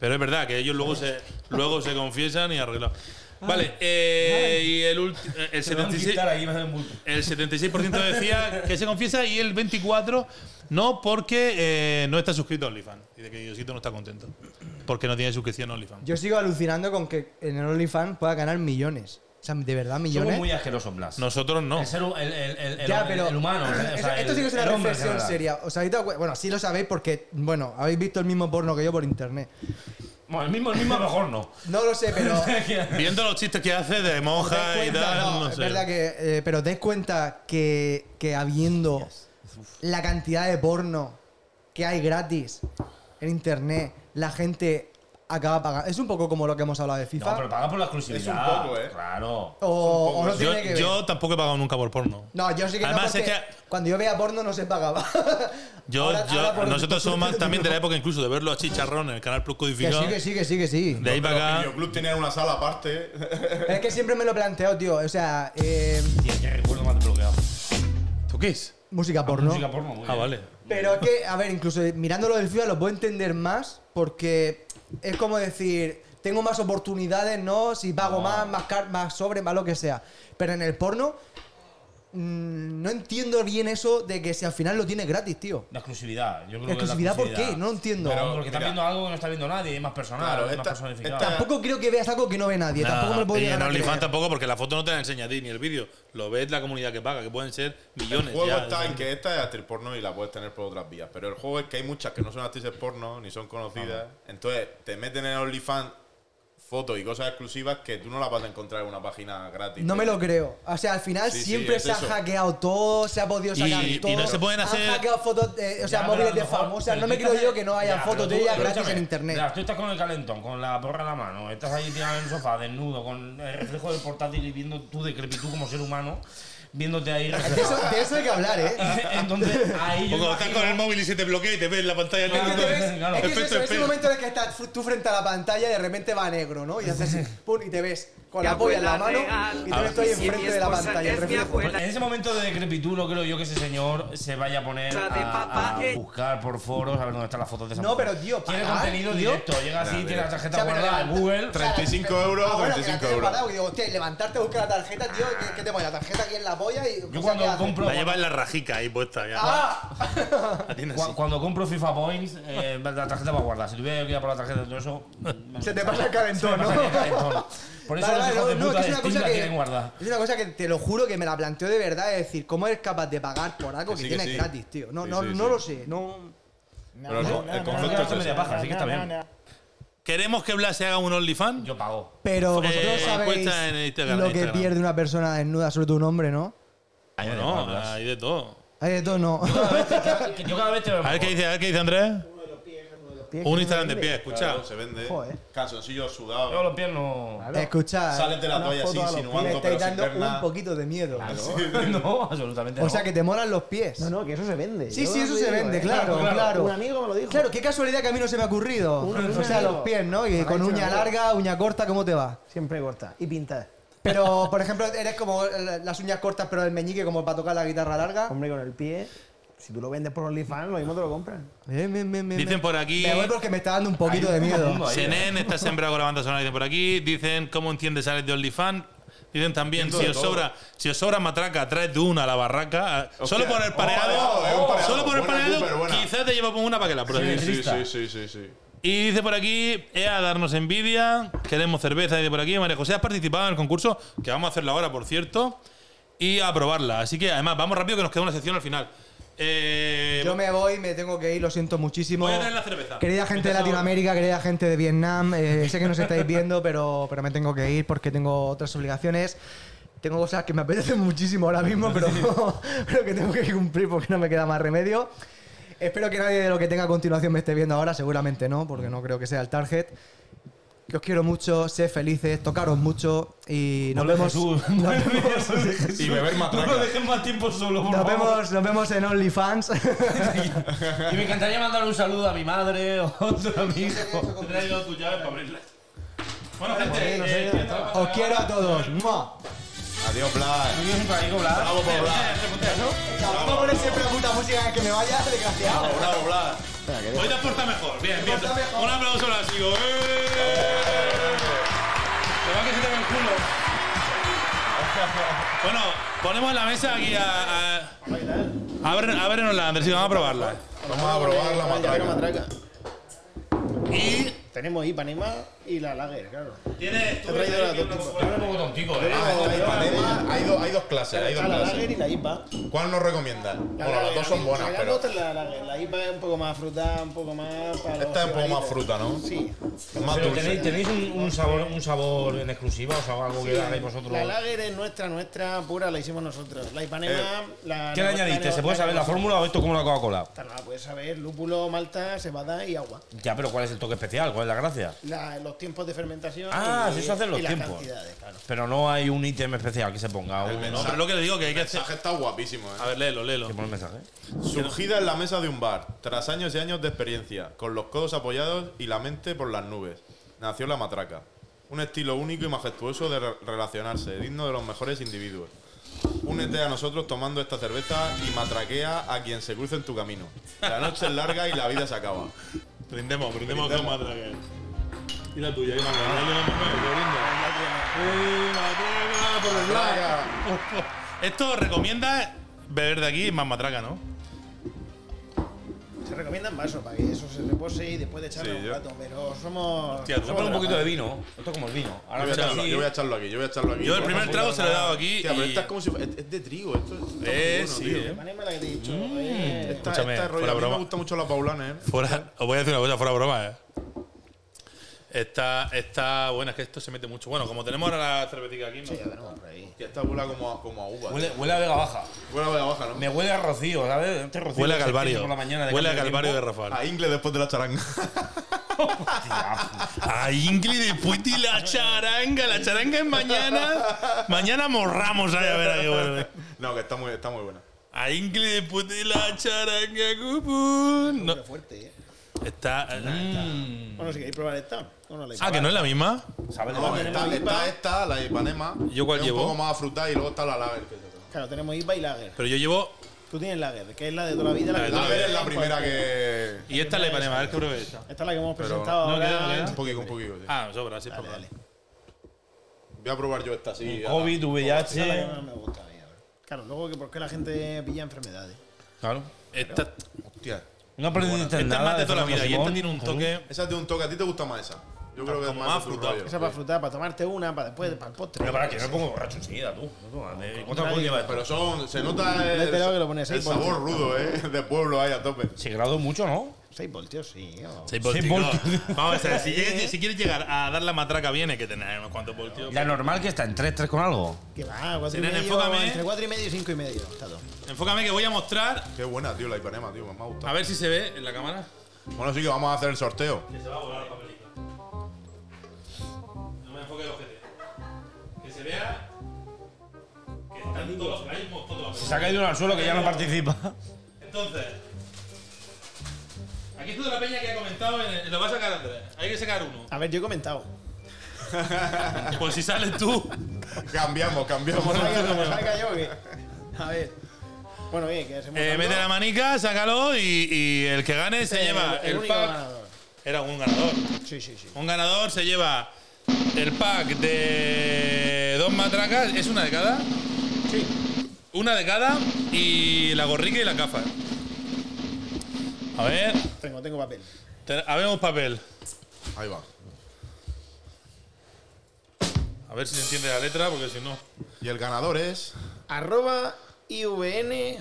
[SPEAKER 1] Pero es verdad que ellos luego se, luego se confiesan y arreglan. Vale, eh, y el, ulti- eh, el
[SPEAKER 4] Se Ah. lo van a
[SPEAKER 1] 76%,
[SPEAKER 4] quitar aquí, va a ser muy-
[SPEAKER 1] el 76 decía que se confiesa y el 24% no porque eh, no está suscrito a OnlyFans. Y de que Diosito no está contento. Porque no tiene suscripción a OnlyFans.
[SPEAKER 3] Yo sigo alucinando con que en el OnlyFans pueda ganar millones. O sea, de verdad,
[SPEAKER 4] Somos
[SPEAKER 3] millones.
[SPEAKER 4] muy asquerosos, Blas.
[SPEAKER 1] Nosotros no.
[SPEAKER 4] El ser hu- el, el, el, el,
[SPEAKER 3] Ya,
[SPEAKER 4] el-
[SPEAKER 3] pero-
[SPEAKER 4] el humano. ¿eh? o sea,
[SPEAKER 3] Eso-
[SPEAKER 4] o sea,
[SPEAKER 3] esto sí que es
[SPEAKER 4] el-
[SPEAKER 3] una
[SPEAKER 4] el hombre en
[SPEAKER 3] reflexión
[SPEAKER 4] general.
[SPEAKER 3] seria. ¿Os habéis dado cu- Bueno, sí lo sabéis porque, bueno, habéis visto el mismo porno que yo por internet.
[SPEAKER 4] Bueno, el mismo, el mismo a lo mejor no.
[SPEAKER 3] No lo sé, pero.
[SPEAKER 1] Viendo los chistes que hace de
[SPEAKER 3] ¿Os dais
[SPEAKER 1] monja y
[SPEAKER 3] cuenta?
[SPEAKER 1] tal,
[SPEAKER 3] No,
[SPEAKER 1] no,
[SPEAKER 3] es
[SPEAKER 1] sé.
[SPEAKER 3] verdad que. eh, pero os dais cuenta que, que habiendo la cantidad de porno que hay gratis en internet, la gente acaba pagando. Es un poco como lo que hemos hablado de FIFA.
[SPEAKER 4] No, pero paga por la exclusividad.
[SPEAKER 2] Es un poco, ¿eh?
[SPEAKER 4] Claro.
[SPEAKER 3] o, o no
[SPEAKER 1] yo,
[SPEAKER 3] tiene que ver.
[SPEAKER 1] yo tampoco he pagado nunca por porno.
[SPEAKER 3] no, yo sí que
[SPEAKER 1] Además,
[SPEAKER 3] no.
[SPEAKER 1] es
[SPEAKER 3] porque
[SPEAKER 1] que-
[SPEAKER 3] Cuando yo veía porno no se pagaba.
[SPEAKER 1] Yo,
[SPEAKER 3] Ahora-
[SPEAKER 1] yo-
[SPEAKER 3] ahora por-
[SPEAKER 1] nosotros somos más también de la época incluso de ver los chicharrón en el canal Plus
[SPEAKER 3] Que
[SPEAKER 1] codificado.
[SPEAKER 3] sí, que sí, que sí, que sí.
[SPEAKER 1] De ahí para
[SPEAKER 2] Los
[SPEAKER 1] acá.
[SPEAKER 2] videoclub tenían una sala aparte.
[SPEAKER 3] Es que siempre me lo he planteado, tío. O sea, eh,
[SPEAKER 4] Hostia, qué recuerdo más desbloqueado.
[SPEAKER 1] ¿Tú qué es?
[SPEAKER 3] música porno.
[SPEAKER 4] Música porno, muy
[SPEAKER 1] Ah,
[SPEAKER 4] bien.
[SPEAKER 1] vale.
[SPEAKER 3] Pero es que, a ver, incluso mirándolo del FIFA lo puedo entender más porque es como decir, tengo más oportunidades, ¿no? Si pago más, más, car- más sobre, más lo que sea. Pero en el porno mm, no entiendo bien eso de que si al final lo tienes gratis, tío.
[SPEAKER 4] La exclusividad. Yo creo que
[SPEAKER 3] ¿Exclusividad
[SPEAKER 4] la
[SPEAKER 3] por qué? No lo entiendo.
[SPEAKER 4] Pero porque está
[SPEAKER 2] mira.
[SPEAKER 4] viendo algo que no está viendo nadie, es más personal,
[SPEAKER 2] Claro,
[SPEAKER 4] es más
[SPEAKER 2] esta-
[SPEAKER 4] personificado.
[SPEAKER 2] esta-
[SPEAKER 3] Tampoco creo que veas algo que no ve nadie. tampoco me lo puedo
[SPEAKER 1] y
[SPEAKER 3] llegar
[SPEAKER 1] en
[SPEAKER 3] a
[SPEAKER 1] OnlyFans
[SPEAKER 3] creer.
[SPEAKER 1] tampoco, porque la foto no te la enseña a ti ni el vídeo. Lo ves la comunidad que paga, que pueden ser millones.
[SPEAKER 2] El juego
[SPEAKER 1] ya.
[SPEAKER 2] está en que esta es actriz porno y la puedes tener por otras vías. Pero el juego es que hay muchas que no son actrices porno ni son conocidas. Entonces te meten en OnlyFans fotos y cosas exclusivas que tú no las vas a encontrar en una página gratis.
[SPEAKER 3] No me lo creo. O sea, al final
[SPEAKER 2] Sí, sí,
[SPEAKER 3] siempre
[SPEAKER 2] es
[SPEAKER 3] se ha
[SPEAKER 2] eso.
[SPEAKER 3] hackeado todo, se ha podido
[SPEAKER 1] Y-
[SPEAKER 3] sacar
[SPEAKER 1] y
[SPEAKER 3] todo.
[SPEAKER 1] no se pueden hacer-
[SPEAKER 3] Han hackeado fotos, de- o sea,
[SPEAKER 4] Ya, pero a
[SPEAKER 3] móviles
[SPEAKER 4] lo
[SPEAKER 3] de
[SPEAKER 4] mejor-
[SPEAKER 3] famosas.
[SPEAKER 4] pero
[SPEAKER 3] No me
[SPEAKER 4] tú
[SPEAKER 3] creo
[SPEAKER 4] estás-
[SPEAKER 3] yo que no haya
[SPEAKER 4] Ya,
[SPEAKER 3] fotos
[SPEAKER 4] pero tú-
[SPEAKER 3] tuyas
[SPEAKER 4] pero
[SPEAKER 3] gratis en
[SPEAKER 4] escúchame,
[SPEAKER 3] internet.
[SPEAKER 4] ya, tú estás con el calentón, con la porra en la mano, estás ahí tirado en el sofá, desnudo, con el reflejo del portátil y viendo tu decrepitud como ser humano, viéndote ahí
[SPEAKER 3] De eso,
[SPEAKER 4] reflejado.
[SPEAKER 3] de eso hay que hablar, ¿eh?
[SPEAKER 4] Entonces, ahí yo
[SPEAKER 1] O cuando estás
[SPEAKER 4] imagino-
[SPEAKER 1] con el móvil y se te bloquea y te ves en la pantalla.
[SPEAKER 3] Es que, te
[SPEAKER 1] negra.
[SPEAKER 3] ves-
[SPEAKER 4] Claro.
[SPEAKER 3] es que es
[SPEAKER 1] Efecto
[SPEAKER 3] eso, ese
[SPEAKER 1] espejo.
[SPEAKER 3] momento en el que estás tú frente a la pantalla y de repente va a negro, ¿no? Y haces así, pum, y te ves con la polla en la mano y tú estoy
[SPEAKER 8] Si mi
[SPEAKER 3] enfrente de la
[SPEAKER 8] esposa
[SPEAKER 3] pantalla, el
[SPEAKER 8] es mi
[SPEAKER 3] reflejo.
[SPEAKER 8] abuela,
[SPEAKER 4] pues, En ese momento de decrepitud no creo yo que ese señor se vaya a poner
[SPEAKER 8] La de
[SPEAKER 4] a,
[SPEAKER 8] papá
[SPEAKER 4] a
[SPEAKER 8] que-
[SPEAKER 4] buscar por foros a ver dónde están las fotos de esa
[SPEAKER 3] No,
[SPEAKER 4] mujer.
[SPEAKER 3] pero, tío,
[SPEAKER 4] Tiene
[SPEAKER 3] pagar,
[SPEAKER 4] contenido
[SPEAKER 3] tío.
[SPEAKER 4] directo. Llega así, tiene la tarjeta
[SPEAKER 3] O sea, pero
[SPEAKER 4] guardada en
[SPEAKER 3] levanta-
[SPEAKER 4] Google.
[SPEAKER 3] o sea,
[SPEAKER 2] 35
[SPEAKER 3] pero-
[SPEAKER 2] euros,
[SPEAKER 3] ah, bueno, que la
[SPEAKER 2] 35
[SPEAKER 3] tienes
[SPEAKER 2] euros.
[SPEAKER 3] guardada, y digo, hostia, y levantarte a buscar la tarjeta, tío, ¿qué, qué te voy? La tarjeta aquí en la polla y.
[SPEAKER 4] Yo
[SPEAKER 3] cosas que
[SPEAKER 4] cuando
[SPEAKER 3] haces.
[SPEAKER 4] compro,
[SPEAKER 1] La lleva en la rajica ahí puesta. Ya.
[SPEAKER 3] ¡Ah!
[SPEAKER 1] La tiene
[SPEAKER 4] cua-
[SPEAKER 1] así.
[SPEAKER 4] cuando compro FIFA Points, eh, la tarjeta va a guardar. Si tuviera que ir a por la tarjeta de todo eso. me-
[SPEAKER 3] Se te pasa el calentón, ¿no?
[SPEAKER 4] Se me pasa el calentón. Por eso
[SPEAKER 3] Vale,
[SPEAKER 4] los
[SPEAKER 3] vale,
[SPEAKER 4] hijos de
[SPEAKER 3] no, no,
[SPEAKER 4] puta
[SPEAKER 3] que es
[SPEAKER 4] de
[SPEAKER 3] una
[SPEAKER 4] Steam
[SPEAKER 3] cosa
[SPEAKER 4] la
[SPEAKER 3] que-
[SPEAKER 4] quieren guardar.
[SPEAKER 3] Es una cosa que te lo juro que me la planteo de verdad, es decir, ¿cómo eres capaz de pagar por algo
[SPEAKER 2] Que
[SPEAKER 3] que,
[SPEAKER 2] sí, que
[SPEAKER 3] tienes
[SPEAKER 2] sí.
[SPEAKER 3] gratis, tío? No,
[SPEAKER 2] Sí,
[SPEAKER 3] no,
[SPEAKER 2] sí,
[SPEAKER 3] no
[SPEAKER 2] sí.
[SPEAKER 3] lo sé, no.
[SPEAKER 2] Pero el- el concepto es
[SPEAKER 4] Esto es media
[SPEAKER 2] ese.
[SPEAKER 4] paja, así que está bien.
[SPEAKER 1] ¿Queremos que Blas se haga un OnlyFans?
[SPEAKER 4] Yo pago.
[SPEAKER 3] Pero vosotros
[SPEAKER 1] Eh,
[SPEAKER 3] sabéis
[SPEAKER 1] encuesta en Instagram,
[SPEAKER 3] lo que
[SPEAKER 1] Instagram.
[SPEAKER 3] pierde una persona desnuda, sobre todo un hombre, ¿no?
[SPEAKER 4] Ahí me
[SPEAKER 1] no,
[SPEAKER 4] dejo, Blas.
[SPEAKER 1] hay de todo.
[SPEAKER 3] Ay, esto no.
[SPEAKER 4] Que Yo cada vez te veo
[SPEAKER 1] A ver
[SPEAKER 4] mejor.
[SPEAKER 1] qué dice, a ver qué dice Andrés.
[SPEAKER 6] Pies que
[SPEAKER 1] Un
[SPEAKER 6] no
[SPEAKER 1] Instagram de
[SPEAKER 6] vive.
[SPEAKER 1] pie, escucha.
[SPEAKER 2] Claro, se vende.
[SPEAKER 6] Joder.
[SPEAKER 2] Calzoncillos
[SPEAKER 4] Yo
[SPEAKER 2] sudados.
[SPEAKER 4] los pies no.
[SPEAKER 6] Claro.
[SPEAKER 3] Escuchad,
[SPEAKER 2] Sales de la
[SPEAKER 6] Una
[SPEAKER 2] toalla así
[SPEAKER 6] foto a los
[SPEAKER 3] le
[SPEAKER 2] insinuando,
[SPEAKER 3] estáis
[SPEAKER 2] pero sin
[SPEAKER 3] dando
[SPEAKER 2] ver
[SPEAKER 3] un
[SPEAKER 2] nada.
[SPEAKER 3] poquito de miedo.
[SPEAKER 4] No, absolutamente
[SPEAKER 3] O
[SPEAKER 4] no.
[SPEAKER 3] sea, que te molan los pies.
[SPEAKER 6] No, no, que eso se vende.
[SPEAKER 3] Sí,
[SPEAKER 6] Yo
[SPEAKER 3] sí,
[SPEAKER 6] lo
[SPEAKER 3] eso
[SPEAKER 6] digo,
[SPEAKER 3] se vende,
[SPEAKER 6] ¿eh?
[SPEAKER 3] claro, claro.
[SPEAKER 6] Un amigo me lo dijo.
[SPEAKER 3] Claro, qué casualidad que a mí no se me ha ocurrido.
[SPEAKER 6] Un- un
[SPEAKER 3] o sea,
[SPEAKER 6] amigo.
[SPEAKER 3] los pies, ¿no? Y
[SPEAKER 6] Me lo ha
[SPEAKER 3] con
[SPEAKER 6] dicho
[SPEAKER 3] uña
[SPEAKER 6] un amigo.
[SPEAKER 3] larga, uña corta, ¿cómo te va?
[SPEAKER 6] Siempre corta y pinta.
[SPEAKER 3] Pero, por ejemplo, eres como el- las uñas cortas, pero el meñique como para tocar la guitarra larga.
[SPEAKER 6] Hombre, con el pie, si tú lo vendes por OnlyFans, lo mismo te lo compran.
[SPEAKER 3] Bien, bien, bien, bien,
[SPEAKER 1] Dicen
[SPEAKER 3] bien.
[SPEAKER 1] por aquí-
[SPEAKER 3] Me voy porque me está dando un poquito
[SPEAKER 4] Hay
[SPEAKER 3] de
[SPEAKER 4] un
[SPEAKER 3] miedo.
[SPEAKER 4] mundo ahí, ¿eh?
[SPEAKER 1] Senen está sembrado con la banda sonora, dicen por aquí. Dicen, ¿cómo entiendes Alex de OnlyFans? Dicen también,
[SPEAKER 2] Entiendo
[SPEAKER 1] si
[SPEAKER 2] de
[SPEAKER 1] os,
[SPEAKER 2] todo.
[SPEAKER 1] sobra, si os sobra matraca, traes tú una a la barraca. Ah, Solo por el
[SPEAKER 2] oh,
[SPEAKER 1] pareado.
[SPEAKER 2] pareado, eh, un pareado.
[SPEAKER 1] Solo por el
[SPEAKER 2] Buena, súper
[SPEAKER 1] pareado,
[SPEAKER 2] buena.
[SPEAKER 1] quizás te lleva con una para que la
[SPEAKER 2] Sí,
[SPEAKER 1] pruebes.
[SPEAKER 2] sí,
[SPEAKER 4] Trista.
[SPEAKER 2] sí, sí, sí, sí.
[SPEAKER 1] Y dice por aquí, Ea, darnos envidia, queremos cerveza, dice por aquí, María José, has participado en el concurso, que vamos a hacerlo ahora, por cierto, y a probarla. Así que, además, vamos rápido, que nos queda una sección al final. Eh,
[SPEAKER 3] Yo me voy, me tengo que ir, lo siento muchísimo.
[SPEAKER 1] Voy a traer la cerveza.
[SPEAKER 3] Querida gente de Latinoamérica, querida gente de Vietnam, eh, sé que nos estáis viendo, pero, pero me tengo que ir porque tengo otras obligaciones. Tengo cosas que me apetecen muchísimo ahora mismo, pero, pero que tengo que cumplir porque no me queda más remedio. Espero que nadie de lo que tenga a continuación me esté viendo ahora, seguramente no, porque no creo que sea el target. Que os quiero mucho, sé felices, tocaros mucho y nos
[SPEAKER 4] Vuelve
[SPEAKER 3] vemos.
[SPEAKER 4] Jesús.
[SPEAKER 3] nos
[SPEAKER 4] Vuelve
[SPEAKER 3] vemos-
[SPEAKER 4] Jesús.
[SPEAKER 2] Y beber
[SPEAKER 4] No
[SPEAKER 2] matraca.
[SPEAKER 4] lo dejen más tiempo solo, por
[SPEAKER 3] nos
[SPEAKER 4] favor.
[SPEAKER 3] vemos, nos vemos en OnlyFans.
[SPEAKER 4] Y me encantaría mandar un saludo a mi madre o otro a mi hijo.
[SPEAKER 1] bueno, gente,
[SPEAKER 6] pues, no sé,
[SPEAKER 1] eh,
[SPEAKER 6] no sé.
[SPEAKER 3] Os quiero a todos. ¡Mua!
[SPEAKER 2] Adiós, Blas.
[SPEAKER 4] ¿Tú quieres un trago, Blas?
[SPEAKER 2] Bravo por
[SPEAKER 1] Eh,
[SPEAKER 2] Blas.
[SPEAKER 3] Cabrón, no pones siempre puta música que me vaya, desgraciado.
[SPEAKER 2] Bravo, Blas.
[SPEAKER 1] hoy te has portado mejor. Bien, bien.
[SPEAKER 3] portado mejor.
[SPEAKER 1] Un aplauso ¡Eh! a las chicos. Te va que se te ve el culo. Bueno, ponemos en la mesa aquí a. a... Abre- Ábrenosla, Andrés, y vamos a probarla.
[SPEAKER 2] Vamos a probar la matraca.
[SPEAKER 1] Y
[SPEAKER 5] Tenemos Ipanema y la Lager, claro.
[SPEAKER 1] Tienes tú
[SPEAKER 5] He traído las dos
[SPEAKER 4] Yo me pongo tontico, eh.
[SPEAKER 2] Ah, está Ipanema. Hay, dos, hay dos clases, hay dos
[SPEAKER 5] Está
[SPEAKER 6] Ah,
[SPEAKER 5] la Lager
[SPEAKER 2] clases.
[SPEAKER 5] y la IPA.
[SPEAKER 2] ¿Cuál nos recomiendas?
[SPEAKER 5] La
[SPEAKER 2] Bueno, las
[SPEAKER 5] Lager,
[SPEAKER 2] dos
[SPEAKER 5] a
[SPEAKER 2] son
[SPEAKER 5] mí-
[SPEAKER 2] buenas,
[SPEAKER 5] me
[SPEAKER 2] pero
[SPEAKER 5] gusta la Lager. La IPA es un poco más frutada, un poco más para los
[SPEAKER 2] esta es un poco más
[SPEAKER 5] cebaditos.
[SPEAKER 2] fruta, ¿no?
[SPEAKER 5] Sí.
[SPEAKER 2] Más
[SPEAKER 4] Pero
[SPEAKER 2] dulce.
[SPEAKER 4] tenéis, tenéis un, un sabor, un sabor en exclusiva, o sea, algo que hagáis vosotros.
[SPEAKER 5] La Lager es nuestra, nuestra pura, la hicimos nosotros. La Ipanema, la.
[SPEAKER 4] ¿Qué le añadiste? ¿Se puede saber la fórmula o esto como una Coca-Cola?
[SPEAKER 5] Esta no la puedes saber, lúpulo, malta, cebada y agua.
[SPEAKER 4] Ya, pero ¿cuál es el toque especial? ¿Cuál es la gracia?
[SPEAKER 5] La- los tiempos de fermentación.
[SPEAKER 4] Ah,
[SPEAKER 5] y,
[SPEAKER 4] sí, eso hacen los
[SPEAKER 5] y las
[SPEAKER 4] tiempos.
[SPEAKER 5] cantidades, claro.
[SPEAKER 4] Pero no hay un ítem especial que se ponga.
[SPEAKER 2] El
[SPEAKER 4] un-
[SPEAKER 1] No,
[SPEAKER 2] mensaje,
[SPEAKER 1] pero es lo que le digo que hay que
[SPEAKER 2] el
[SPEAKER 1] hacer.
[SPEAKER 2] mensaje está guapísimo,
[SPEAKER 1] A
[SPEAKER 2] ¿eh?
[SPEAKER 1] ver, léelo, léelo.
[SPEAKER 4] ¿Qué pone el mensaje?
[SPEAKER 2] Surgida en la mesa de un bar, tras años y años de experiencia, con los codos apoyados y la mente por las nubes, nació la matraca. Un estilo único y majestuoso de re- relacionarse, digno de los mejores individuos. Únete a nosotros tomando esta cerveza y matraquea a quien se cruce en tu camino. La noche es larga y la vida se acaba.
[SPEAKER 1] Brindemos, brindemos con matraca. Y la tuya, y la mía. Dale la mano, que brinda. Eh, matraca, por el lado. Esto recomienda beber de aquí más matraca, ¿no?
[SPEAKER 5] Se recomiendan vasos para que eso se repose y después de echarle
[SPEAKER 2] Sí,
[SPEAKER 5] un
[SPEAKER 2] yo-
[SPEAKER 5] rato, pero somos.
[SPEAKER 1] Hostia, tú
[SPEAKER 4] Voy a
[SPEAKER 5] somos
[SPEAKER 4] poner un
[SPEAKER 5] de la
[SPEAKER 4] poquito de vino. Esto es como el vino.
[SPEAKER 2] Yo
[SPEAKER 4] Ahora
[SPEAKER 2] voy, a
[SPEAKER 4] me
[SPEAKER 2] echarlo aquí, yo voy a echarlo aquí, yo voy a echarlo aquí.
[SPEAKER 1] Yo el primer trago se lo he dado aquí.
[SPEAKER 2] Hostia, pero
[SPEAKER 1] y-
[SPEAKER 2] esta es como si fu- es, es de trigo, esto, esto está muy
[SPEAKER 1] Eh,
[SPEAKER 2] bueno,
[SPEAKER 1] sí,
[SPEAKER 2] tío.
[SPEAKER 1] eh.
[SPEAKER 5] Ipanema la que te he dicho. eh.
[SPEAKER 2] Esta,
[SPEAKER 1] Escúchame,
[SPEAKER 2] esta es rollo,
[SPEAKER 1] fuera
[SPEAKER 2] a mí
[SPEAKER 1] broma.
[SPEAKER 2] me gustan mucho las paulanes, ¿eh?
[SPEAKER 1] Fuera, os voy a decir una cosa, fuera broma, eh. Está, está buena, es que esto se mete mucho. Bueno, como tenemos ahora la cervetica aquí,
[SPEAKER 5] Ya veremos por ahí.
[SPEAKER 2] Hostia, esta huele como a, como a uva.
[SPEAKER 4] Huele, huele a vega baja.
[SPEAKER 2] Huele a baja, ¿no?
[SPEAKER 4] Me huele a rocío, ¿sabes? Este rocío
[SPEAKER 1] huele a
[SPEAKER 4] que se tiene
[SPEAKER 1] Calvario.
[SPEAKER 4] por la mañana de
[SPEAKER 1] Huele a
[SPEAKER 4] cambio de
[SPEAKER 1] Calvario de
[SPEAKER 4] tiempo.
[SPEAKER 1] Rafael.
[SPEAKER 2] A Ingle después de la charanga.
[SPEAKER 1] A Ingrid después de la charanga. La charanga es mañana. Mañana morramos ahí, a ver a qué vuelve.
[SPEAKER 2] no, que está muy, está muy buena.
[SPEAKER 1] A Ingrid después de la charanga. cupú. No,
[SPEAKER 5] Fuerte, eh.
[SPEAKER 1] Está. mm.
[SPEAKER 5] Bueno, si queréis probar esta. Bueno, la
[SPEAKER 1] Ah, que no es la misma.
[SPEAKER 4] ¿Sabes?
[SPEAKER 2] No, está, está esta, la Ipanema.
[SPEAKER 1] ¿Yo cuál
[SPEAKER 2] que
[SPEAKER 1] llevo?
[SPEAKER 2] Es un poco más afrutada y luego está la Lager. que es esa.
[SPEAKER 5] Claro, tenemos IPA y Lager.
[SPEAKER 1] Pero yo llevo.
[SPEAKER 5] Tú tienes Lager, que es la de toda la vida. La,
[SPEAKER 2] La
[SPEAKER 5] que
[SPEAKER 2] Lager es la
[SPEAKER 5] pues,
[SPEAKER 2] primera que.
[SPEAKER 1] Y esta le panema, a ver qué pruebe esta.
[SPEAKER 5] Esta es la que hemos
[SPEAKER 2] Pero-
[SPEAKER 5] presentado
[SPEAKER 1] No,
[SPEAKER 5] ahora.
[SPEAKER 1] queda, queda.
[SPEAKER 2] Un poquito, un poquito. sí.
[SPEAKER 1] Ah, sobra, sí, por
[SPEAKER 5] Dale, dale.
[SPEAKER 2] Voy a probar yo esta, sí. ya.
[SPEAKER 4] COVID,
[SPEAKER 5] Esta es la que
[SPEAKER 4] VIH.
[SPEAKER 5] más me gusta a mí, a ver. Claro, luego que por qué la gente pilla enfermedades.
[SPEAKER 4] Claro.
[SPEAKER 1] Esta,
[SPEAKER 2] Hostia.
[SPEAKER 4] No aprendiste
[SPEAKER 1] esta es
[SPEAKER 4] nada.
[SPEAKER 1] más de toda la vida
[SPEAKER 4] Fernando
[SPEAKER 1] y esta
[SPEAKER 4] Simón.
[SPEAKER 1] tiene un toque.
[SPEAKER 2] Esa es de un toque. ¿A ti te gusta más esa? Yo creo que es
[SPEAKER 1] como
[SPEAKER 2] más
[SPEAKER 1] más
[SPEAKER 2] de tu
[SPEAKER 1] frutal.
[SPEAKER 2] rollo.
[SPEAKER 5] Esa para frutar, para tomarte una, para después, para el postre.
[SPEAKER 4] Pero para que no como borracho enseguida, tú. No, tú, ¿cuánto alcohol
[SPEAKER 5] nadie.
[SPEAKER 4] lleva esto?
[SPEAKER 2] Pero son. Se nota el,
[SPEAKER 5] esperaba que lo ponías
[SPEAKER 2] el
[SPEAKER 5] ahí, porque-
[SPEAKER 2] sabor rudo, ¿eh? De pueblo ahí a tope.
[SPEAKER 4] Se graduó mucho, ¿no?
[SPEAKER 5] 6 voltios, sí. oh. o-
[SPEAKER 1] Seis voltios.
[SPEAKER 4] Seis voltios.
[SPEAKER 1] Vamos a ver, si, llegues- si quieres llegar a dar la matraca bien, hay que tener unos cuantos voltios.
[SPEAKER 4] La normal que está en 3, 3 con algo.
[SPEAKER 5] Que va, cuatro y
[SPEAKER 1] Sinan,
[SPEAKER 5] medio,
[SPEAKER 1] enfócame.
[SPEAKER 5] entre 4 y medio y 5 y medio. Está todo.
[SPEAKER 1] Enfócame que voy a mostrar.
[SPEAKER 2] Qué buena, tío, la Ipanema, tío. Me ha gustado.
[SPEAKER 1] A ver si se ve en la cámara.
[SPEAKER 2] Bueno, sí que vamos a hacer el sorteo.
[SPEAKER 1] Que se va a volar el papelito. No me enfoque el ojete. Que se vea que están todos los mismos, todos
[SPEAKER 4] Se se ha caído uno al suelo que ya no participa.
[SPEAKER 1] Entonces, aquí está la peña que ha comentado, en el- lo va a sacar Andrés. Hay que sacar uno.
[SPEAKER 5] A ver, yo he comentado.
[SPEAKER 1] Pues si sales tú,
[SPEAKER 2] Cambiamos, cambiamos.
[SPEAKER 5] Saca yo, que- A ver. Bueno, bien, que se
[SPEAKER 1] eh,
[SPEAKER 5] me
[SPEAKER 1] mete la manica, sácalo y, y el que gane se lleva el,
[SPEAKER 5] Eh, único
[SPEAKER 1] pack.
[SPEAKER 5] ganador.
[SPEAKER 1] Era un ganador.
[SPEAKER 5] Sí, sí, sí.
[SPEAKER 1] Un ganador se lleva el pack de dos matracas, es una de cada.
[SPEAKER 5] Sí.
[SPEAKER 1] Una de cada y la gorrica y la gafa. A ver,
[SPEAKER 5] Tengo, tengo papel.
[SPEAKER 1] te- habemos papel.
[SPEAKER 2] Ahí va.
[SPEAKER 1] A ver si se entiende la letra, porque si no.
[SPEAKER 2] Y el ganador es.
[SPEAKER 5] Arroba ivn.bm.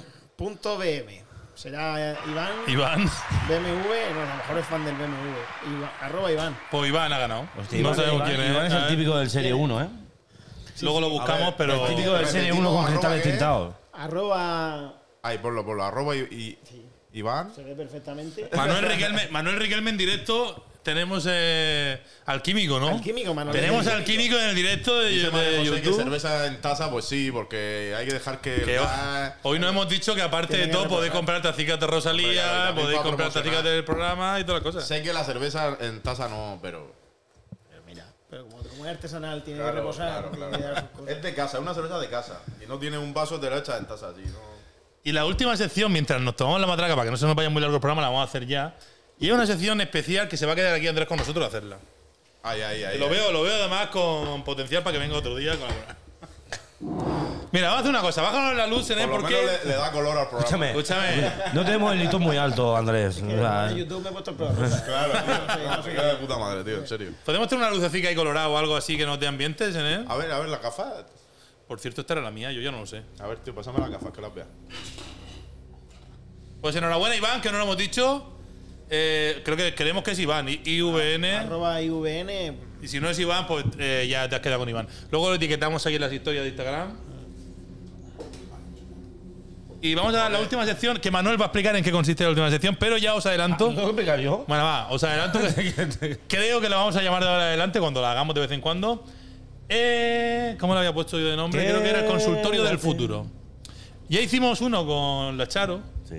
[SPEAKER 5] Será eh, Iván.
[SPEAKER 1] Iván.
[SPEAKER 5] BMW, no, a lo mejor es fan del BMW. Iva- arroba Iván.
[SPEAKER 1] Pues Iván ha ganado.
[SPEAKER 4] Hostia,
[SPEAKER 1] no
[SPEAKER 4] Iván-
[SPEAKER 1] sabemos
[SPEAKER 4] Iván-
[SPEAKER 1] quién es.
[SPEAKER 4] Iván es
[SPEAKER 1] A
[SPEAKER 4] el
[SPEAKER 1] ver,
[SPEAKER 4] típico del Serie 1, ¿eh?
[SPEAKER 1] Luego lo buscamos,
[SPEAKER 2] A ver,
[SPEAKER 1] pero.
[SPEAKER 2] el
[SPEAKER 4] Típico del
[SPEAKER 2] Repetimos,
[SPEAKER 4] Serie 1 con
[SPEAKER 2] arroba,
[SPEAKER 4] cristales
[SPEAKER 2] ¿qué es?
[SPEAKER 4] tintados.
[SPEAKER 5] Arroba.
[SPEAKER 2] Ahí, ponlo, ponlo. Arroba y. y- Iván.
[SPEAKER 5] Se ve perfectamente.
[SPEAKER 1] Manuel Riquelme, Manuel Riquelme en directo. Tenemos eh, al químico, ¿no?
[SPEAKER 5] Al Químico, Manuel
[SPEAKER 1] Tenemos
[SPEAKER 5] Riquelme.
[SPEAKER 1] al químico en el directo de,
[SPEAKER 2] Dice
[SPEAKER 1] de
[SPEAKER 2] María José que
[SPEAKER 1] YouTube.
[SPEAKER 2] cerveza en taza, pues sí, porque hay que dejar que.
[SPEAKER 1] Que hoy,
[SPEAKER 2] Ah,
[SPEAKER 1] hoy no hemos dicho que aparte de
[SPEAKER 5] Tiene que
[SPEAKER 1] todo podéis
[SPEAKER 5] reposar.
[SPEAKER 1] comprar tacitas de
[SPEAKER 2] Hombre, claro,
[SPEAKER 1] Rosalía,
[SPEAKER 2] también
[SPEAKER 1] podéis
[SPEAKER 2] va a
[SPEAKER 1] comprar
[SPEAKER 2] promocionar.
[SPEAKER 1] tacitas del programa y todas las cosas.
[SPEAKER 2] Sé que la cerveza en taza no, pero.
[SPEAKER 5] Pero mira, pero como, como es artesanal, tiene
[SPEAKER 2] Claro,
[SPEAKER 5] que reposar.
[SPEAKER 2] claro,
[SPEAKER 5] tiene
[SPEAKER 2] claro.
[SPEAKER 5] que dar sus cosas.
[SPEAKER 2] Es de casa, es una cerveza de casa. Y no tiene un vaso de la hecha en taza, así, ¿no?
[SPEAKER 1] Y la última sección, mientras nos tomamos la matraca, para que no se nos vaya muy largo el programa, la vamos a hacer ya. Y es una sección especial que se va a quedar aquí Andrés con nosotros a hacerla.
[SPEAKER 2] Ay, ay, ay.
[SPEAKER 1] Lo
[SPEAKER 2] ay.
[SPEAKER 1] veo, lo veo además con potencial para que venga otro día a colaborar. Mira, vamos a hacer una cosa, bájanos la luz,
[SPEAKER 2] Por
[SPEAKER 1] Ené,
[SPEAKER 2] lo
[SPEAKER 1] porque.
[SPEAKER 2] menos le, le da color al programa.
[SPEAKER 4] Escúchame.
[SPEAKER 1] Escúchame.
[SPEAKER 4] No tenemos el lito muy alto, Andrés. O
[SPEAKER 5] Que
[SPEAKER 4] sea, ¿eh?
[SPEAKER 5] en YouTube me he puesto el prueba rosa.
[SPEAKER 2] Claro, tío.
[SPEAKER 5] no
[SPEAKER 2] No,
[SPEAKER 5] sé
[SPEAKER 2] me queda de puta madre, tío, en serio.
[SPEAKER 1] ¿Podemos tener una lucecita ahí colorada o algo así que nos dé ambientes, Ené?
[SPEAKER 2] A ver, a ver, la gafa.
[SPEAKER 1] Por cierto, esta era la mía, yo ya no lo sé.
[SPEAKER 2] A ver, tío, pásame la gafa, que las veas.
[SPEAKER 1] Pues enhorabuena, Iván, que no lo hemos dicho. Eh, creo que creemos que es Iván, I- IVN.
[SPEAKER 5] Arroba IVN.
[SPEAKER 1] Y si no es Iván, pues eh, ya te has quedado con Iván. Luego lo etiquetamos aquí en las historias de Instagram. Y vamos a dar la última sección, que Manuel va a explicar en qué consiste la última sección, pero ya os
[SPEAKER 5] Ah,
[SPEAKER 1] adelanto.
[SPEAKER 4] ¿Tengo que explicar yo?
[SPEAKER 1] Bueno, va, os adelanto que creo que la vamos a llamar de ahora en adelante cuando la hagamos de vez en cuando. Eh, ¿Cómo le había puesto yo de nombre?
[SPEAKER 4] ¿Qué?
[SPEAKER 1] Creo que era el consultorio del
[SPEAKER 4] Sí.
[SPEAKER 1] futuro. Ya hicimos uno con la Charo
[SPEAKER 4] Sí.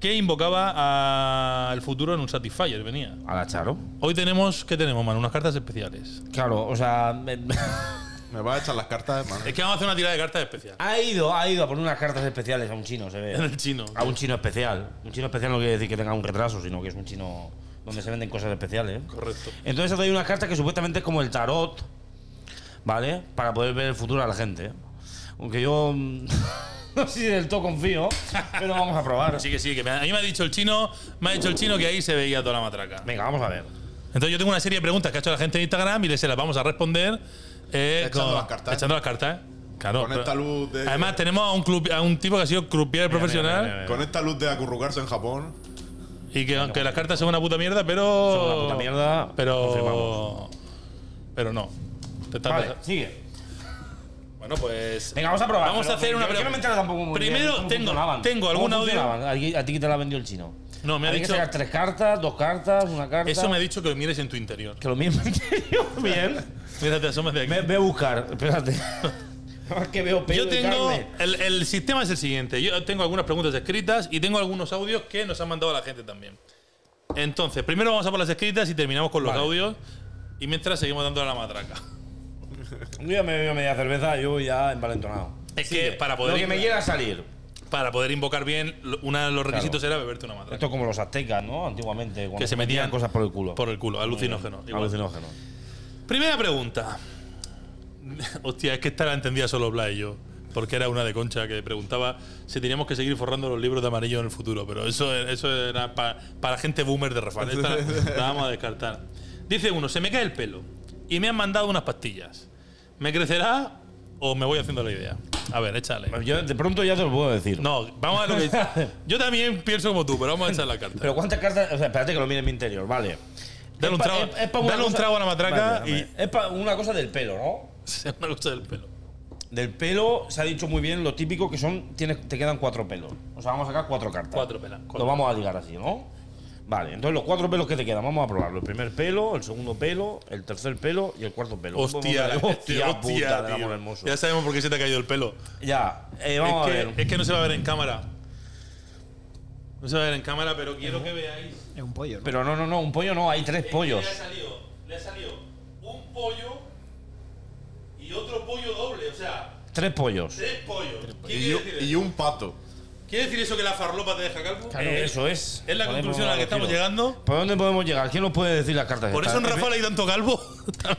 [SPEAKER 1] que invocaba al futuro en un Satisfyer, venía.
[SPEAKER 4] A la Charo.
[SPEAKER 1] Hoy tenemos, ¿qué tenemos, Manu? Unas cartas especiales.
[SPEAKER 4] Claro, o sea. me-
[SPEAKER 2] Me vas a echar las cartas, hermano.
[SPEAKER 1] Es que vamos a hacer una tirada de cartas especial.
[SPEAKER 4] ha ido, ha ido a poner unas cartas especiales a un chino, se
[SPEAKER 1] En
[SPEAKER 4] ve.
[SPEAKER 1] el chino.
[SPEAKER 4] A un chino especial. Un chino especial no quiere decir que tenga un retraso, sino que es un chino donde se venden cosas especiales. ¿eh?
[SPEAKER 1] Correcto.
[SPEAKER 4] Entonces ha traído unas cartas que supuestamente es como el tarot, ¿vale? Para poder ver el futuro a la gente. ¿eh? Aunque yo mm, no sé si del todo confío, pero vamos a probar.
[SPEAKER 1] Sí que sí, que me ha- a mí me ha dicho el chino, me ha dicho el chino que ahí se veía toda la matraca.
[SPEAKER 4] Venga, vamos a ver.
[SPEAKER 1] Entonces yo tengo una serie de preguntas que ha hecho la gente en Instagram y les se las vamos a responder eh,
[SPEAKER 2] Echando las cartas.
[SPEAKER 1] Echando las cartas. ¿eh? Claro.
[SPEAKER 2] Con esta
[SPEAKER 1] pero-
[SPEAKER 2] luz de-
[SPEAKER 1] Además tenemos a un club, a un tipo que ha sido croupier profesional
[SPEAKER 4] mira, mira.
[SPEAKER 2] Con esta luz de acurrucarse en Japón.
[SPEAKER 1] y que aunque las cartas son una puta mierda, pero
[SPEAKER 4] Son una puta mierda,
[SPEAKER 1] Pero
[SPEAKER 4] confirmamos.
[SPEAKER 1] pero no. Te estás
[SPEAKER 4] Vale,
[SPEAKER 1] pensando-
[SPEAKER 4] sigue.
[SPEAKER 1] Bueno, pues
[SPEAKER 4] Venga, vamos a probar.
[SPEAKER 1] Vamos a
[SPEAKER 4] Pero
[SPEAKER 1] hacer una
[SPEAKER 4] yo no
[SPEAKER 1] pregunta.
[SPEAKER 4] me he enterado tampoco muy
[SPEAKER 1] Primero,
[SPEAKER 4] bien cómo
[SPEAKER 1] tengo-
[SPEAKER 4] funcionaban.
[SPEAKER 1] tengo algún
[SPEAKER 4] ¿Cómo
[SPEAKER 1] audio.
[SPEAKER 4] funcionaban? A ti- A ti que te la vendió el chino.
[SPEAKER 1] No, me ha
[SPEAKER 4] Había
[SPEAKER 1] dicho-
[SPEAKER 4] que sacar tres cartas, dos cartas, una carta.
[SPEAKER 1] eso me ha dicho que lo mires en tu interior.
[SPEAKER 4] Que lo mismo en serio, bien.
[SPEAKER 1] Mira, te asomas de aquí.
[SPEAKER 4] Me, voy a buscar, espérate. Es que veo pelo
[SPEAKER 1] Yo
[SPEAKER 4] y
[SPEAKER 1] tengo.
[SPEAKER 4] carne.
[SPEAKER 1] El, el sistema es el siguiente. Yo tengo algunas preguntas escritas y tengo algunos audios que nos han mandado la gente también. Entonces, primero vamos a por las escritas y terminamos con los audios. Y mientras seguimos dando la matraca.
[SPEAKER 4] Un día me bebo media cerveza, yo voy ya envalentonado.
[SPEAKER 1] Es que para poder,
[SPEAKER 4] Lo que me quiera salir.
[SPEAKER 1] para poder invocar bien, lo- uno de los requisitos era beberte una matraca.
[SPEAKER 4] Esto es como los aztecas, ¿no? Antiguamente. cuando
[SPEAKER 1] Que se metían
[SPEAKER 4] cosas por el culo.
[SPEAKER 1] Por el culo, alucinógeno. igual.
[SPEAKER 4] Alucinógeno.
[SPEAKER 1] Primera pregunta. Hostia, es que esta la entendía solo Blas y yo. Porque era una de concha que preguntaba si teníamos que seguir forrando los libros de amarillo en el futuro. Pero eso, eso era pa- para gente boomer de Rafael. Esta la vamos a descartar. Dice uno: Se me cae el pelo y me han mandado unas pastillas. ¿Me crecerá o me voy haciendo la idea? A ver, échale.
[SPEAKER 4] Yo de pronto ya te lo puedo decir.
[SPEAKER 1] No, vamos a ver lo que dice. Yo también pienso como tú, pero vamos a echar la carta.
[SPEAKER 4] Pero ¿cuántas cartas? O sea, espérate que lo mire en mi interior, vale.
[SPEAKER 1] Dale un
[SPEAKER 4] pa-
[SPEAKER 1] trago-
[SPEAKER 4] pa una
[SPEAKER 1] dale un trago a la matraca
[SPEAKER 4] Vale, dame. Es para una cosa del pelo, ¿no?
[SPEAKER 1] Se me gusta el pelo.
[SPEAKER 4] Del pelo se ha dicho muy bien lo típico que son. Tienes, te quedan cuatro pelos. O sea, vamos a sacar cuatro cartas.
[SPEAKER 1] Cuatro pelas, cuatro.
[SPEAKER 4] Lo vamos a ligar así, ¿no? Vale, entonces los cuatro pelos que te quedan, vamos a probarlo. El primer pelo, el segundo pelo, el tercer pelo y el cuarto pelo.
[SPEAKER 1] Hostia,
[SPEAKER 4] Vamos a ver.
[SPEAKER 1] hostia,
[SPEAKER 4] hostia, puta, del amor
[SPEAKER 1] tío.
[SPEAKER 4] hermoso.
[SPEAKER 1] Ya sabemos por qué se te ha caído el pelo.
[SPEAKER 4] Ya, eh, vamos
[SPEAKER 1] es,
[SPEAKER 4] a
[SPEAKER 1] que,
[SPEAKER 4] ver.
[SPEAKER 1] es que no se va a ver en cámara. No se va a ver en cámara, pero quiero que veáis.
[SPEAKER 9] Es un pollo, ¿no?
[SPEAKER 4] Pero no, no, no, un pollo no, hay tres pollos.
[SPEAKER 1] Le ha, salido, le ha salido un pollo y otro pollo doble. O sea,
[SPEAKER 4] Tres pollos.
[SPEAKER 1] tres pollos. ¿Qué
[SPEAKER 2] Y,
[SPEAKER 1] quiere
[SPEAKER 2] yo-
[SPEAKER 1] decir
[SPEAKER 2] y
[SPEAKER 1] eso?
[SPEAKER 2] un pato.
[SPEAKER 1] ¿Quiere decir eso que la farlopa te deja calvo?
[SPEAKER 4] Claro,
[SPEAKER 1] Eh,
[SPEAKER 4] eso es.
[SPEAKER 1] Es la
[SPEAKER 4] Podemos
[SPEAKER 1] conclusión a la que estamos
[SPEAKER 4] decirlo.
[SPEAKER 1] llegando.
[SPEAKER 4] ¿Por dónde podemos llegar? ¿Quién nos puede decir las cartas?
[SPEAKER 1] Por eso en
[SPEAKER 4] Está-
[SPEAKER 1] Rafael hay tanto calvo.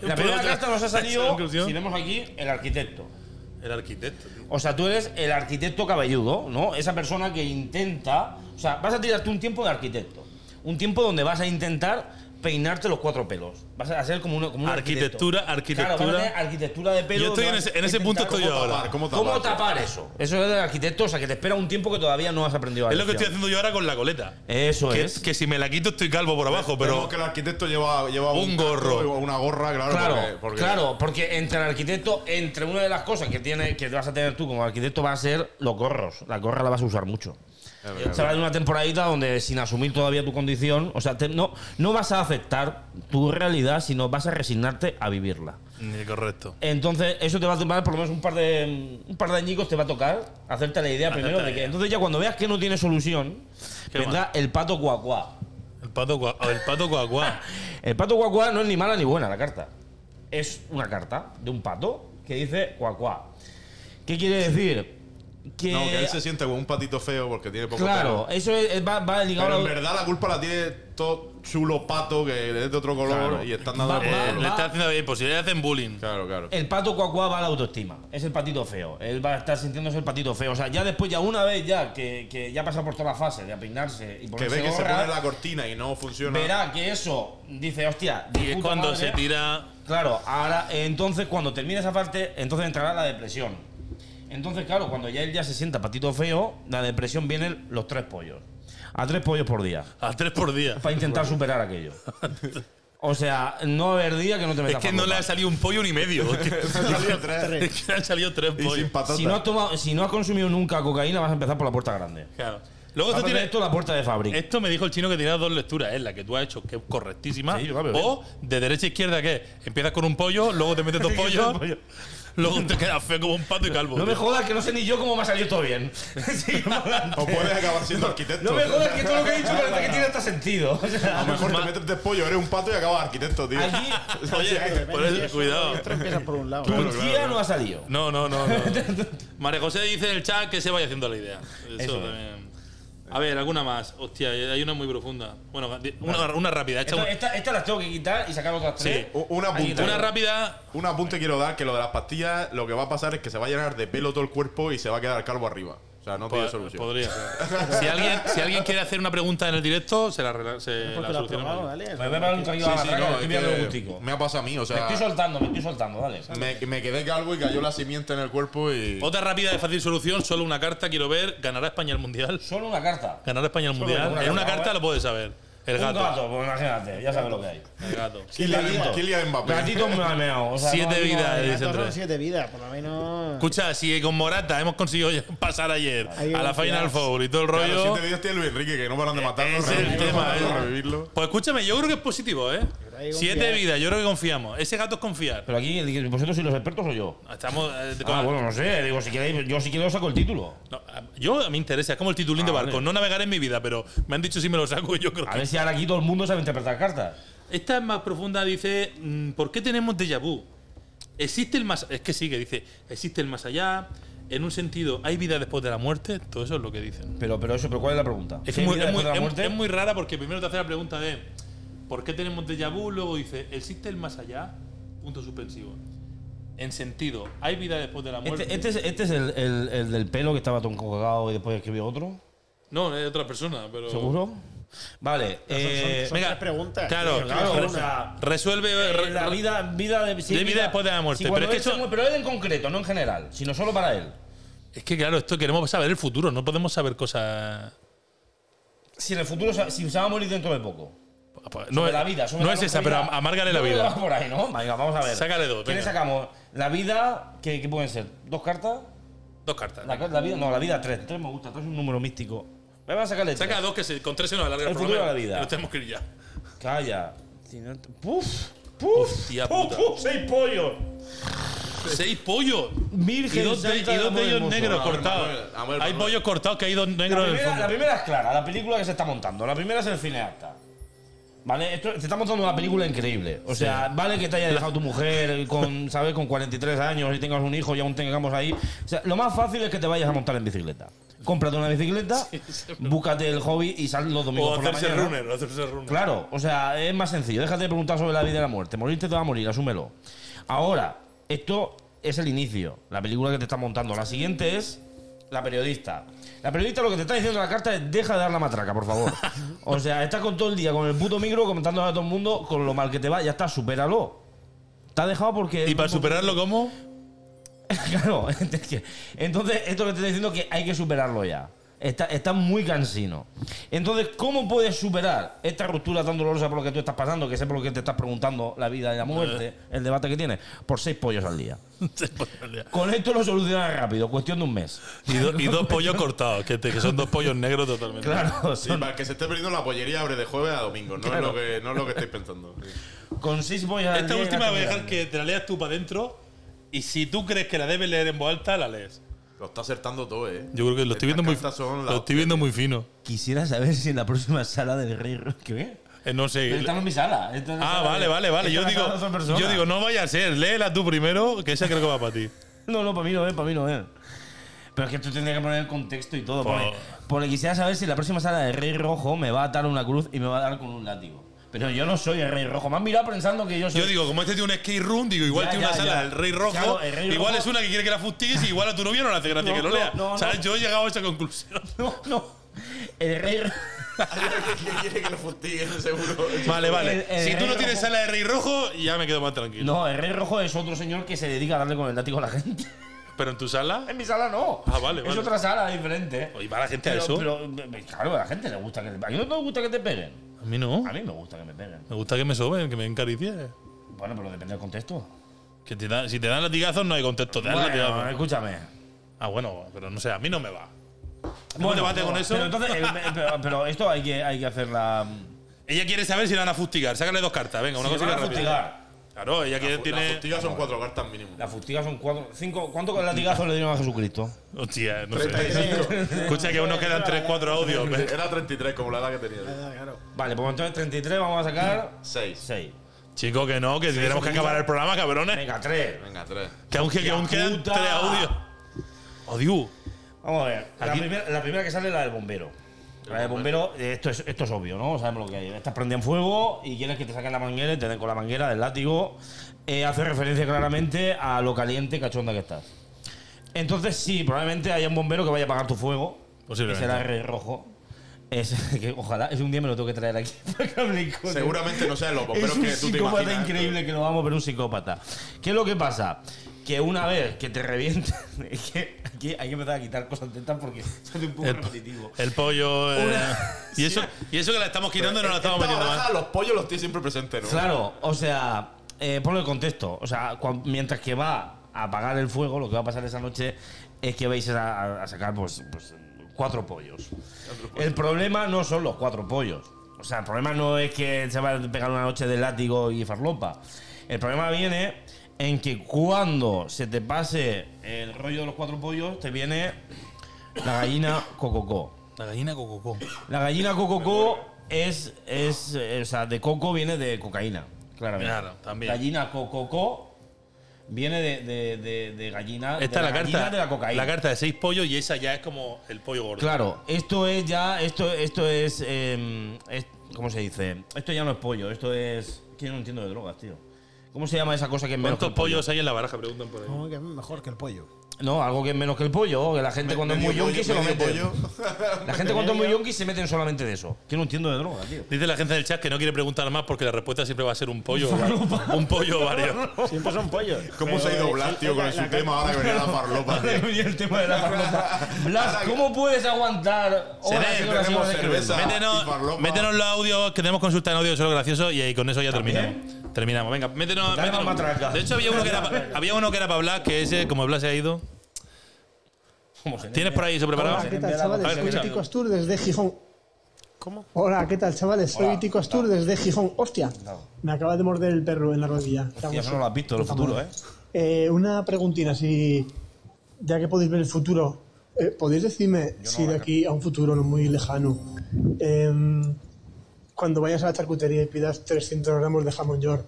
[SPEAKER 4] La primera carta nos ha
[SPEAKER 1] Esa
[SPEAKER 4] salido,
[SPEAKER 1] conclusión.
[SPEAKER 4] si vemos aquí, el arquitecto.
[SPEAKER 1] em- El arquitecto. tío.
[SPEAKER 4] O sea, tú eres el arquitecto cabelludo, ¿no? Esa persona que intenta. O sea, vas a tirarte un tiempo de arquitecto. Un tiempo donde vas a intentar peinarte los cuatro pelos. Vas a ser como una. Como un
[SPEAKER 1] Arquitectura,
[SPEAKER 4] arquitecto. Claro,
[SPEAKER 1] arquitectura.
[SPEAKER 4] vas a tener arquitectura de pelo.
[SPEAKER 1] Yo estoy
[SPEAKER 4] donde
[SPEAKER 1] en
[SPEAKER 4] vas
[SPEAKER 1] ese-
[SPEAKER 4] a
[SPEAKER 1] en ese punto
[SPEAKER 4] intentar
[SPEAKER 1] estoy
[SPEAKER 4] cómo
[SPEAKER 1] yo ahora.
[SPEAKER 4] tapar-
[SPEAKER 2] ¿Cómo
[SPEAKER 4] ¿Cómo
[SPEAKER 2] tapar?
[SPEAKER 4] tapar, eso? Eso es del arquitecto, o sea, que te espera un tiempo que todavía no has aprendido a
[SPEAKER 1] Es lo que estoy
[SPEAKER 4] lección.
[SPEAKER 1] haciendo yo ahora con la coleta.
[SPEAKER 4] Eso
[SPEAKER 1] Que,
[SPEAKER 4] es. Pues
[SPEAKER 1] que si me la quito estoy calvo por abajo,
[SPEAKER 2] Pero
[SPEAKER 1] pero
[SPEAKER 2] que el arquitecto lleva, lleva
[SPEAKER 1] Un gorro.
[SPEAKER 2] casco, Una gorra, claro.
[SPEAKER 4] Claro,
[SPEAKER 2] porque- porque-
[SPEAKER 4] claro, porque entre el arquitecto, entre una de las cosas que tiene, que vas a tener tú como arquitecto va a ser los gorros. La gorra la vas a usar mucho. Eh, Se va a ir una temporadita donde sin asumir todavía tu condición, o sea, te- no, no vas a aceptar tu realidad, sino vas a resignarte a vivirla.
[SPEAKER 1] Mm, Correcto.
[SPEAKER 4] Entonces, eso te va a tomar por lo menos un par de un par de añicos te va a tocar hacerte la idea
[SPEAKER 1] Hacerte
[SPEAKER 4] primero
[SPEAKER 1] la
[SPEAKER 4] de que.
[SPEAKER 1] idea.
[SPEAKER 4] Entonces ya cuando veas que no tiene solución,
[SPEAKER 1] Qué
[SPEAKER 4] vendrá
[SPEAKER 1] mal.
[SPEAKER 4] el pato cuacuá.
[SPEAKER 1] El pato, gua- el pato guaguá.
[SPEAKER 4] El pato cuacuá no es ni mala ni buena la carta. Es una carta de un pato que dice cuacuá. ¿Qué quiere decir? Que,
[SPEAKER 2] No, que él se siente como un patito feo porque tiene poco
[SPEAKER 4] claro,
[SPEAKER 2] pelo.
[SPEAKER 4] eso es- va, va ligado
[SPEAKER 2] Pero en
[SPEAKER 4] a la-
[SPEAKER 2] verdad la culpa la tiene todo chulo pato que es de otro color
[SPEAKER 4] Claro.
[SPEAKER 2] y están dando
[SPEAKER 4] Va-
[SPEAKER 2] por
[SPEAKER 4] va-
[SPEAKER 2] culo.
[SPEAKER 1] Eh, le está haciendo bien, pues si le hacen bullying.
[SPEAKER 2] Claro, claro.
[SPEAKER 4] El pato cuacuá va a la autoestima. Es el patito feo. Él va a estar sintiéndose el patito feo. O sea, ya después, ya una vez ya que, que ya ha pasado por toda la fase de apeinarse y
[SPEAKER 2] Que
[SPEAKER 4] ponerse
[SPEAKER 2] ve que se
[SPEAKER 4] gorra,
[SPEAKER 2] pone la cortina y no funciona.
[SPEAKER 4] verá que eso dice, hostia, de
[SPEAKER 1] Y es
[SPEAKER 4] puta
[SPEAKER 1] cuando
[SPEAKER 4] madre.
[SPEAKER 1] se tira.
[SPEAKER 4] Claro, ahora entonces cuando termine esa parte, entonces entrará la depresión. Entonces, claro, cuando ya él ya se sienta patito feo, la depresión vienen los tres pollos. A tres pollos por día.
[SPEAKER 1] A tres por día.
[SPEAKER 4] Para intentar superar aquello. O sea, no haber día que no te
[SPEAKER 1] Es
[SPEAKER 4] metas
[SPEAKER 1] que no
[SPEAKER 4] farlopa.
[SPEAKER 1] le ha salido un pollo ni medio.
[SPEAKER 2] salido tres.
[SPEAKER 1] Es que le han salido tres
[SPEAKER 2] y sin
[SPEAKER 1] pollos.
[SPEAKER 2] patata.
[SPEAKER 4] si no, has tomado- si no has consumido nunca cocaína, vas a empezar por la puerta grande.
[SPEAKER 1] Claro. Luego
[SPEAKER 4] Vas a
[SPEAKER 1] esto
[SPEAKER 4] tener
[SPEAKER 1] tiene.
[SPEAKER 4] Ah, esto la puerta de fábrica.
[SPEAKER 1] Esto me dijo el chino que tenía dos lecturas, ¿eh? la que tú has hecho, que es correctísima.
[SPEAKER 4] Sí, vale,
[SPEAKER 1] o de derecha a izquierda, que es, empiezas con un pollo, luego te metes dos pollos, luego te quedas feo como un pato y calvo.
[SPEAKER 4] No me jodas que no sé ni yo cómo me ha salido todo bien. Sigue adelante.
[SPEAKER 2] o puedes acabar siendo arquitecto.
[SPEAKER 4] no me jodas que todo lo que he dicho parece que tiene hasta sentido. O sea,
[SPEAKER 2] A lo mejor te metes de pollo, eres un pato y acabas arquitecto, tío.
[SPEAKER 4] allí
[SPEAKER 1] Oye, por eso, cuidado.
[SPEAKER 9] Esto empieza por un lado.
[SPEAKER 4] tu tía no ha salido.
[SPEAKER 1] No, no, no. no. María José dice en el chat que se vaya haciendo la idea. Eso,
[SPEAKER 4] Eso es.
[SPEAKER 1] también. A ver, alguna más. Hostia, eh, hay una muy profunda. Bueno, una, una rápida. hecha
[SPEAKER 4] Esta,
[SPEAKER 1] un-
[SPEAKER 4] esta- esta las tengo que quitar y sacar otras tres.
[SPEAKER 1] Sí.
[SPEAKER 2] U- Una
[SPEAKER 4] Allí
[SPEAKER 2] punta.
[SPEAKER 4] está.
[SPEAKER 1] Una rápida.
[SPEAKER 2] Un apunte quiero dar que lo de las pastillas, lo que va a pasar es que se va a llenar de pelo todo el cuerpo y se va a quedar calvo arriba. O sea, no tiene
[SPEAKER 1] po-
[SPEAKER 2] solución.
[SPEAKER 1] pues, Podría ser. si, alguien, si alguien quiere hacer una pregunta en el directo, se la, rela- se la
[SPEAKER 9] Porque lo has probado,
[SPEAKER 1] solucionamos.
[SPEAKER 9] ¿vale?
[SPEAKER 4] Me voy a dar un
[SPEAKER 2] Sí,
[SPEAKER 4] traguito a la
[SPEAKER 2] sí,
[SPEAKER 4] barraca
[SPEAKER 2] no, es
[SPEAKER 4] que estoy
[SPEAKER 2] que
[SPEAKER 4] mirando el gustico.
[SPEAKER 2] me ha pasado a mí, o
[SPEAKER 4] Me
[SPEAKER 2] sea,
[SPEAKER 4] estoy soltando, me estoy soltando, dale.
[SPEAKER 2] me, me quedé calvo y cayó la simiente en el cuerpo y
[SPEAKER 1] Otra rápida de fácil solución, solo una carta, quiero ver. ¿Ganará España el Mundial?
[SPEAKER 4] Solo una carta.
[SPEAKER 1] ¿Ganará España el Mundial?
[SPEAKER 4] una
[SPEAKER 1] en una
[SPEAKER 4] carta,
[SPEAKER 1] carta
[SPEAKER 4] ¿eh?
[SPEAKER 1] lo puedes saber. El
[SPEAKER 4] Un
[SPEAKER 1] gato.
[SPEAKER 4] gato, pues imagínate, ya sabes lo que hay.
[SPEAKER 1] El gato.
[SPEAKER 2] Kylian Kylian Mbappé.
[SPEAKER 4] Gatito me ha meado. O sea,
[SPEAKER 1] Siete
[SPEAKER 4] aquí
[SPEAKER 5] Ah,
[SPEAKER 1] vidas.
[SPEAKER 4] hay-
[SPEAKER 1] dice
[SPEAKER 9] Estos son
[SPEAKER 1] Andrés.
[SPEAKER 9] siete vidas, por lo menos.
[SPEAKER 1] Escucha, si con Morata hemos conseguido pasar ayer
[SPEAKER 9] Ahí
[SPEAKER 1] a la
[SPEAKER 9] vamos,
[SPEAKER 1] Final
[SPEAKER 9] ya.
[SPEAKER 1] Four y todo el
[SPEAKER 2] Claro,
[SPEAKER 1] rollo.
[SPEAKER 2] siete días tiene Luis Enrique, que no paran de
[SPEAKER 1] Eh,
[SPEAKER 2] matarlo,
[SPEAKER 1] Es el
[SPEAKER 2] revivirlo,
[SPEAKER 1] tema,
[SPEAKER 2] matarlo,
[SPEAKER 1] ¿eh?
[SPEAKER 2] revivirlo.
[SPEAKER 1] Pues escúchame, yo creo que es positivo, ¿eh?
[SPEAKER 5] ahí
[SPEAKER 1] Siete
[SPEAKER 5] confía.
[SPEAKER 1] vidas, yo creo que confiamos. Ese gato es confiar.
[SPEAKER 4] Pero aquí, el- ¿vosotros sois los expertos o yo?
[SPEAKER 1] Estamos. eh, de-
[SPEAKER 4] Ah, bueno, no sé. Digo, si queréis, yo si quiero saco el título.
[SPEAKER 1] No, a- yo me interesa, es como el titulín
[SPEAKER 4] Ah,
[SPEAKER 1] de barco.
[SPEAKER 4] vale.
[SPEAKER 1] No navegaré en mi vida, pero me han dicho si me lo saco y yo creo
[SPEAKER 4] A
[SPEAKER 1] que.
[SPEAKER 4] ver si ahora aquí todo el mundo sabe interpretar cartas.
[SPEAKER 1] Esta es más profunda, dice, mm, ¿por qué tenemos déjà vu? Existe el más... Es que sigue, dice, existe el más allá, en un sentido, ¿hay vida después de la muerte? Todo eso es lo que dicen.
[SPEAKER 4] Pero, pero eso, pero ¿cuál es la pregunta?
[SPEAKER 1] Es,
[SPEAKER 4] ¿Qué
[SPEAKER 1] muy,
[SPEAKER 4] vida
[SPEAKER 1] es muy-
[SPEAKER 4] después de la
[SPEAKER 1] es-
[SPEAKER 4] muerte?
[SPEAKER 1] es muy rara porque primero te hace la pregunta de, ¿por qué tenemos déjà vu? Luego dice, ¿existe el más allá? Punto suspensivo. En sentido, ¿hay vida después de la muerte?
[SPEAKER 4] Este, este es, este es el, el- el del pelo que estaba todo cagado y después escribió otro.
[SPEAKER 1] No, es de otra persona, pero...
[SPEAKER 4] ¿Seguro? Vale. eh,
[SPEAKER 5] son- tres preguntas.
[SPEAKER 1] Claro,
[SPEAKER 5] Sí,
[SPEAKER 1] claro.
[SPEAKER 4] claro, o sea,
[SPEAKER 1] Resuelve...
[SPEAKER 4] eh,
[SPEAKER 1] re-
[SPEAKER 4] la vida, vida de, sí,
[SPEAKER 1] De vida después de la muerte,
[SPEAKER 4] sí,
[SPEAKER 1] pero
[SPEAKER 4] cuando
[SPEAKER 1] es que
[SPEAKER 4] él se
[SPEAKER 1] eso-
[SPEAKER 4] muere, pero él en concreto, no en general, sino solo para él.
[SPEAKER 1] Es que claro, esto queremos saber el futuro, no podemos saber cosas...
[SPEAKER 4] Si en el futuro, se- si se va a morir dentro de poco.
[SPEAKER 1] Pues,
[SPEAKER 4] Sobre
[SPEAKER 1] No,
[SPEAKER 4] la vida. sobre
[SPEAKER 1] no
[SPEAKER 4] la
[SPEAKER 1] es esa, pero
[SPEAKER 4] longevidad.
[SPEAKER 1] am- amárgale la
[SPEAKER 4] No,
[SPEAKER 1] vida.
[SPEAKER 4] vamos por ahí, ¿no? Venga, vamos a ver.
[SPEAKER 1] Sácale dos,
[SPEAKER 4] ¿Qué le
[SPEAKER 1] venga.
[SPEAKER 4] sacamos? La vida, ¿qué, qué pueden ser? ¿Dos cartas?
[SPEAKER 1] Dos cartas.
[SPEAKER 4] La, ca- la vida, no, la vida tres. Tres me gusta, tres es un número místico. Vamos a sacarle tres.
[SPEAKER 1] Saca dos que se, con tres se nos alarga el,
[SPEAKER 4] El futuro
[SPEAKER 1] programa.
[SPEAKER 4] de la vida.
[SPEAKER 1] Nos tenemos que ir ya.
[SPEAKER 4] Calla. Si no te- ¡Puf! ¡Puf!
[SPEAKER 1] Hostia
[SPEAKER 4] ¡Puf!
[SPEAKER 1] puta.
[SPEAKER 4] ¡Puf! ¡Seis pollos!
[SPEAKER 1] Seis pollos.
[SPEAKER 4] Virgen
[SPEAKER 1] y dos de, y
[SPEAKER 4] Santa
[SPEAKER 1] dos
[SPEAKER 4] de
[SPEAKER 1] de ellos
[SPEAKER 4] Amor Hermoso.
[SPEAKER 1] negros
[SPEAKER 2] Amor,
[SPEAKER 1] cortados.
[SPEAKER 2] Manuel, Amor,
[SPEAKER 1] hay
[SPEAKER 2] Manuel.
[SPEAKER 1] pollos cortados que hay dos
[SPEAKER 4] La
[SPEAKER 1] negros en el
[SPEAKER 4] primera,
[SPEAKER 1] fondo.
[SPEAKER 4] la primera es clara, la película que se está montando. La primera es el cineasta. ¿Vale? Esto, se está montando una película increíble. O sea, vale que te haya dejado tu mujer con, ¿sabes? con 43 años y tengas un hijo y aún tengamos ahí. O sea, lo más fácil es que te vayas a montar en bicicleta. Cómprate una bicicleta, búscate el hobby y sal los domingos
[SPEAKER 1] o
[SPEAKER 4] por la
[SPEAKER 1] hacerse
[SPEAKER 4] mañana.
[SPEAKER 1] runner, o hacerse runner.
[SPEAKER 4] Claro, o sea, es más sencillo. Déjate de preguntar sobre la vida y la muerte. Morirte te va a morir, asúmelo. Ahora, esto es el inicio, la película que te está montando. La siguiente es la periodista. La periodista lo que te está diciendo en la carta es deja de dar la matraca, por favor. O sea, estás con todo el día con el puto micro comentando a todo el mundo con lo mal que te va, ya está, supéralo. Te ha dejado porque...
[SPEAKER 1] ¿Y para superarlo cómo?
[SPEAKER 4] Claro, es que- entonces esto que te estoy diciendo que hay que superarlo ya. Está, está muy cansino. Entonces, ¿cómo puedes superar esta ruptura tan dolorosa por lo que tú estás pasando, que sé por lo que te estás preguntando la vida y la
[SPEAKER 1] Eh.
[SPEAKER 4] muerte, el debate que tienes? Por seis pollos al día. Con esto lo solucionas rápido, cuestión de un mes.
[SPEAKER 1] y, do- y dos pollos cortados, que, te- que son dos pollos negros totalmente.
[SPEAKER 4] Claro,
[SPEAKER 2] Sí,
[SPEAKER 4] son-
[SPEAKER 2] para el que se esté perdiendo la pollería abre de jueves a domingo. No, es, lo que, no es lo que estáis pensando. Sí.
[SPEAKER 4] con seis pollos al día.
[SPEAKER 1] Esta
[SPEAKER 4] y
[SPEAKER 1] última
[SPEAKER 4] gastas
[SPEAKER 1] voy a
[SPEAKER 4] muy
[SPEAKER 1] dejar
[SPEAKER 4] grande.
[SPEAKER 1] que te la leas tú para adentro. Y si tú crees que la debes leer en voz alta, la lees.
[SPEAKER 2] Lo está acertando todo, ¿eh?
[SPEAKER 1] Yo creo que lo estoy viendo muy,
[SPEAKER 2] Estas cartas son la
[SPEAKER 1] lo estoy viendo muy fino.
[SPEAKER 4] Quisiera saber si en la próxima sala del Rey. Ro- ¿Qué?
[SPEAKER 1] Eh, no sé.
[SPEAKER 4] Esta no es mi sala. esta es la
[SPEAKER 1] Ah,
[SPEAKER 4] sala
[SPEAKER 1] vale,
[SPEAKER 4] de-
[SPEAKER 1] vale, vale.
[SPEAKER 4] esta
[SPEAKER 1] Yo
[SPEAKER 4] es la
[SPEAKER 1] digo,
[SPEAKER 4] sala de otra persona.
[SPEAKER 1] yo digo, no vaya a ser, léela tú primero, que esa creo que va para ti.
[SPEAKER 4] No, no, para mí no es, para mí no es. Pero es que tú tendrías que poner el contexto y todo. Pone, porque quisiera saber si en la próxima sala de Rey Rojo me va a atar una cruz y me va a dar con un látigo. Pero yo no soy el Rey Rojo. Me han mirado pensando que yo soy.
[SPEAKER 1] Yo digo, como este tiene un skate room, digo, igual
[SPEAKER 4] Ya,
[SPEAKER 1] tiene una
[SPEAKER 4] ya,
[SPEAKER 1] sala
[SPEAKER 4] ya.
[SPEAKER 1] del Rey Rojo,
[SPEAKER 4] Claro, el Rey
[SPEAKER 1] igual
[SPEAKER 4] Rojo-
[SPEAKER 1] es una que quiere que la fustigues y igual a tu novio no le hace gracia
[SPEAKER 4] No,
[SPEAKER 1] que lo
[SPEAKER 4] no,
[SPEAKER 1] lea.
[SPEAKER 4] no,
[SPEAKER 1] ¿Sabes?
[SPEAKER 4] no.
[SPEAKER 1] Yo he llegado a esa conclusión.
[SPEAKER 4] No, no. El Rey Rojo.
[SPEAKER 2] Hay alguien que quiere que lo fustiguen, seguro.
[SPEAKER 1] Vale, vale.
[SPEAKER 4] El- el
[SPEAKER 1] si tú
[SPEAKER 4] Rey
[SPEAKER 1] no tienes
[SPEAKER 4] Rojo-
[SPEAKER 1] sala de Rey Rojo, ya me quedo más tranquilo.
[SPEAKER 4] No, el Rey Rojo es otro señor que se dedica a darle con el látigo a la gente.
[SPEAKER 1] Pero en tu sala,
[SPEAKER 4] En mi sala no.
[SPEAKER 1] Ah, vale,
[SPEAKER 4] Es
[SPEAKER 1] vale.
[SPEAKER 4] otra sala diferente.
[SPEAKER 1] oye, va la gente a
[SPEAKER 4] Pero,
[SPEAKER 1] eso.
[SPEAKER 4] pero, eh, claro, a la gente le gusta que te A mí no me gusta que te peguen.
[SPEAKER 1] a mí no.
[SPEAKER 4] A mí me gusta que me peguen.
[SPEAKER 1] Me gusta que me soben, que me encaricie.
[SPEAKER 4] Bueno, pero depende del contexto.
[SPEAKER 1] Que te dan- si te dan latigazos, no hay contexto. Te dan
[SPEAKER 4] Bueno, eh.
[SPEAKER 1] latigazos.
[SPEAKER 4] escúchame.
[SPEAKER 1] Ah, bueno, pero no sé, a mí no me va. ¿Cómo
[SPEAKER 4] Bueno,
[SPEAKER 1] te debate
[SPEAKER 4] no,
[SPEAKER 1] con eso?
[SPEAKER 4] Pero, entonces, el- pero, pero esto hay que, hay que hacerla.
[SPEAKER 1] Ella quiere saber si la van a fustigar. Sácale dos cartas, venga, una
[SPEAKER 4] Se
[SPEAKER 1] cosa que
[SPEAKER 4] van a
[SPEAKER 1] rápida.
[SPEAKER 4] fustigar.
[SPEAKER 1] Claro, ella quiere,
[SPEAKER 2] Las
[SPEAKER 1] tiene.
[SPEAKER 2] fustigas son cuatro cartas mínimo.
[SPEAKER 4] La fustiga son cuatro. Cinco, ¿Cuántos latigazos le dieron a Jesucristo?
[SPEAKER 1] Hostia, no sé. Escucha que aún nos quedan 3-4 audios. ve.
[SPEAKER 2] Era 33 como la edad que tenía.
[SPEAKER 4] Vale, pues entonces 33 vamos a sacar
[SPEAKER 2] 6.
[SPEAKER 4] 6.
[SPEAKER 1] Chico, que no, que tenemos que acabar el programa, cabrones.
[SPEAKER 4] Venga, 3.
[SPEAKER 2] Venga, 3.
[SPEAKER 1] Que aún, que, que aún quedan 3
[SPEAKER 4] puta.
[SPEAKER 1] audios. Odio.
[SPEAKER 4] Vamos a ver. La
[SPEAKER 1] Aquí-
[SPEAKER 4] primera, la primera que sale es la del bombero. La del bombero, eh, esto es, esto es obvio, ¿no? Sabemos lo que hay. Estás prendido en fuego y quieres que te saquen la manguera y te den con la manguera del látigo. Eh, hace referencia claramente a lo caliente y cachonda que estás. Entonces, sí, probablemente haya un bombero que vaya a apagar tu fuego.
[SPEAKER 1] Posiblemente.
[SPEAKER 4] Que será re- rojo. Es, que ojalá, es un día me lo tengo que traer aquí para que hable con él.
[SPEAKER 2] Seguramente no sean los
[SPEAKER 4] Es
[SPEAKER 2] bomberos
[SPEAKER 4] un
[SPEAKER 2] que tú te
[SPEAKER 4] psicópata
[SPEAKER 2] imaginas.
[SPEAKER 4] increíble que lo vamos a ver un psicópata. ¿Qué es lo que pasa? Que una vez que te revientan, es que aquí hay que empezar a quitar cosas de estas porque son un poco
[SPEAKER 1] El,
[SPEAKER 4] repetitivo.
[SPEAKER 1] el pollo. eh, y, eso, y eso que la estamos quitando y no la estamos
[SPEAKER 2] Esta
[SPEAKER 1] metiendo
[SPEAKER 2] baraja,
[SPEAKER 1] más.
[SPEAKER 2] los pollos los tienes siempre presentes, ¿no?
[SPEAKER 4] Claro, o sea, eh, ponlo en contexto. O sea, cuan- mientras que va a apagar el fuego, lo que va a pasar esa noche es que vais a, a- a sacar pues, pues, cuatro pollos. El problema no son los cuatro pollos. O sea, el problema no es que se va a pegar una noche de látigo y farlopa. El problema viene en que cuando se te pase el rollo de los cuatro pollos, te viene la gallina cococó.
[SPEAKER 1] La gallina cococó.
[SPEAKER 4] La gallina cococó es, es, eh, o sea, de coco viene de cocaína, claramente.
[SPEAKER 1] Claro, también.
[SPEAKER 4] Gallina cococó viene de, de- de- de
[SPEAKER 1] Esta
[SPEAKER 4] gallina. de
[SPEAKER 1] es
[SPEAKER 4] la,
[SPEAKER 1] la
[SPEAKER 4] gallina
[SPEAKER 1] carta.
[SPEAKER 4] de la cocaína.
[SPEAKER 1] carta de seis pollos y esa ya es como el pollo gordo.
[SPEAKER 4] Claro, esto es ya, esto, esto es, eh, es- ¿cómo se dice? Esto ya no es pollo, esto es, que yo no entiendo de drogas, tío. ¿Cómo se llama esa cosa que es menos que
[SPEAKER 1] ¿Cuántos
[SPEAKER 4] el pollo?
[SPEAKER 1] pollos hay en la baraja? Preguntan por ahí.
[SPEAKER 9] Como que es mejor que el pollo.
[SPEAKER 4] No, algo que es menos que el pollo, que la gente cuando es muy
[SPEAKER 2] Medio
[SPEAKER 4] yonki se lo
[SPEAKER 2] pollo,
[SPEAKER 4] mete.
[SPEAKER 2] medio pollo.
[SPEAKER 4] La gente cuando es muy yonki se meten solamente de eso. Que no entiendo de drogas, tío.
[SPEAKER 1] Dice la gente del chat que no quiere preguntar más porque la respuesta siempre va a ser un pollo. o un pollo o varios.
[SPEAKER 9] Siempre son pollos.
[SPEAKER 2] ¿Cómo se ha ido Blas, tío, con el su tema ahora que venía la farlopa?
[SPEAKER 4] Ahora que
[SPEAKER 2] tío?
[SPEAKER 4] venía el tema de la farlopa. Blas, ¿cómo puedes aguantar horas
[SPEAKER 1] Seré,
[SPEAKER 4] y horas y
[SPEAKER 2] bebemos
[SPEAKER 4] horas escribiendo?
[SPEAKER 2] cerveza.
[SPEAKER 1] Métenos,
[SPEAKER 2] y farlopa.
[SPEAKER 1] métenos los audios, que tenemos consulta en audio, eso es lo gracioso, y ahí con eso ya terminamos. Terminamos, venga, métenos.
[SPEAKER 4] Dale
[SPEAKER 1] métenos.
[SPEAKER 4] más matraca.
[SPEAKER 1] De hecho, había uno que era, pa- había uno que era para Blas, que ese, como Blas se ha ido.
[SPEAKER 4] ¿Cómo se
[SPEAKER 1] ¿Tienes por ahí eso preparado?
[SPEAKER 6] Hola, ¿qué tal,
[SPEAKER 1] A
[SPEAKER 6] chavales?
[SPEAKER 1] ver,
[SPEAKER 6] Soy
[SPEAKER 1] escucha.
[SPEAKER 6] Tico Astur desde Gijón. ¿Cómo? Hola, ¿qué tal, chavales? Soy Tico Astur desde Gijón. ¡Hostia! Me acaba de morder el perro en la rodilla.
[SPEAKER 4] Hostia, eso no lo has visto, lo
[SPEAKER 6] Puta
[SPEAKER 4] futuro,
[SPEAKER 6] madre.
[SPEAKER 4] ¿eh?
[SPEAKER 6] Eh, Una preguntina, si ya que podéis ver el futuro, eh, ¿podéis decirme si de aquí a un futuro no muy lejano, em, cuando vayas a la charcutería y pidas 300 gramos de jamón york,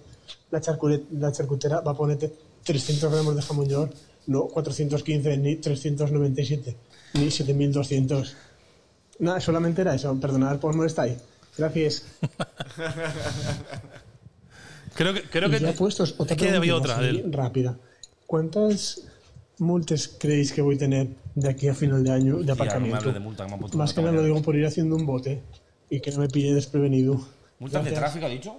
[SPEAKER 6] la, charcure- la charcutera va a ponerte 300 gramos de jamón york, no 415, ni 397, ni 7200? Nada, solamente era eso. Perdonad por molestar ahí. Gracias.
[SPEAKER 1] Creo que, creo
[SPEAKER 6] Y
[SPEAKER 1] que,
[SPEAKER 6] ya puestos, otra
[SPEAKER 1] es que había
[SPEAKER 6] preguntita
[SPEAKER 1] otra.
[SPEAKER 6] así,
[SPEAKER 1] del-
[SPEAKER 6] rápida. ¿Cuántas multas creéis que voy a tener de aquí a final de año de
[SPEAKER 4] Hostia, no me
[SPEAKER 6] aparcamiento?
[SPEAKER 4] hables de multa, que me han puesto
[SPEAKER 6] Más
[SPEAKER 4] una
[SPEAKER 6] que nada
[SPEAKER 4] talla.
[SPEAKER 6] lo digo por ir haciendo un bote y que no me pille desprevenido.
[SPEAKER 4] ¿Multas de
[SPEAKER 6] Gracias.
[SPEAKER 4] tráfico, ha dicho?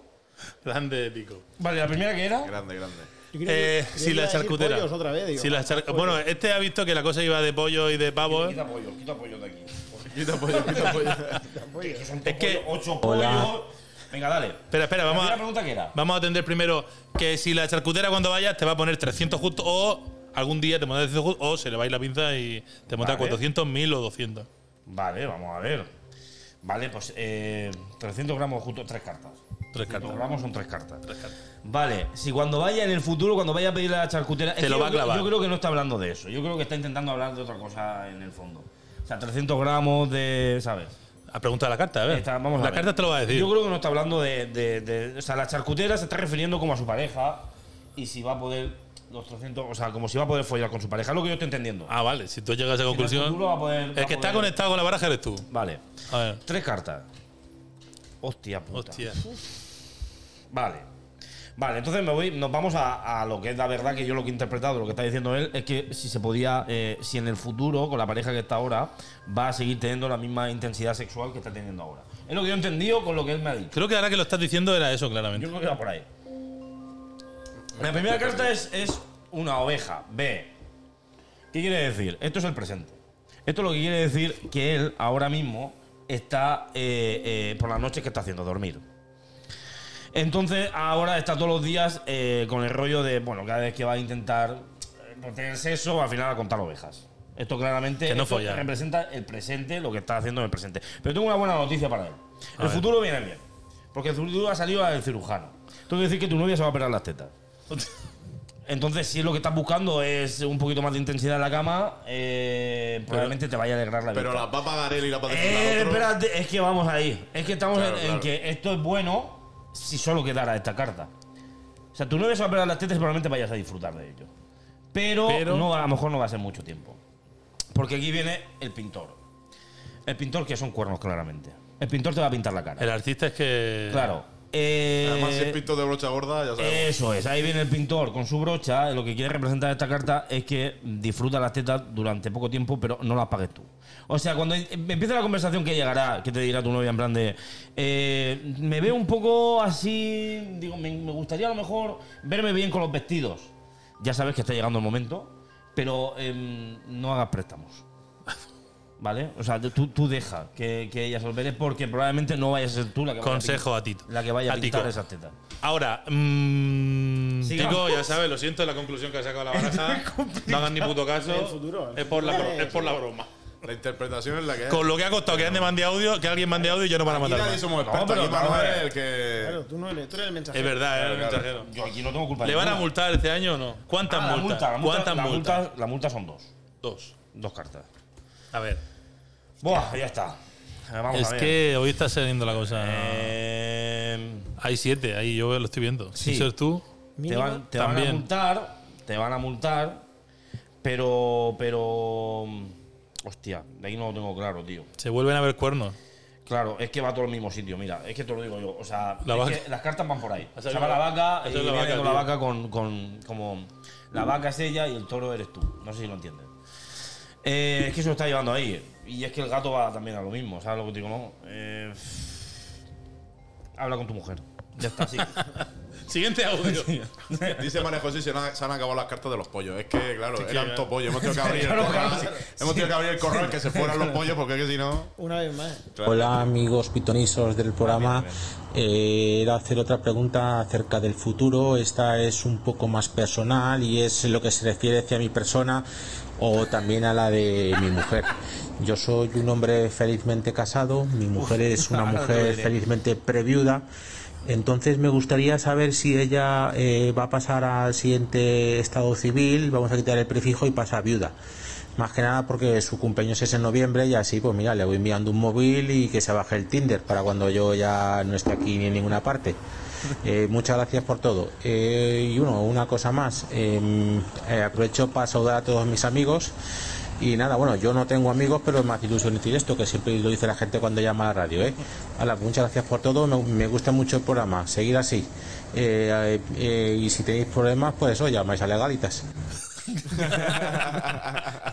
[SPEAKER 1] Grande pico.
[SPEAKER 4] Vale, la primera que era.
[SPEAKER 2] Grande, grande.
[SPEAKER 1] Eh, si la charcutera.
[SPEAKER 9] Pollos otra vez, digo.
[SPEAKER 1] Si la char- bueno, este ha visto que la cosa iba de pollo y de pavo. ¿eh?
[SPEAKER 4] Quita pollo, quita pollo de aquí.
[SPEAKER 2] Quita pollo, quita pollo.
[SPEAKER 4] Que son
[SPEAKER 1] Es que-
[SPEAKER 4] pollo, ocho pollos. Venga, dale.
[SPEAKER 1] Espera, espera,
[SPEAKER 4] La
[SPEAKER 1] vamos
[SPEAKER 4] primera
[SPEAKER 1] a,
[SPEAKER 4] pregunta que era.
[SPEAKER 1] vamos a atender primero que si la charcutera cuando vayas te va a poner 300 justo o algún día te monta 300 justo o se le va a ir la pinza y te monta
[SPEAKER 4] Vale.
[SPEAKER 1] 400, 1000 o 200.
[SPEAKER 4] Vale, vamos a ver. Vale, pues eh, 300 gramos justo, tres cartas.
[SPEAKER 1] Tres
[SPEAKER 4] 300
[SPEAKER 1] cartas.
[SPEAKER 4] gramos son tres cartas. Vale, si cuando vaya en el futuro, cuando vaya a pedir la charcutera.
[SPEAKER 1] Te
[SPEAKER 4] es que
[SPEAKER 1] lo
[SPEAKER 4] yo
[SPEAKER 1] va a
[SPEAKER 4] creo-
[SPEAKER 1] clavar.
[SPEAKER 4] Yo creo que no está hablando de eso. Yo creo que está intentando hablar de otra cosa en el fondo. O sea, 300 gramos de. ¿Sabes?
[SPEAKER 1] A pregunta la carta, a ver.
[SPEAKER 4] Está- vamos a
[SPEAKER 1] la
[SPEAKER 4] ver.
[SPEAKER 1] carta te lo va a decir.
[SPEAKER 4] Yo creo que no está hablando de, de- de- O sea, la charcutera se está refiriendo como a su pareja y si va a poder. Los 300. O sea, como si va a poder follar con su pareja. Es lo que yo estoy entendiendo.
[SPEAKER 1] Ah, vale, si tú llegas a esa conclusión.
[SPEAKER 4] futuro va a poder- va
[SPEAKER 1] el
[SPEAKER 4] a
[SPEAKER 1] que está
[SPEAKER 4] poder-
[SPEAKER 1] conectado con la baraja eres tú.
[SPEAKER 4] Vale.
[SPEAKER 1] A ver.
[SPEAKER 4] Tres cartas. Hostia puta.
[SPEAKER 1] Hostia.
[SPEAKER 4] Vale. Vale, entonces me voy, nos vamos a, a lo que es la verdad, que yo lo que he interpretado, lo que está diciendo él, es que si se podía, eh, si en el futuro, con la pareja que está ahora, va a seguir teniendo la misma intensidad sexual que está teniendo ahora. Es lo que yo he entendido con lo que él me ha dicho.
[SPEAKER 1] Creo que ahora que lo estás diciendo era eso, claramente.
[SPEAKER 4] Yo creo que va por ahí. La primera carta es, es una oveja. B. ¿Qué quiere decir? Esto es el presente. Esto lo que quiere decir que él ahora mismo está eh, eh, por las noches que está haciendo dormir. Entonces ahora está todos los días eh, con el rollo de, bueno, cada vez que va a intentar eh, no tener sexo, al final a contar ovejas. Esto claramente
[SPEAKER 1] Que no
[SPEAKER 4] esto
[SPEAKER 1] follar.
[SPEAKER 4] representa el presente, lo que está haciendo en el presente. Pero tengo una buena noticia para él. el
[SPEAKER 1] ver.
[SPEAKER 4] futuro viene bien. Porque el futuro ha salido al cirujano. Entonces quiere decir que tu novia se va a operar las tetas. Entonces, si lo que estás buscando es un poquito más de intensidad en la cama, eh, probablemente te vaya a alegrar la vida.
[SPEAKER 2] Pero las va a pagar él y las va a
[SPEAKER 4] Eh,
[SPEAKER 2] disfrutar otro.
[SPEAKER 4] espérate, es que vamos ahí. Es que estamos
[SPEAKER 2] Claro,
[SPEAKER 4] en, en
[SPEAKER 2] claro.
[SPEAKER 4] que esto es bueno si solo quedara esta carta. O sea, tú no ves a operar las tetas y probablemente vayas a disfrutar de ello. Pero,
[SPEAKER 1] Pero-
[SPEAKER 4] no, a lo mejor no va a ser mucho tiempo. Porque aquí viene el pintor. El pintor que son cuernos, claramente. El pintor te va a pintar la cara.
[SPEAKER 1] El artista es que.
[SPEAKER 4] Claro. Eh,
[SPEAKER 2] Además, si es pinto de brocha gorda, ya sabemos.
[SPEAKER 4] eso es, ahí viene el pintor con su brocha. Lo que quiere representar esta carta es que disfruta las tetas durante poco tiempo, pero no las pagues tú. O sea, cuando empieza la conversación que llegará, que te dirá tu novia en plan de. eh, me veo un poco así. Digo, me, me gustaría a lo mejor verme bien con los vestidos. Ya sabes que está llegando el momento, pero em, no hagas préstamos. ¿Vale? O sea, tú, tú deja que, que ella se opere porque probablemente no vayas a ser tú la que vaya a
[SPEAKER 1] Consejo a Tito.
[SPEAKER 4] pin- la que vaya a
[SPEAKER 1] A Tico.
[SPEAKER 4] pintar esas tetas.
[SPEAKER 1] Ahora, mmm,
[SPEAKER 4] Sigamos.
[SPEAKER 1] Tico, ya sabes, lo siento, es la conclusión que ha sacado la baraja. No hagan ni puto caso.
[SPEAKER 9] El futuro, el
[SPEAKER 1] es por la,
[SPEAKER 9] futuro
[SPEAKER 1] bro-
[SPEAKER 9] es-
[SPEAKER 1] es por la broma.
[SPEAKER 2] La interpretación es la que es.
[SPEAKER 1] Con lo que ha costado que alguien mande audio, que alguien mande audio y yo no para
[SPEAKER 2] Aquí
[SPEAKER 1] matarme.
[SPEAKER 2] nadie
[SPEAKER 1] Es
[SPEAKER 2] somos expertos.
[SPEAKER 4] pero
[SPEAKER 2] aquí
[SPEAKER 4] vamos a
[SPEAKER 2] Manuel
[SPEAKER 4] ver.
[SPEAKER 2] el que.
[SPEAKER 5] Claro, tú no eres, tú eres el mensajero.
[SPEAKER 1] verdad, es
[SPEAKER 2] Claro,
[SPEAKER 1] verdad.
[SPEAKER 4] Yo aquí no tengo culpa.
[SPEAKER 1] ¿Le van a
[SPEAKER 4] ninguna.
[SPEAKER 1] multar este año o no? ¿Cuántas
[SPEAKER 4] Ah, la
[SPEAKER 1] multas?
[SPEAKER 4] multa, la multa,
[SPEAKER 1] ¿Cuántas
[SPEAKER 4] la
[SPEAKER 1] multas?
[SPEAKER 4] multa- la multa son dos.
[SPEAKER 1] Dos.
[SPEAKER 4] Dos cartas.
[SPEAKER 1] A ver.
[SPEAKER 4] Buah, ya está. Eh, Vamos
[SPEAKER 1] es
[SPEAKER 4] a ver.
[SPEAKER 1] que hoy está saliendo la cosa.
[SPEAKER 4] Eh,
[SPEAKER 1] Hay siete, ahí yo lo estoy viendo.
[SPEAKER 4] Sí.
[SPEAKER 1] Si ser tú.
[SPEAKER 4] te van, te van a
[SPEAKER 1] También.
[SPEAKER 4] multar, te van a multar, pero. pero mm, Hostia, de ahí no lo tengo claro, tío.
[SPEAKER 1] Se vuelven a ver cuernos.
[SPEAKER 4] Claro, es que va todo al mismo sitio, mira, es que te lo digo yo. O sea,
[SPEAKER 1] La
[SPEAKER 4] es
[SPEAKER 1] vaca.
[SPEAKER 4] que las cartas van por ahí.
[SPEAKER 1] Ha
[SPEAKER 4] O sea,
[SPEAKER 1] salido
[SPEAKER 4] va la
[SPEAKER 1] la- ha
[SPEAKER 4] vaca y
[SPEAKER 1] salido la
[SPEAKER 4] viene
[SPEAKER 1] vaca,
[SPEAKER 4] con la
[SPEAKER 1] tío.
[SPEAKER 4] vaca con, con- como. La vaca es ella y el toro eres tú. No sé si lo entiendes. Eh, es que se lo está llevando ahí. Y es que el gato va también a lo mismo, ¿sabes lo que te digo? No? Eh, habla con tu mujer. Ya está, sí.
[SPEAKER 1] Siguiente audio.
[SPEAKER 2] Dice María José se, han- se han acabado las cartas de los pollos. Es que, claro,
[SPEAKER 1] que
[SPEAKER 2] eran
[SPEAKER 1] ya.
[SPEAKER 2] todo pollo. Hemos tenido que abrir el
[SPEAKER 4] Claro,
[SPEAKER 2] corral.
[SPEAKER 4] claro.
[SPEAKER 2] Hemos tenido que abrir el corral que se fueran los pollos porque es que si no.
[SPEAKER 5] Una vez más.
[SPEAKER 10] Hola Ah, amigos pitonisos del programa. Eh, Era hacer otra pregunta acerca del futuro. Esta es un poco más personal y es lo que se refiere hacia mi persona o también a la de mi mujer. Yo soy un hombre felizmente casado, mi mujer es una mujer felizmente previuda. Entonces me gustaría saber si ella eh, va a pasar al siguiente estado civil, vamos a quitar el prefijo y pasa a viuda. Más que nada porque su cumpleaños es en noviembre y así, pues mira, le voy enviando un móvil y que se baje el Tinder para cuando yo ya no esté aquí ni en ninguna parte. Eh, muchas gracias por todo. Eh, y uno, una cosa más. eh, eh, aprovecho para saludar a todos mis amigos. Y nada, bueno, yo no tengo amigos, pero me hace ilusión decir esto, que siempre lo dice la gente cuando llama a la radio, ¿eh? Hala, muchas gracias por todo, me, me gusta mucho el programa, seguir así. Eh, eh, eh, y si tenéis problemas, pues eso, llamáis a legalitas.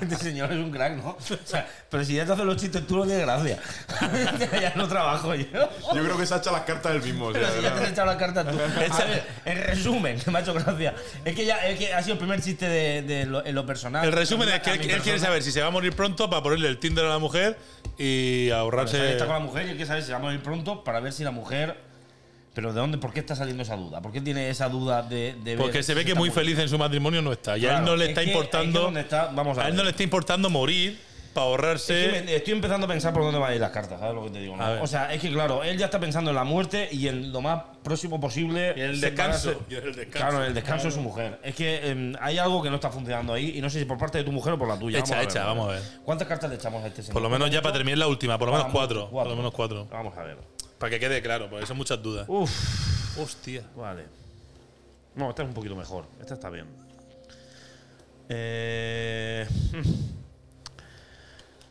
[SPEAKER 4] Este señor es un crack, ¿no? O sea, pero si ya te hacen los chistes, tú no tienes gracia. ya, ya no trabajo yo.
[SPEAKER 2] Yo creo que se ha hecho las cartas del mismo. o sea,
[SPEAKER 4] Pero si
[SPEAKER 2] de
[SPEAKER 4] ya te has
[SPEAKER 2] verdad.
[SPEAKER 4] echado la carta tú. A ver, en resumen, que me ha hecho gracia. Es que ya es que ha sido el primer chiste de, de lo, en lo personal.
[SPEAKER 1] El resumen es que
[SPEAKER 4] A
[SPEAKER 1] él,
[SPEAKER 4] mi
[SPEAKER 1] él
[SPEAKER 4] persona.
[SPEAKER 1] quiere saber si se va a morir pronto para ponerle el Tinder a la mujer y
[SPEAKER 4] Pero
[SPEAKER 1] ahorrarse.
[SPEAKER 4] sabe que Está con la mujer y él quiere saber si vamos a ir pronto para ver si la mujer. Pero ¿de dónde? ¿Por qué está saliendo esa duda? ¿Por qué tiene esa duda de, de ver
[SPEAKER 1] Porque se ve
[SPEAKER 4] si
[SPEAKER 1] que
[SPEAKER 4] está
[SPEAKER 1] muy
[SPEAKER 4] muriendo?
[SPEAKER 1] feliz en su matrimonio no está. Y a él
[SPEAKER 4] Claro,
[SPEAKER 1] no le
[SPEAKER 4] es
[SPEAKER 1] está
[SPEAKER 4] que- es que
[SPEAKER 1] importando.
[SPEAKER 4] donde está- vamos a
[SPEAKER 1] a él
[SPEAKER 4] ver.
[SPEAKER 1] no le está importando morir para ahorrarse.
[SPEAKER 4] Es que me- estoy empezando a pensar por dónde van a ir las cartas, ¿sabes lo que te digo? no?
[SPEAKER 1] A ver.
[SPEAKER 4] O sea, es que claro, él ya está pensando en la muerte y en lo más próximo posible.
[SPEAKER 1] Y en el
[SPEAKER 4] se
[SPEAKER 1] descanso,
[SPEAKER 4] embarace.
[SPEAKER 1] y en el descanso.
[SPEAKER 4] Claro, en el descanso de su mujer. Es que em, hay algo que no está funcionando ahí y no sé si por parte de tu mujer o por la tuya.
[SPEAKER 1] Echa,
[SPEAKER 4] vamos a ver,
[SPEAKER 1] echa, vamos a ver.
[SPEAKER 4] ¿Cuántas cartas le echamos a este señor?
[SPEAKER 1] por lo menos ya para terminar la última, por lo
[SPEAKER 4] Ah,
[SPEAKER 1] menos cuatro,
[SPEAKER 4] mucho,
[SPEAKER 1] Por lo menos cuatro.
[SPEAKER 4] Vamos a ver.
[SPEAKER 1] Para que quede claro, porque son muchas dudas.
[SPEAKER 4] Uf,
[SPEAKER 1] Hostia.
[SPEAKER 4] vale. No, esta es un poquito mejor. Esta está bien. Eh,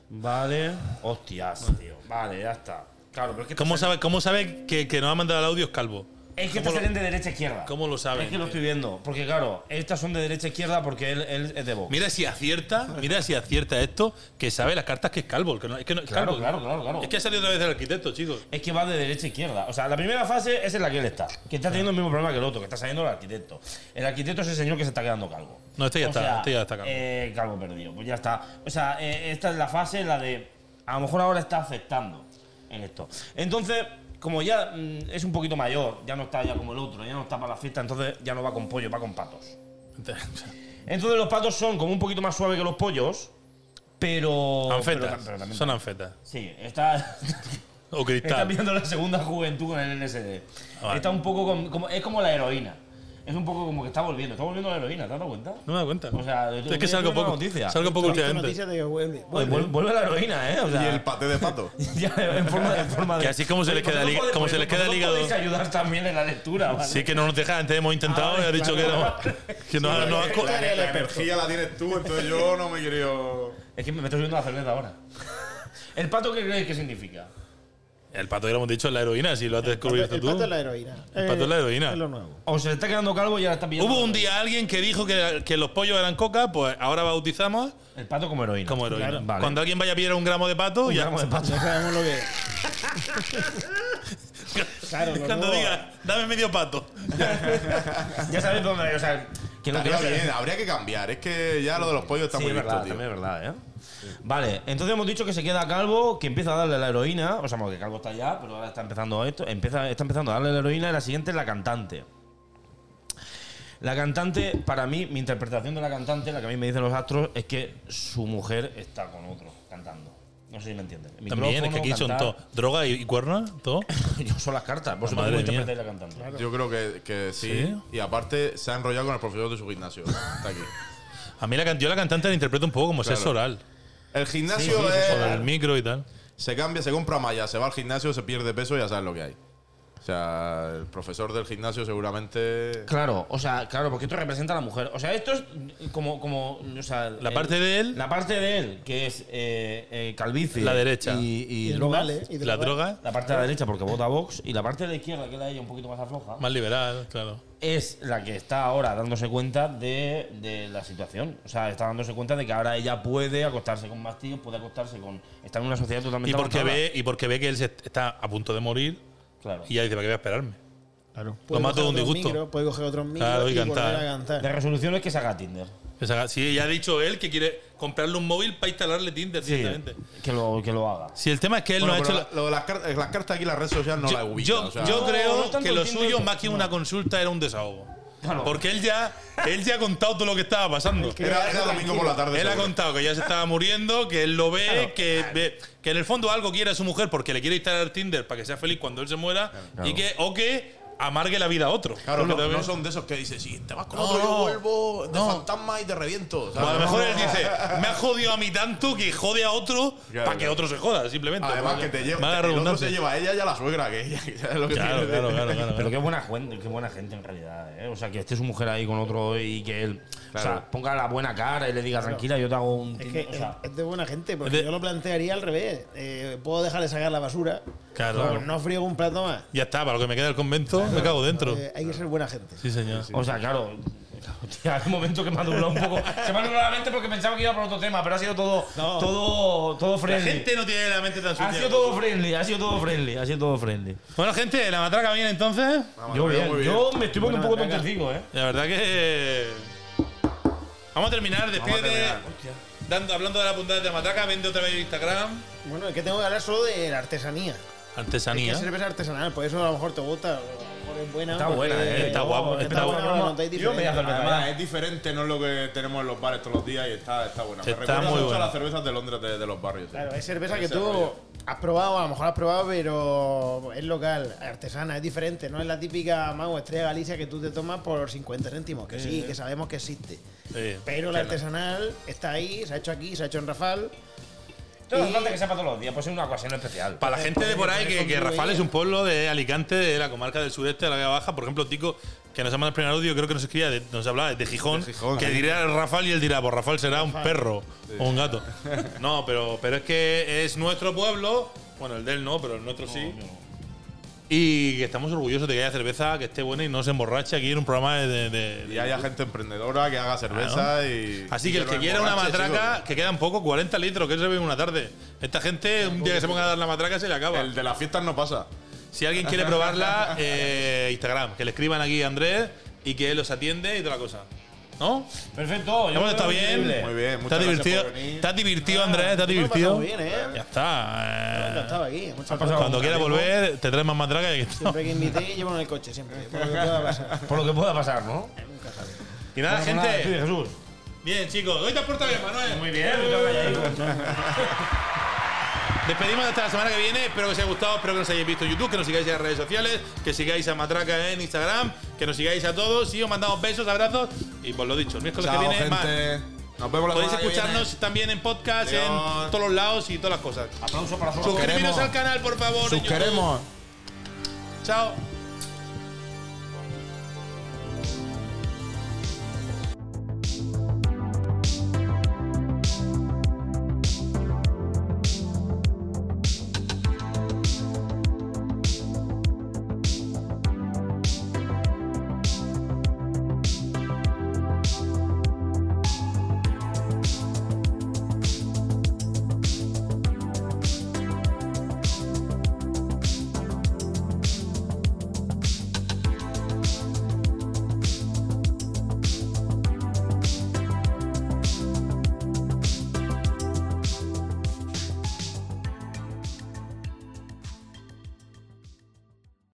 [SPEAKER 4] Vale. Hostias, tío. Vale, ya está. Claro, pero es que esta
[SPEAKER 1] ¿Cómo sabe, cómo sabe que, que nos ha mandado el audio es calvo?
[SPEAKER 4] Es
[SPEAKER 1] ¿Cómo
[SPEAKER 4] que estas
[SPEAKER 1] lo-
[SPEAKER 4] salen de derecha a izquierda.
[SPEAKER 1] ¿Cómo lo saben,
[SPEAKER 4] Es que lo
[SPEAKER 1] tío?
[SPEAKER 4] estoy viendo. Porque, claro, estas son de derecha a izquierda porque él, él es de Vox.
[SPEAKER 1] Mira si acierta, mira si acierta esto, que sabe las cartas que es calvo. Que no, es que no, es
[SPEAKER 4] Claro,
[SPEAKER 1] calvo.
[SPEAKER 4] claro, claro, claro.
[SPEAKER 1] Es que ha salido otra vez el arquitecto, chicos.
[SPEAKER 4] Es que va de derecha a izquierda. O sea, la primera fase es en la que él está. Que está teniendo el mismo problema que el otro, que está saliendo el arquitecto. El arquitecto es el señor que se está quedando calvo.
[SPEAKER 1] No, este ya
[SPEAKER 4] O
[SPEAKER 1] está,
[SPEAKER 4] sea,
[SPEAKER 1] este ya está calvo.
[SPEAKER 4] eh, calvo perdido. Pues ya está. O sea, eh, esta es la fase en la de. A lo mejor ahora está afectando en esto. Entonces, como ya mm, es un poquito mayor, ya no está ya como el otro, ya no está para la fiesta, entonces ya no va con pollo, va con patos.
[SPEAKER 1] Este,
[SPEAKER 4] Entonces los patos son como un poquito más suaves que los pollos, pero.
[SPEAKER 1] anfetas.
[SPEAKER 4] pero- pero también-
[SPEAKER 1] son anfetas.
[SPEAKER 4] Sí, está.
[SPEAKER 1] O
[SPEAKER 4] está
[SPEAKER 1] cristal.
[SPEAKER 4] viendo la segunda juventud con el LSD.
[SPEAKER 1] Ah, Vale.
[SPEAKER 4] Está un poco com- como. Es como la heroína. Es un poco como que está volviendo. Está volviendo la heroína, ¿te has dado cuenta?
[SPEAKER 1] No me da cuenta.
[SPEAKER 4] O sea, yo
[SPEAKER 1] es que
[SPEAKER 4] tuve
[SPEAKER 1] salgo
[SPEAKER 4] una
[SPEAKER 1] poco.
[SPEAKER 4] noticia.
[SPEAKER 1] Salgo poco
[SPEAKER 5] Esta
[SPEAKER 1] últimamente.
[SPEAKER 5] noticia de que vuelve.
[SPEAKER 4] Oye, vuel- vuelve la heroína, ¿eh? O
[SPEAKER 2] Y
[SPEAKER 4] sea,
[SPEAKER 2] el paté de pato.
[SPEAKER 4] ya en forma, en forma de.
[SPEAKER 1] Que así como se le
[SPEAKER 4] Oye,
[SPEAKER 1] queda el
[SPEAKER 4] vosotros
[SPEAKER 1] hí-
[SPEAKER 4] podéis-
[SPEAKER 1] como se le queda el
[SPEAKER 4] vosotros
[SPEAKER 1] hígado.
[SPEAKER 4] podéis ayudar también en la lectura, ¿vale?
[SPEAKER 1] Sí, que no nos deja, antes hemos intentado
[SPEAKER 4] Ah,
[SPEAKER 1] y ha dicho
[SPEAKER 4] claro,
[SPEAKER 1] que, no- que nos, ha- nos ha co-
[SPEAKER 2] La, la energía la tienes tú, entonces yo no me quiero.
[SPEAKER 4] Es que me estoy subiendo la cerveza ahora. ¿El pato qué creéis que significa?
[SPEAKER 1] El pato ya lo hemos dicho, es la heroína, si lo has
[SPEAKER 5] El
[SPEAKER 1] descubierto
[SPEAKER 5] pato- el
[SPEAKER 1] Pues tú.
[SPEAKER 5] pato es la heroína. Eh,
[SPEAKER 1] El pato es la heroína.
[SPEAKER 5] Es lo nuevo.
[SPEAKER 4] O se le está quedando calvo y ahora está pillando.
[SPEAKER 1] Hubo un día alguien que dijo que, que los pollos eran coca, pues ahora bautizamos
[SPEAKER 4] El pato como heroína.
[SPEAKER 1] como heroína.
[SPEAKER 4] Claro, vale.
[SPEAKER 1] Cuando alguien vaya a pillar un gramo de pato,
[SPEAKER 4] Un
[SPEAKER 1] ya.
[SPEAKER 4] gramo de pato.
[SPEAKER 5] Ya sabemos lo que es. Claro, lo
[SPEAKER 1] cuando
[SPEAKER 5] nuevo.
[SPEAKER 1] diga, dame medio pato.
[SPEAKER 4] Ya sabéis dónde. O sea, que no
[SPEAKER 2] Estaría
[SPEAKER 4] que no-
[SPEAKER 2] bien, habría que cambiar. Es que ya lo de los pollos está
[SPEAKER 4] Sí,
[SPEAKER 2] muy
[SPEAKER 4] es
[SPEAKER 2] visto,
[SPEAKER 4] verdad,
[SPEAKER 2] tío.
[SPEAKER 4] también es verdad, ¿eh? Vale, entonces hemos dicho que se queda calvo, que empieza a darle la heroína, o sea, bueno, que calvo está ya, pero ahora está empezando esto, empieza, está empezando a darle la heroína y la siguiente es la cantante. La cantante, para mí, mi interpretación de la cantante, la que a mí me dicen los astros, es que su mujer está con otro cantando. No sé si me entienden.
[SPEAKER 1] También, es que aquí son todo. ¿Droga y, y cuerna? ¿Todo?
[SPEAKER 4] Yo son las cartas. Vosotros
[SPEAKER 1] Madre
[SPEAKER 4] cómo
[SPEAKER 1] mía.
[SPEAKER 4] interpretáis la cantante.
[SPEAKER 2] Yo creo que, que sí.
[SPEAKER 1] ¿Sí?
[SPEAKER 2] Y aparte, se ha enrollado con el profesor de su gimnasio. Está aquí.
[SPEAKER 1] A mí la, can- yo la cantante la interpreto un poco como
[SPEAKER 2] Claro.
[SPEAKER 1] sexo oral.
[SPEAKER 2] El gimnasio
[SPEAKER 4] Sí, sí,
[SPEAKER 2] es.
[SPEAKER 1] Con el micro y tal.
[SPEAKER 2] Se cambia, se compra malla, se va al gimnasio, se pierde peso y ya sabes lo que hay. O sea, el profesor del gimnasio seguramente.
[SPEAKER 4] Claro, o sea, claro, porque esto representa a la mujer. O sea, esto es como. como o sea,
[SPEAKER 1] La parte de él-
[SPEAKER 4] La parte de él, que es eh, eh, calvicie.
[SPEAKER 1] La derecha.
[SPEAKER 4] Y, y
[SPEAKER 5] Y el
[SPEAKER 4] drogas.
[SPEAKER 5] vale, y de
[SPEAKER 1] La
[SPEAKER 5] verdad.
[SPEAKER 1] droga,
[SPEAKER 4] La parte de la derecha, porque vota Vox. Y la parte de la izquierda, que es la de ella un poquito más afloja,
[SPEAKER 1] más liberal, claro.
[SPEAKER 4] es la que está ahora dándose cuenta de, de la situación. O sea, está dándose cuenta de que ahora ella puede acostarse con más tíos, puede acostarse con. Está en una sociedad totalmente.
[SPEAKER 1] Y porque,
[SPEAKER 4] avanzada.
[SPEAKER 1] ve, y porque ve que él se está a punto de morir
[SPEAKER 4] Claro.
[SPEAKER 1] y ya dice, ¿para qué voy a esperarme?
[SPEAKER 9] Claro.
[SPEAKER 1] Lo mato de un
[SPEAKER 5] otros
[SPEAKER 1] disgusto.
[SPEAKER 5] micros, puede coger otros micros
[SPEAKER 1] Claro, y
[SPEAKER 5] y,
[SPEAKER 1] cantar.
[SPEAKER 5] volver a
[SPEAKER 4] La
[SPEAKER 5] cantar.
[SPEAKER 4] resolución es que se haga Tinder.
[SPEAKER 1] O sea, si ya ha dicho él que quiere comprarle un móvil para instalarle Tinder
[SPEAKER 4] Sí,
[SPEAKER 1] directamente.
[SPEAKER 4] que lo, que lo haga.
[SPEAKER 1] Si el tema es que él
[SPEAKER 2] Bueno,
[SPEAKER 1] no ha
[SPEAKER 2] pero
[SPEAKER 1] hecho.
[SPEAKER 2] la- lo de las, cartas, las cartas aquí, las redes sociales no
[SPEAKER 1] yo,
[SPEAKER 2] las ubican.
[SPEAKER 1] yo-
[SPEAKER 2] o sea,
[SPEAKER 1] yo
[SPEAKER 4] No, no
[SPEAKER 1] creo
[SPEAKER 4] tanto
[SPEAKER 1] que lo
[SPEAKER 4] el Tinder,
[SPEAKER 1] suyo,
[SPEAKER 4] no.
[SPEAKER 1] más que una consulta, era un desahogo.
[SPEAKER 4] Claro.
[SPEAKER 1] Porque él ya, él ya ha contado todo lo que estaba pasando.
[SPEAKER 2] era, era domingo por la tarde.
[SPEAKER 1] Él ha
[SPEAKER 2] seguro.
[SPEAKER 1] contado que ya se estaba muriendo, que él lo ve, que, ve- que en el fondo algo quiere a su mujer porque le quiere instalar Tinder para que sea feliz cuando él se muera y que o que amargue la vida a otro.
[SPEAKER 2] Claro,
[SPEAKER 1] Porque
[SPEAKER 2] no,
[SPEAKER 1] también-
[SPEAKER 2] no son de esos que dicen, sí, te vas con
[SPEAKER 1] No,
[SPEAKER 2] otro, yo
[SPEAKER 1] no.
[SPEAKER 2] vuelvo de
[SPEAKER 1] No.
[SPEAKER 2] fantasma y te reviento. O sea,
[SPEAKER 1] O Pues a lo mejor
[SPEAKER 2] no,
[SPEAKER 1] él
[SPEAKER 2] no.
[SPEAKER 1] dice, me ha jodido a mí tanto que jode a otro
[SPEAKER 2] Claro,
[SPEAKER 1] para que
[SPEAKER 2] claro.
[SPEAKER 1] otro se joda, simplemente.
[SPEAKER 2] Además que te
[SPEAKER 1] Mala
[SPEAKER 2] lleva, el otro
[SPEAKER 1] redundancia.
[SPEAKER 2] se lleva a ella y a la suegra, que ella, que ya es lo que
[SPEAKER 1] Claro,
[SPEAKER 2] tiene.
[SPEAKER 1] claro, claro, claro.
[SPEAKER 4] Pero qué buena gente, qué buena gente en realidad, ¿eh? O sea, que esté su mujer ahí con otro y que él
[SPEAKER 2] Claro.
[SPEAKER 4] o sea, ponga la buena cara y le diga, tranquila, yo te hago un...
[SPEAKER 5] Es que
[SPEAKER 4] o sea,
[SPEAKER 5] es de buena gente, porque
[SPEAKER 1] es de-
[SPEAKER 5] yo lo plantearía al revés. Eh, puedo dejar de sacar la basura,
[SPEAKER 1] Claro.
[SPEAKER 5] pero no friego un plato más.
[SPEAKER 1] Ya está, para lo que me queda del convento, me cago dentro.
[SPEAKER 5] Eh, hay que ser buena gente.
[SPEAKER 1] Sí, señor.
[SPEAKER 4] o sea, claro... Hostia, hay un momento que me ha nublado un poco. Se me ha nublado la mente porque pensaba que iba por otro tema, pero ha sido todo...
[SPEAKER 1] No.
[SPEAKER 4] Todo, todo
[SPEAKER 1] La
[SPEAKER 4] friendly.
[SPEAKER 1] gente no tiene la mente tan sucia.
[SPEAKER 4] Ha sido todo friendly, ha sido todo friendly, ha sido todo friendly.
[SPEAKER 1] Bueno, gente, la matraca viene entonces.
[SPEAKER 4] yo,
[SPEAKER 2] muy
[SPEAKER 4] bien,
[SPEAKER 2] bien.
[SPEAKER 4] yo me estoy poniendo un poco
[SPEAKER 5] Buena
[SPEAKER 4] tontecico, ¿eh?
[SPEAKER 1] La verdad que. eh, Vamos a terminar, despídete.
[SPEAKER 2] terminar.
[SPEAKER 1] Dando, hablando de la puntada de la matraca, vende otra vez Instagram.
[SPEAKER 5] Bueno, es que tengo que hablar solo de la artesanía.
[SPEAKER 1] Artesanía.
[SPEAKER 5] Es que cerveza artesanal, por eso a lo mejor te gusta, o a lo mejor es buena.
[SPEAKER 4] Está
[SPEAKER 5] porque-
[SPEAKER 4] buena, ¿eh?
[SPEAKER 1] Está guapo,
[SPEAKER 4] Está,
[SPEAKER 1] está
[SPEAKER 4] buena.
[SPEAKER 5] guapo.
[SPEAKER 4] broma.
[SPEAKER 5] No, no, está
[SPEAKER 4] yo me voy a hacer la
[SPEAKER 2] Además, es diferente, no es lo que tenemos en los bares todos los días y está, está buena. Me
[SPEAKER 1] Está
[SPEAKER 2] recuerda
[SPEAKER 1] muy
[SPEAKER 2] mucho
[SPEAKER 1] buena.
[SPEAKER 2] a las cervezas de Londres de, de los barrios.
[SPEAKER 5] Claro, es cerveza que
[SPEAKER 2] Ese
[SPEAKER 5] tú
[SPEAKER 2] rollo.
[SPEAKER 5] has probado, a lo mejor has probado, pero es local, artesana, es diferente. No es la típica mago estrella Galicia que tú te tomas por 50 céntimos, que sí, que sabemos que existe.
[SPEAKER 1] Sí.
[SPEAKER 5] Pero la artesanal está ahí, se ha hecho aquí, se ha hecho en Rafal.
[SPEAKER 4] No hace
[SPEAKER 5] Y-
[SPEAKER 4] falta que sea para todos los días, pues es una ocasión especial.
[SPEAKER 1] Para la gente de por ahí, que, que Rafal es un pueblo de Alicante, de la comarca del sureste, de la Vega Baja. Por ejemplo, Tico, que nos llama el primer audio, creo que nos escribía, de- nos hablaba de Gijón,
[SPEAKER 2] De Gijón,
[SPEAKER 1] que
[SPEAKER 2] sí.
[SPEAKER 1] dirá Rafal y él dirá, pues Rafal será un perro o un gato. No, pero, pero es que es nuestro pueblo, bueno, el de él no, pero el nuestro sí. Y que estamos orgullosos de que haya cerveza, que esté buena y no se emborrache aquí en un programa de- de- de-
[SPEAKER 2] Y haya gente emprendedora que haga cerveza y.
[SPEAKER 1] Así
[SPEAKER 2] y
[SPEAKER 1] que el
[SPEAKER 2] lo
[SPEAKER 1] que quiera una
[SPEAKER 2] emborrache,
[SPEAKER 1] matraca,
[SPEAKER 2] chico.
[SPEAKER 1] que quedan poco, 40 litros, que eso se bebe en una tarde. Esta gente, un día que se ponga a dar la matraca, se le acaba.
[SPEAKER 2] El de las fiestas no pasa.
[SPEAKER 1] Si alguien quiere probarla, eh, Instagram, que le escriban aquí a Andrés y que él los atiende y toda la cosa. ¿No?
[SPEAKER 4] Perfecto, yo
[SPEAKER 1] Hemos estado
[SPEAKER 4] creo que
[SPEAKER 1] bien.
[SPEAKER 4] increíble.
[SPEAKER 2] Muy bien,
[SPEAKER 1] ¿Te
[SPEAKER 2] muchas
[SPEAKER 1] has
[SPEAKER 2] gracias
[SPEAKER 1] divertido?
[SPEAKER 2] por venir.
[SPEAKER 1] ¿Te has divertido, Andrés? ¿Te has
[SPEAKER 5] Me lo he pasado
[SPEAKER 1] divertido?
[SPEAKER 5] muy bien, ¿eh?
[SPEAKER 1] Ya está. eh.
[SPEAKER 5] Estaba aquí, muchas
[SPEAKER 4] pasado
[SPEAKER 5] gracias.
[SPEAKER 1] Cuando quiera volver, te traes más matraca y
[SPEAKER 5] Siempre que invité, llevo en el coche, siempre. por lo que pueda pasar.
[SPEAKER 4] Por lo que pueda pasar, ¿no?
[SPEAKER 1] Y nada,
[SPEAKER 4] Bueno, nada, despide,
[SPEAKER 1] gente.
[SPEAKER 4] Jesús.
[SPEAKER 1] Bien, chicos. Hoy te has portado bien, Manuel.
[SPEAKER 4] Muy bien, me toca ya ir.
[SPEAKER 1] Despedimos hasta la semana que viene. Espero que os haya gustado. Espero que nos hayáis visto en YouTube, que nos sigáis en las redes sociales, que sigáis a Matraca en Instagram, que nos sigáis a todos. Y os mandamos besos, abrazos. Y por lo dicho, el miércoles
[SPEAKER 2] Chao,
[SPEAKER 1] que viene más.
[SPEAKER 2] gente. Nos vemos la
[SPEAKER 1] Podéis
[SPEAKER 2] semana que
[SPEAKER 1] escucharnos también en podcast, en
[SPEAKER 2] Adiós.
[SPEAKER 1] todos los lados y todas las cosas.
[SPEAKER 4] Aplauso para Zorro.
[SPEAKER 1] Suscribiros
[SPEAKER 2] queremos.
[SPEAKER 1] al canal, por favor. en
[SPEAKER 2] viene. Sus
[SPEAKER 1] YouTube.
[SPEAKER 2] queremos.
[SPEAKER 1] Chao.